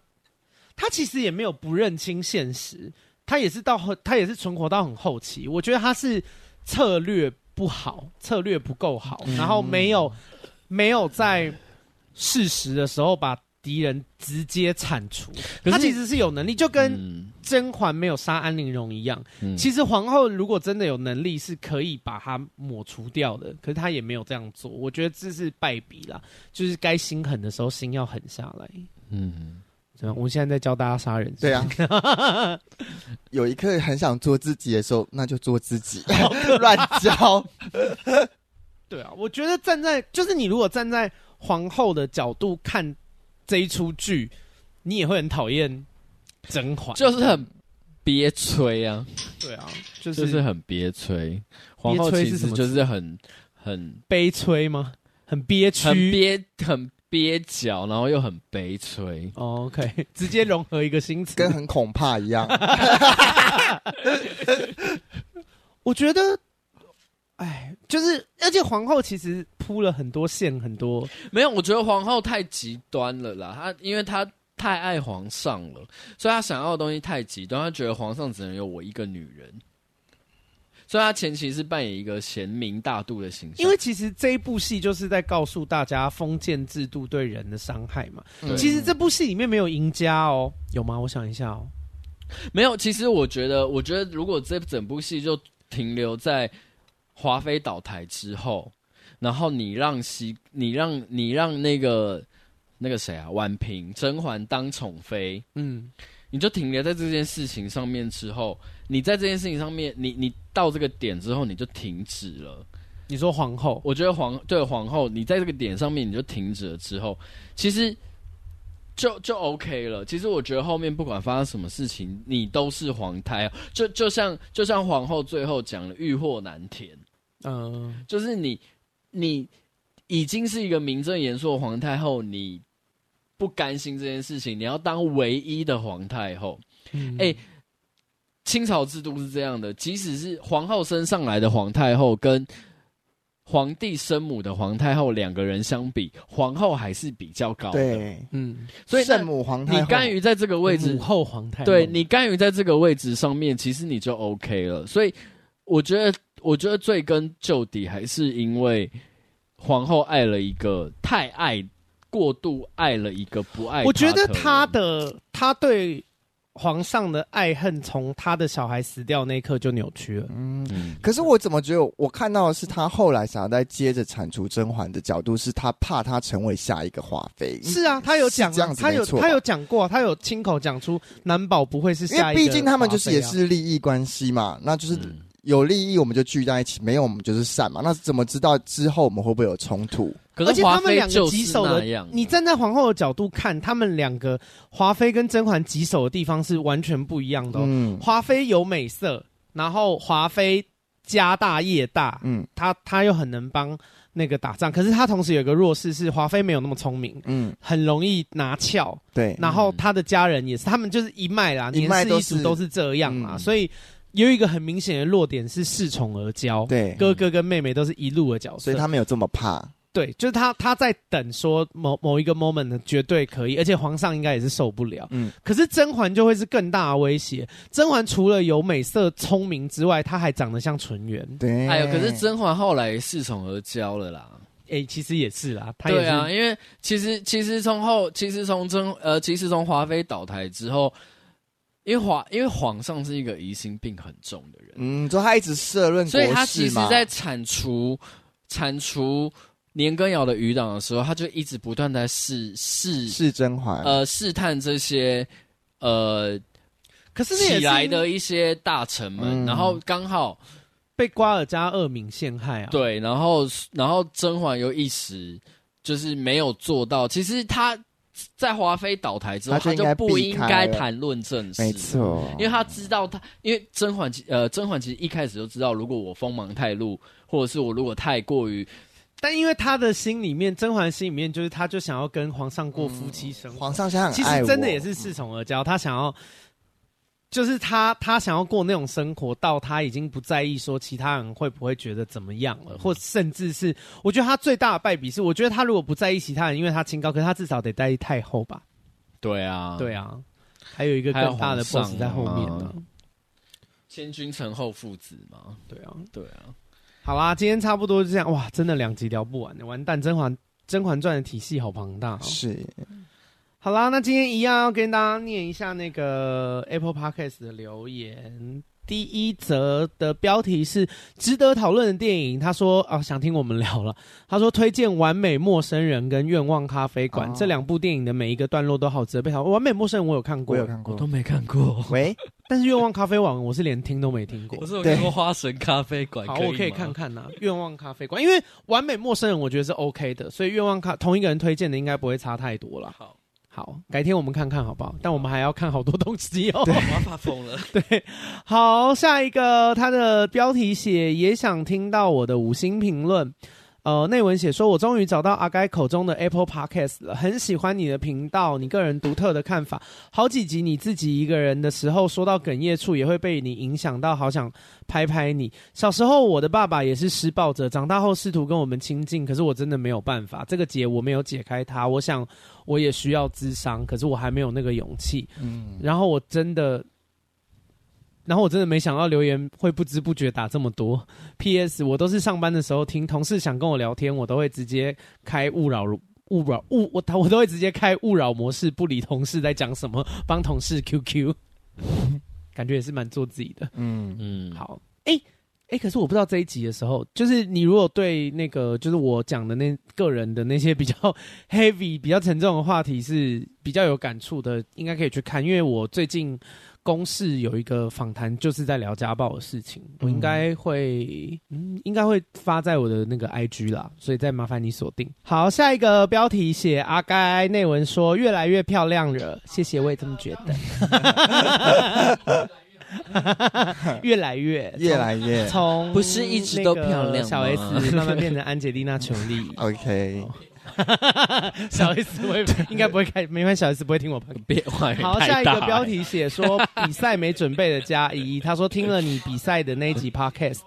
Speaker 1: 她其实也没有不认清现实，她也是到后，她也是存活到很后期。我觉得她是策略不好，策略不够好，
Speaker 2: 嗯
Speaker 1: 然后没有没有在适时的时候把敌人直接铲除。
Speaker 3: 可
Speaker 1: 她
Speaker 3: 是
Speaker 1: 其实是有能力，就跟
Speaker 3: 嗯
Speaker 1: 甄嬛没有杀安陵容一样。
Speaker 3: 嗯
Speaker 1: 其实皇后如果真的有能力，是可以把它抹除掉的，可是她也没有这样做。我觉得这是败笔啦，就是该心狠的时候心要狠下来。
Speaker 3: 嗯，
Speaker 1: 怎么样？我们现在在教大家杀人，
Speaker 2: 对啊， 有一刻很想做自己的时候，那就做 自己， 乱教。
Speaker 1: 对啊。我觉得站在就是你如果站在皇后的角度看这一出剧，你也会很讨厌甄嬛，
Speaker 3: 就是很憋催啊，
Speaker 1: 对啊，就
Speaker 3: 就是
Speaker 1: 是
Speaker 3: 很憋催，皇后其实就是很很
Speaker 1: 悲催吗？很憋
Speaker 3: 很
Speaker 1: 屈。
Speaker 3: 憋很憋脚，然后又很悲催。
Speaker 1: 哦 OK，直接融合一个新词，
Speaker 2: 跟很恐怕一 样。
Speaker 1: 我觉得，哎，就是，而且皇后其实铺了很多线，很多
Speaker 3: 没有，我觉得皇后太极端了啦。她因为她太爱皇上了，所以她想要的东西太极端。她觉得皇上只能有我一个女人，所以她前期是扮演一个贤明大度的形象。
Speaker 1: 因为其实这一部戏就是在告诉大家封建制度对人的伤害嘛。
Speaker 2: 嗯
Speaker 3: 对
Speaker 1: 其实这部戏里面没有赢家哦，有吗？我想一下哦，
Speaker 3: 没有，其实我觉得，我觉得如果这整部戏就停留在华妃倒台之后，然后你让西，你让你让那个那个谁啊，婉嫔甄嬛当宠妃，
Speaker 1: 嗯，
Speaker 3: 你就停留在这件事情上面之后，你在这件事情上面，你你到这个点之后，你就停止了。
Speaker 1: 你说皇后，
Speaker 3: 我觉得皇对皇后，你在这个点上面你就停止了之后，其实就就 OK 了。其实我觉得后面不管发生什么事情，你都是皇太后，就就像就像皇后最后讲的“欲壑难填
Speaker 1: 嗯”，
Speaker 3: 就是你你已经是一个名正言顺的皇太后，你不甘心这件事情，你要当唯一的皇太后。
Speaker 1: 嗯
Speaker 3: 哎清朝制度是这样的，即使是皇后升上来的皇太后跟皇帝生母的皇太后两个人相比，皇后还是比较高的。
Speaker 2: 对，
Speaker 1: 嗯，
Speaker 3: 所以那
Speaker 2: 圣母皇太
Speaker 3: 你
Speaker 2: 后
Speaker 3: 甘于在这个位置
Speaker 1: 母，后皇太后
Speaker 3: 对你甘于在这个位置上面，其实你就 OK 了。所以我觉得，我觉得最根究底还是因为皇后爱了一个太爱。过度爱了一个不爱，
Speaker 1: 我觉得他的他对皇上的爱恨，从他的小孩死掉那一刻就扭曲了。
Speaker 2: 嗯。
Speaker 3: 嗯，
Speaker 2: 可是我怎么觉得，我看到的是他后来想要再接着铲除甄嬛的角度，是他怕她成为下一个华妃，
Speaker 1: 是啊，他有讲
Speaker 2: 是这
Speaker 1: 啊，
Speaker 2: 样子
Speaker 1: 他有
Speaker 2: 没错吧
Speaker 1: 他有讲过啊，他有亲口讲出难保不会是
Speaker 2: 因
Speaker 1: 下
Speaker 2: 为
Speaker 1: 一个
Speaker 2: 毕竟他们就是也
Speaker 1: 华妃啊
Speaker 2: 是利益关系嘛，那就是
Speaker 3: 嗯
Speaker 2: 有利益我们就聚在一起，没有我们就是散嘛。那怎么知道之后我们会不会有冲突？
Speaker 3: 可
Speaker 1: 而且
Speaker 3: 是
Speaker 1: 他
Speaker 3: 华
Speaker 1: 们
Speaker 3: 妃
Speaker 1: 两个
Speaker 3: 就
Speaker 1: 棘
Speaker 3: 是
Speaker 1: 手的
Speaker 3: 那样，，啊
Speaker 1: 你站在皇后的角度看，他们两个华妃跟甄嬛棘手的地方是完全不一样的、哦。
Speaker 2: 嗯
Speaker 1: 华妃有美色，然后华妃家大业大，
Speaker 2: 嗯
Speaker 1: 她她又很能帮那个打仗，可是她同时有一个弱势是华妃没有那么聪明，
Speaker 2: 嗯，
Speaker 1: 很容易拿翘，
Speaker 2: 对，
Speaker 1: 然后他的家人也是，他们就是一脉啦，
Speaker 2: 嗯一
Speaker 1: 年
Speaker 2: 脉
Speaker 1: 氏
Speaker 2: 都
Speaker 1: 一
Speaker 2: 是
Speaker 1: 族都是这样嘛，
Speaker 2: 嗯
Speaker 1: 所以有一个很明显的弱点是恃宠而骄，
Speaker 2: 对，
Speaker 1: 哥哥跟妹妹都是一路的角色，
Speaker 2: 所以他没有这么怕。
Speaker 1: 对，就是他他在等说某某一个 moment 呢绝对可以，而且皇上应该也是受不了，
Speaker 2: 嗯，
Speaker 1: 可是甄嬛就会是更大的威胁，甄嬛除了有美色聪明之外，她还长得像纯元，
Speaker 2: 对。
Speaker 3: 哎呦，可是甄嬛后来恃宠而骄了啦。
Speaker 1: 哎、其实也是啦，她也
Speaker 3: 对
Speaker 1: 是，
Speaker 3: 啊，因为其实其实从后，其实从甄呃，其实从华妃倒台之后，因为华因为皇上是一个疑心病很重的人，
Speaker 2: 嗯，就他一直社论国
Speaker 3: 所
Speaker 2: 事嘛，
Speaker 3: 以他其实在铲除铲除年羹尧的余党的时候，他就一直不断地在试试
Speaker 2: 是甄嬛，
Speaker 3: 呃试探这些呃
Speaker 1: 可是那也
Speaker 3: 起
Speaker 1: 是
Speaker 3: 来的一些大臣们，
Speaker 2: 嗯
Speaker 3: 然后刚好
Speaker 1: 被瓜尔佳恶名陷害啊，，
Speaker 3: 对，然后然后甄嬛又一时就是没有做到。其实她在华妃倒台之后，她
Speaker 2: 她就
Speaker 3: 就
Speaker 2: 应该
Speaker 3: 不
Speaker 2: 避
Speaker 3: 应
Speaker 2: 开
Speaker 3: 该
Speaker 2: 了
Speaker 3: 谈论政事，
Speaker 2: 没错，
Speaker 3: 因为她知道她，因为甄嬛其呃甄嬛其实一开始就知道，如果我锋芒太露，或者是我如果太过于
Speaker 1: 但因为她的心里面，甄嬛心里面就是，她就想要跟皇上过夫妻生活。
Speaker 2: 嗯皇上现在
Speaker 1: 其
Speaker 2: 很爱
Speaker 1: 实
Speaker 2: 我，
Speaker 1: 真的也是恃宠而骄，她想要，就是她她想要过那种生活，到她已经不在意说其他人会不会觉得怎么样
Speaker 2: 嗯
Speaker 1: 了，或甚至是，我觉得她最大的败笔是，我觉得她如果不在意其他人，因为她清高，可是她至少得在意太后吧？
Speaker 3: 对
Speaker 2: 嗯
Speaker 3: 啊
Speaker 1: 对啊，还有一个
Speaker 3: 还有
Speaker 1: 更大的
Speaker 3: 皇
Speaker 1: boss
Speaker 3: 上
Speaker 1: 在后面呢、
Speaker 3: 啊先君臣后父子嘛，
Speaker 1: 对啊，
Speaker 3: 对啊，
Speaker 1: 好啦，今天差不多就这样。哇，真的两集聊不完的，完蛋！甄嬛《甄嬛传》的体系好庞大、哦。
Speaker 2: 是
Speaker 1: 好啦，那今天一样要跟大家念一下那个 Apple Podcast 的留言。第一则的标题是“值得讨论的电影”，他说：“啊，想听我们聊了。”他说：“推荐《完美陌生人》跟《愿望咖啡馆》
Speaker 2: 哦
Speaker 1: 这两部电影的每一个段落都好值得被讨论。《完美陌生人》我有看过，
Speaker 2: 我有看
Speaker 3: 我
Speaker 2: 过
Speaker 3: 都。没看过，
Speaker 2: 喂，
Speaker 1: 但是《愿望咖啡馆》我是连听都没听过
Speaker 3: 我。是有
Speaker 2: 对
Speaker 3: 看过花神咖啡馆，
Speaker 1: 好，我可以
Speaker 3: 吗
Speaker 1: 看。看呐、愿望咖啡馆》，因为《完美陌生人》我觉得是 OK 的，所以《愿望咖》同一个人推荐的应该不会差太多啦。
Speaker 3: 好，
Speaker 1: 好，改天我们看看好不好？但我们还要看好多东西哦。
Speaker 3: 我要发疯了。
Speaker 1: 对，好，下一个，它的标题写也想听到我的五星评论。呃，内文写说，我终于找到阿该口中的 Apple Podcast 了，很喜欢你的频道，你个人独特的看法。好几集你自己一个人的时候，说到哽咽处，也会被你影响到，好想拍拍你。小时候我的爸爸也是施暴者，长大后试图跟我们亲近，可是我真的没有办法，这个结我没有解开它。我想我也需要智商，可是我还没有那个勇气。
Speaker 2: 嗯，
Speaker 1: 然后我真的，然后我真的没想到留言会不知不觉打这么多。P.S. 我都是上班的时候听，同事想跟我聊天，我都会直接开勿扰勿扰勿我我都会直接开勿扰模式，不理同事在讲什么，帮同事 QQ，感觉也是蛮做自己的。
Speaker 2: 嗯，
Speaker 3: 嗯，
Speaker 1: 好，哎、哎、可是我不知道这一集的时候，就是你如果对那个就是我讲的那个人的那些比较 heavy、比较沉重的话题是比较有感触的，应该可以去看，因为我最近公视有一个访谈，就是在聊家暴的事情，我应该会嗯，应该会发在我的那个 IG 啦，所以再麻烦你锁定。好，下一个标题写阿该内文说越来越漂亮了，谢谢，我也这么觉得。 越来越，
Speaker 2: 越来 越。
Speaker 1: 从
Speaker 3: 不是一直都漂亮吗哦
Speaker 1: 小 S 慢慢变成安吉丽娜·裘丽
Speaker 2: OK，
Speaker 1: 小 S 不会 应该不会开，没关系，小 S 不会听我 podcast
Speaker 3: 变化也太大
Speaker 1: 好，
Speaker 3: 了
Speaker 1: 下一个标题写说比赛没准备的加一， 他说听了你比赛的那一集 podcast。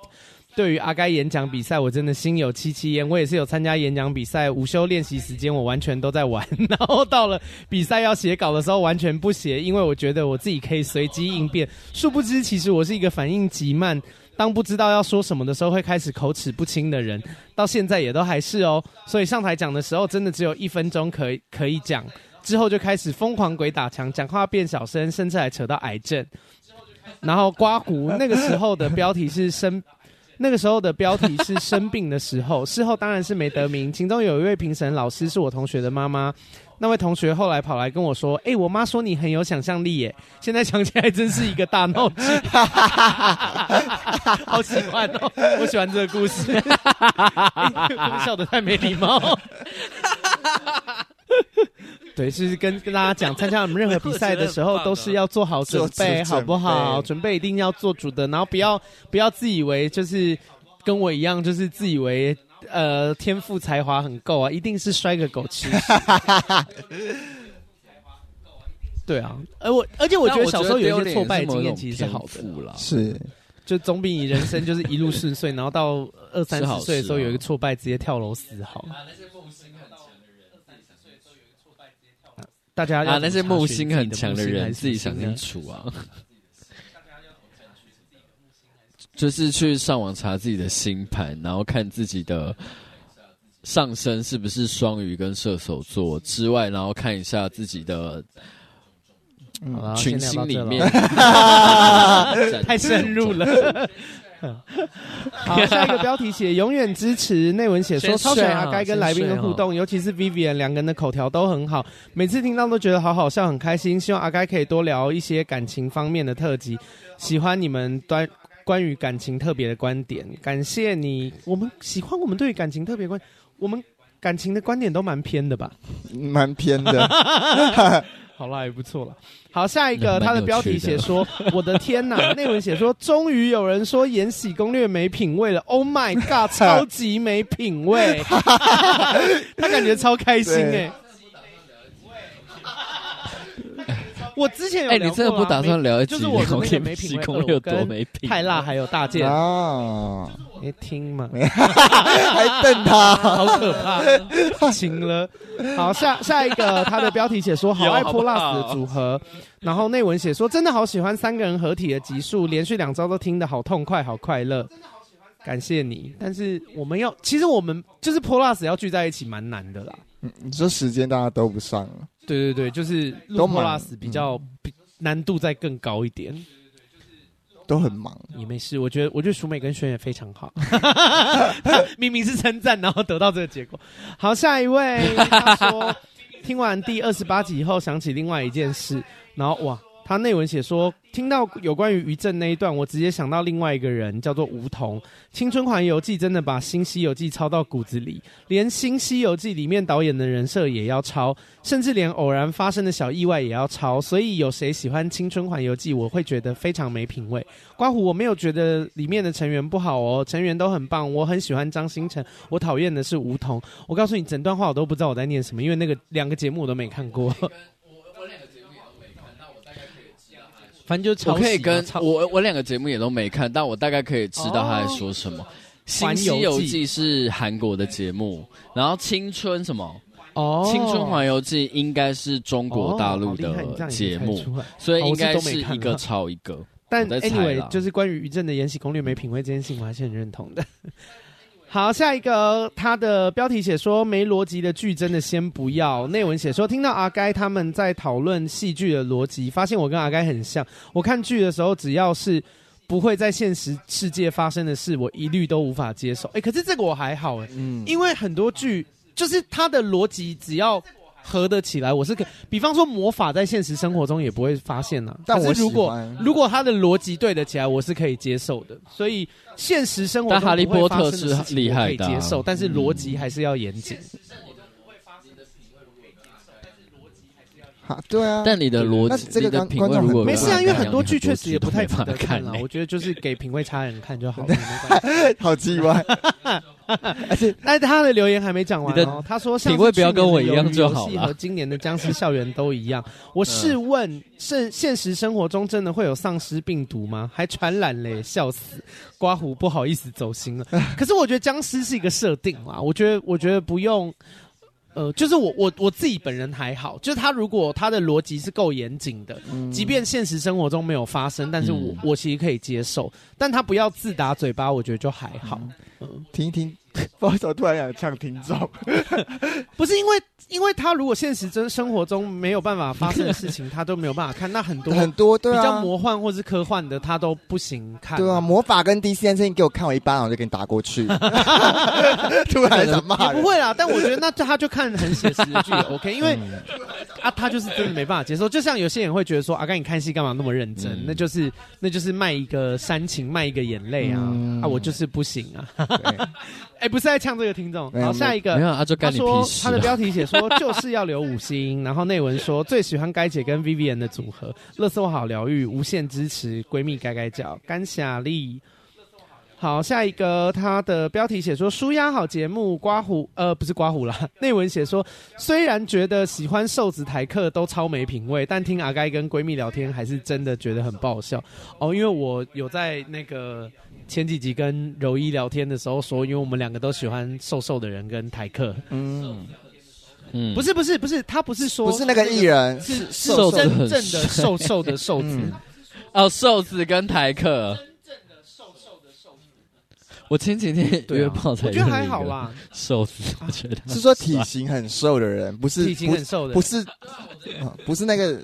Speaker 1: 对于阿该演讲比赛，我真的心有戚戚焉。我也是有参加演讲比赛，午休练习时间我完全都在玩， 然后到了比赛要写稿的时候完全不写，因为我觉得我自己可以随机应变。殊不知，其实我是一个反应极慢，当不知道要说什么的时候会开始口齿不清的人，到现在也都还是哦。所以上台讲的时候，真的只有一分钟可以可以讲。之后就开始疯狂鬼打墙，讲话变小声，甚至还扯到癌症。 然后刮胡那个时候的标题是生， 那个时候的标题是生病的时候， 事后当然是没得名。其中有一位评审老师是我同学的妈妈，那位同学后来跑来跟我说：“哎、我妈说你很有想象力耶。” 现在想起来真是一个大闹剧， 好喜欢哦，我喜欢这个故事， 我笑得太没礼貌。 对，就是跟跟大家讲，参加我们任何比赛的时候，都是要做好准
Speaker 2: 做足准
Speaker 1: 备，
Speaker 2: 备
Speaker 1: 好不好？准备一定要做足的，然后不要不要自以为就是跟我一样，就是自以为呃天赋才华很够啊，一定是摔个狗 吃屎。对啊，而我而且我觉得小时候有一些挫败经验其实是好的，
Speaker 3: 啦。
Speaker 2: 是
Speaker 1: 就总比你人生就是一路顺遂，然后到二三
Speaker 3: 是好
Speaker 1: 十岁的时候
Speaker 3: 事啊
Speaker 1: 有一个挫败直接跳楼死好。大家要
Speaker 3: 啊，那些
Speaker 1: 怎么
Speaker 3: 木
Speaker 1: 查询
Speaker 3: 星很强
Speaker 1: 的
Speaker 3: 的
Speaker 1: 啊木星还
Speaker 3: 人，
Speaker 1: 是
Speaker 3: 自己想
Speaker 1: 金
Speaker 3: 清
Speaker 1: 呢
Speaker 3: 楚啊。 就是去上网查自己的星盘，然后看自己的上升是不是双鱼跟射手座之外，然后看一下自己的
Speaker 1: 好啦
Speaker 3: 嗯群
Speaker 1: 先聊到
Speaker 3: 星里
Speaker 1: 这咯
Speaker 3: 面
Speaker 1: 太深入了。 好，下一个标题写“永远支持”，内文写说
Speaker 3: 先睡
Speaker 1: 超喜欢阿
Speaker 3: 哈
Speaker 1: 该跟
Speaker 3: 先
Speaker 1: 来宾的
Speaker 3: 睡
Speaker 1: 互
Speaker 3: 哈
Speaker 1: 动，尤其是 Vivian 两个人的口条都很好，每次听到都觉得好好笑，很开心。希望阿该可以多聊一些感情方面的特辑，喜欢你们端。关于感情特别的观点，感谢你。我们喜欢我们对于感情特别观，我们感情的观点都蛮偏的吧？
Speaker 2: 蛮偏 的，
Speaker 1: 好啦，也不错啦。好，下一个，
Speaker 3: 嗯
Speaker 1: 它
Speaker 3: 蛮有趣的
Speaker 1: 的标题写说：“我的天呐！”内文写说：“终于有人说《延禧攻略》没品味了，Oh my god，超级没品味。” 他感觉超开心哎、
Speaker 2: 对
Speaker 1: 我之前有
Speaker 3: 哎，
Speaker 1: 聊过啦、啊
Speaker 3: 你真的不打算聊一集
Speaker 1: 就是我的那个没
Speaker 3: 延禧
Speaker 1: 品味
Speaker 3: 攻略有多
Speaker 1: 跟
Speaker 3: 没品？
Speaker 1: 太辣，还有大件，
Speaker 2: 啊，
Speaker 1: 你听嘛。
Speaker 2: 还瞪他，
Speaker 1: 好可怕，晴了。好，下下一个，它的标题写说好爱
Speaker 3: 有好不好
Speaker 1: Plus 的组合，然后内文写说真的好喜欢三个人合体的集数，连续两周都听得好痛快，好快乐。感谢你，但是我们要，其实我们就是 Plus 要聚在一起蛮难的啦。
Speaker 2: 你说时间大家都不上了，
Speaker 1: 对对对，就是录
Speaker 2: 都忙
Speaker 1: Plus 比较比难度再更高一点。
Speaker 2: 都很忙，
Speaker 1: 也没事，我觉得我觉得淑美跟轩也非常 好，明明是称赞，然后得到这个结果。好，下一 位他说，听完第二十八集以后，想起另外一件事，然后哇，他内文写说，听到有关于于正那一段，我直接想到另外一个人，叫做吴桐。青春环游记真的把《新西游记》抄到骨子里，连《新西游记》里面导演的人设也要抄，甚至连偶然发生的小意外也要抄。所以有谁喜欢《青春环游记》，我会觉得非常没品味。刮胡，我没有觉得里面的成员不好哦，成员都很棒，我很喜欢张新成，我讨厌的是吴桐。我告诉你，整段话我都不知道我在念什么，因为那个两个节目我都没看过。反正就抄
Speaker 3: 我可以
Speaker 1: 袭嘛
Speaker 3: 跟
Speaker 1: 抄
Speaker 3: 我我两个节目也都没看，但我大概可以知道他在说什
Speaker 1: 哦
Speaker 3: 么。新西游记》是韩国的节目，然后《青春什么
Speaker 1: 哦，
Speaker 3: 《青春环游记》应该是中国大
Speaker 1: 哦
Speaker 3: 陆
Speaker 1: 好厉害你这
Speaker 3: 的
Speaker 1: 样也
Speaker 3: 节
Speaker 1: 猜
Speaker 3: 目，
Speaker 1: 出来
Speaker 3: 所以应该
Speaker 1: 哦我是都
Speaker 3: 是
Speaker 1: 没看啊
Speaker 3: 一个抄一 个。
Speaker 1: 但
Speaker 3: 我在猜
Speaker 1: anyway，
Speaker 3: 啦嗯
Speaker 1: 就是关于于正的《延禧攻略》没品味这件事情，我还是很认同的。 好，下一个，他的标题写说没逻辑的剧真的先不要。内文写说听到阿该他们在讨论戏剧的逻辑，发现我跟阿该很像。我看剧的时候，只要是不会在现实世界发生的事，我一律都无法接受。哎、可是这个我还好哎、
Speaker 2: 嗯，
Speaker 1: 因为很多剧就是它的逻辑只要合得起来，我是可。比方说魔法在现实生活中也不会发现呐、啊
Speaker 2: 但
Speaker 1: 可
Speaker 2: 我
Speaker 1: 是如
Speaker 2: 喜
Speaker 1: 果
Speaker 2: 欢啊
Speaker 1: 如果它的逻辑对得起来，我是可以接受的。所以现实生活中
Speaker 3: 但哈利波特
Speaker 1: 不会发生的事情
Speaker 3: 是厉害
Speaker 1: 我
Speaker 3: 的啊嗯
Speaker 1: 可以接受，但是逻辑还是要严谨。
Speaker 2: 哈，对啊，
Speaker 3: 但你的逻
Speaker 2: 但是
Speaker 3: 辑、
Speaker 2: 这
Speaker 3: 你
Speaker 2: 个
Speaker 3: 的
Speaker 2: 刚
Speaker 3: 品味
Speaker 2: 观众
Speaker 3: 如果
Speaker 2: 很
Speaker 1: 没事啊，因为
Speaker 3: 很
Speaker 1: 很多剧确实也不太值
Speaker 3: 看欸
Speaker 1: 得看
Speaker 3: 了
Speaker 1: 啦。。我觉得就是给品味差的人看就好了，没关系。
Speaker 2: 好奇怪，而且
Speaker 1: 但哎是他的留言还没讲完
Speaker 3: 你
Speaker 1: 哦。他说像是
Speaker 3: 品味不要跟我一样就好嗯
Speaker 1: 去
Speaker 3: 啦
Speaker 1: 年的鱿鱼游戏和今年的僵尸校园都一样。我试问，现现实生活中真的会有丧尸病毒吗？还传染嘞，笑死！刮胡不好意思走心 了。可是我觉得僵尸是一个设定啦，我觉得我觉得不用。呃，就是我我我自己本人还好，就是他如果他的逻辑是够严谨的，即便现实生活中没有发生，但是我、
Speaker 3: 嗯
Speaker 1: 我其实可以接受，但他不要自打嘴巴，我觉得就还好。
Speaker 3: 嗯
Speaker 2: 停一停， 不好意思，我突然想呛听众，
Speaker 1: 不是因为，因为他如果现实真生活中没有办法发生的事情，他都没有办法看。那很多
Speaker 2: 很多
Speaker 1: 比
Speaker 2: 对啊，
Speaker 1: 较魔幻或是科幻的，他都不行看。
Speaker 2: 对 啊，，魔法跟 DC 先生，你给我看我一巴掌，我就给你打过去。突然想骂
Speaker 1: 也
Speaker 2: 人
Speaker 1: 不，会啦。但我觉得那他就看很写实的剧也 OK，因为
Speaker 2: 嗯
Speaker 1: 啊，他就是真的没办法接受。就像有些人会觉得说，啊，跟你看戏干嘛那么认真？
Speaker 3: 嗯
Speaker 1: 那就是那就是卖一个煽情，卖一个眼泪啊、
Speaker 2: 嗯
Speaker 1: 啊，我就是不行啊。
Speaker 2: 对
Speaker 1: 哎、不是在呛这个听众。
Speaker 2: 没有
Speaker 1: 好，下一个
Speaker 3: 没有啊，就干
Speaker 1: 他
Speaker 3: 你屁
Speaker 1: 说
Speaker 3: 事
Speaker 1: 他的
Speaker 3: 啊。
Speaker 1: 标题写说就是要留五星，然后内文说最喜欢该姐跟 Vivian 的组合，乐色好疗愈，无限支持，闺蜜改改脚，干霞丽。好，下一个他的标题写说舒压好节目，刮胡呃不是刮胡啦， 内文写说虽然觉得喜欢瘦子台客都超没品味，但听阿该跟闺蜜聊天还是真的觉得很爆笑哦，因为我有在那个。前几集跟柔一聊天的时候说，因为我们两个都喜欢瘦瘦的人跟台客，
Speaker 2: 嗯，
Speaker 3: 嗯
Speaker 1: 不是不是不是，他不是说
Speaker 2: 不是那个艺，人，
Speaker 1: 是是
Speaker 3: 瘦子
Speaker 1: 真
Speaker 3: 很
Speaker 1: 正的瘦瘦的瘦子。
Speaker 2: 嗯
Speaker 3: 哦，瘦子跟台客。啊我前几天
Speaker 1: 对啊
Speaker 3: 约炮才
Speaker 1: 我
Speaker 3: 认
Speaker 1: 觉
Speaker 3: 识
Speaker 1: 得
Speaker 3: 一
Speaker 1: 还好
Speaker 3: 个
Speaker 1: 啦，啊
Speaker 3: 瘦子，我觉得
Speaker 2: 是说体型很瘦的人，不是
Speaker 1: 体型很瘦的。
Speaker 2: 不是嗯不是那个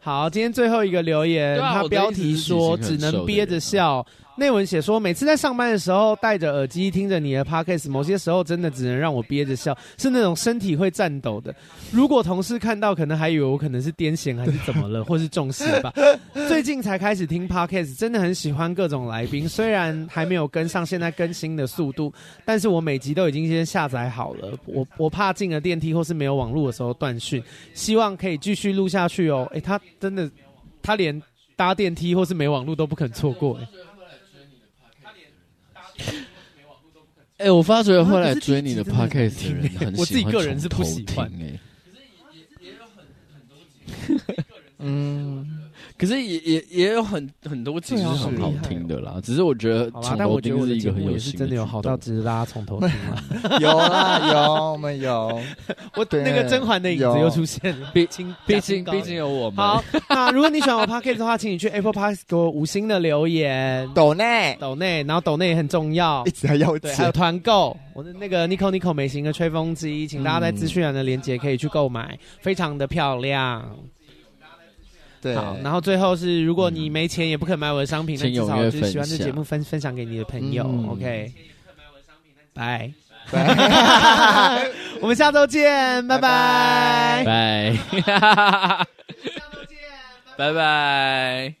Speaker 1: 好，今天最后一个留言，
Speaker 3: 对啊
Speaker 1: 他
Speaker 3: 我的
Speaker 1: 标
Speaker 3: 意思
Speaker 1: 题
Speaker 3: 是体
Speaker 1: 说
Speaker 3: 型
Speaker 1: 只
Speaker 3: 很瘦
Speaker 1: 能
Speaker 3: 的
Speaker 1: 憋着
Speaker 3: 人啊
Speaker 1: 笑。内文写说，每次在上班的时候戴着耳机听着你的 podcast，某些时候真的只能让我憋着笑，是那种身体会颤抖的。如果同事看到，可能还以为我可能是癫痫还是怎么 了，或是中邪吧。最近才开始听 podcast，真的很喜欢各种来宾，虽然还没有跟上现在更新的速度，但是我每集都已经先下载好了。我我怕进了电梯或是没有网络的时候断讯，希望可以继续录下去哦。诶，他真的，他连搭电梯或是没网络都不肯错过、诶
Speaker 3: 哎、我发觉会
Speaker 1: 可
Speaker 3: 来
Speaker 1: 是
Speaker 3: 追你的
Speaker 1: 第一集真的很难听
Speaker 3: podcast 的人很喜欢
Speaker 1: 我自己个人是不喜欢
Speaker 3: 从头听哎、
Speaker 2: 嗯，
Speaker 3: 可是也也也有很很多啊集是哦很好听的啦，只是我觉得
Speaker 1: 好啦
Speaker 3: 从，
Speaker 1: 但
Speaker 3: 头
Speaker 1: 我觉得
Speaker 3: 听
Speaker 1: 我的
Speaker 3: 一
Speaker 1: 节
Speaker 3: 个很
Speaker 1: 目也是
Speaker 3: 心
Speaker 1: 真的有好到
Speaker 3: 举
Speaker 1: 值得大家从头听了。
Speaker 2: 有啦有，我们有，
Speaker 1: 我
Speaker 2: 对
Speaker 1: 那个甄嬛的影子
Speaker 2: 有
Speaker 1: 又出现了，
Speaker 3: 毕
Speaker 1: 竟
Speaker 3: 动，毕竟毕竟有我们。
Speaker 1: 好， 那如果你喜欢我 podcast 的话，请你去 Apple Podcast 给我五星的留言，
Speaker 2: 抖内
Speaker 1: 抖内，然后抖内也很重要
Speaker 2: 一。直还要
Speaker 1: 对，还有
Speaker 2: 钱，
Speaker 1: 团购，我的那个 Nico Nico 美型的吹风机，请大家在资讯栏的链接可以去购买，非常的漂亮。
Speaker 2: 对，
Speaker 1: 好，然后最后是，如果你没钱也不肯买我的商品，那
Speaker 3: 请
Speaker 1: 至少
Speaker 3: 踊跃
Speaker 1: 就是喜欢这
Speaker 3: 分享
Speaker 1: 节目分分享给你的朋友。
Speaker 2: 嗯
Speaker 1: OK，拜，
Speaker 2: 拜
Speaker 1: 我们
Speaker 3: 哎
Speaker 1: 下周见，拜
Speaker 2: 拜
Speaker 1: 拜。
Speaker 3: 拜。 拜拜。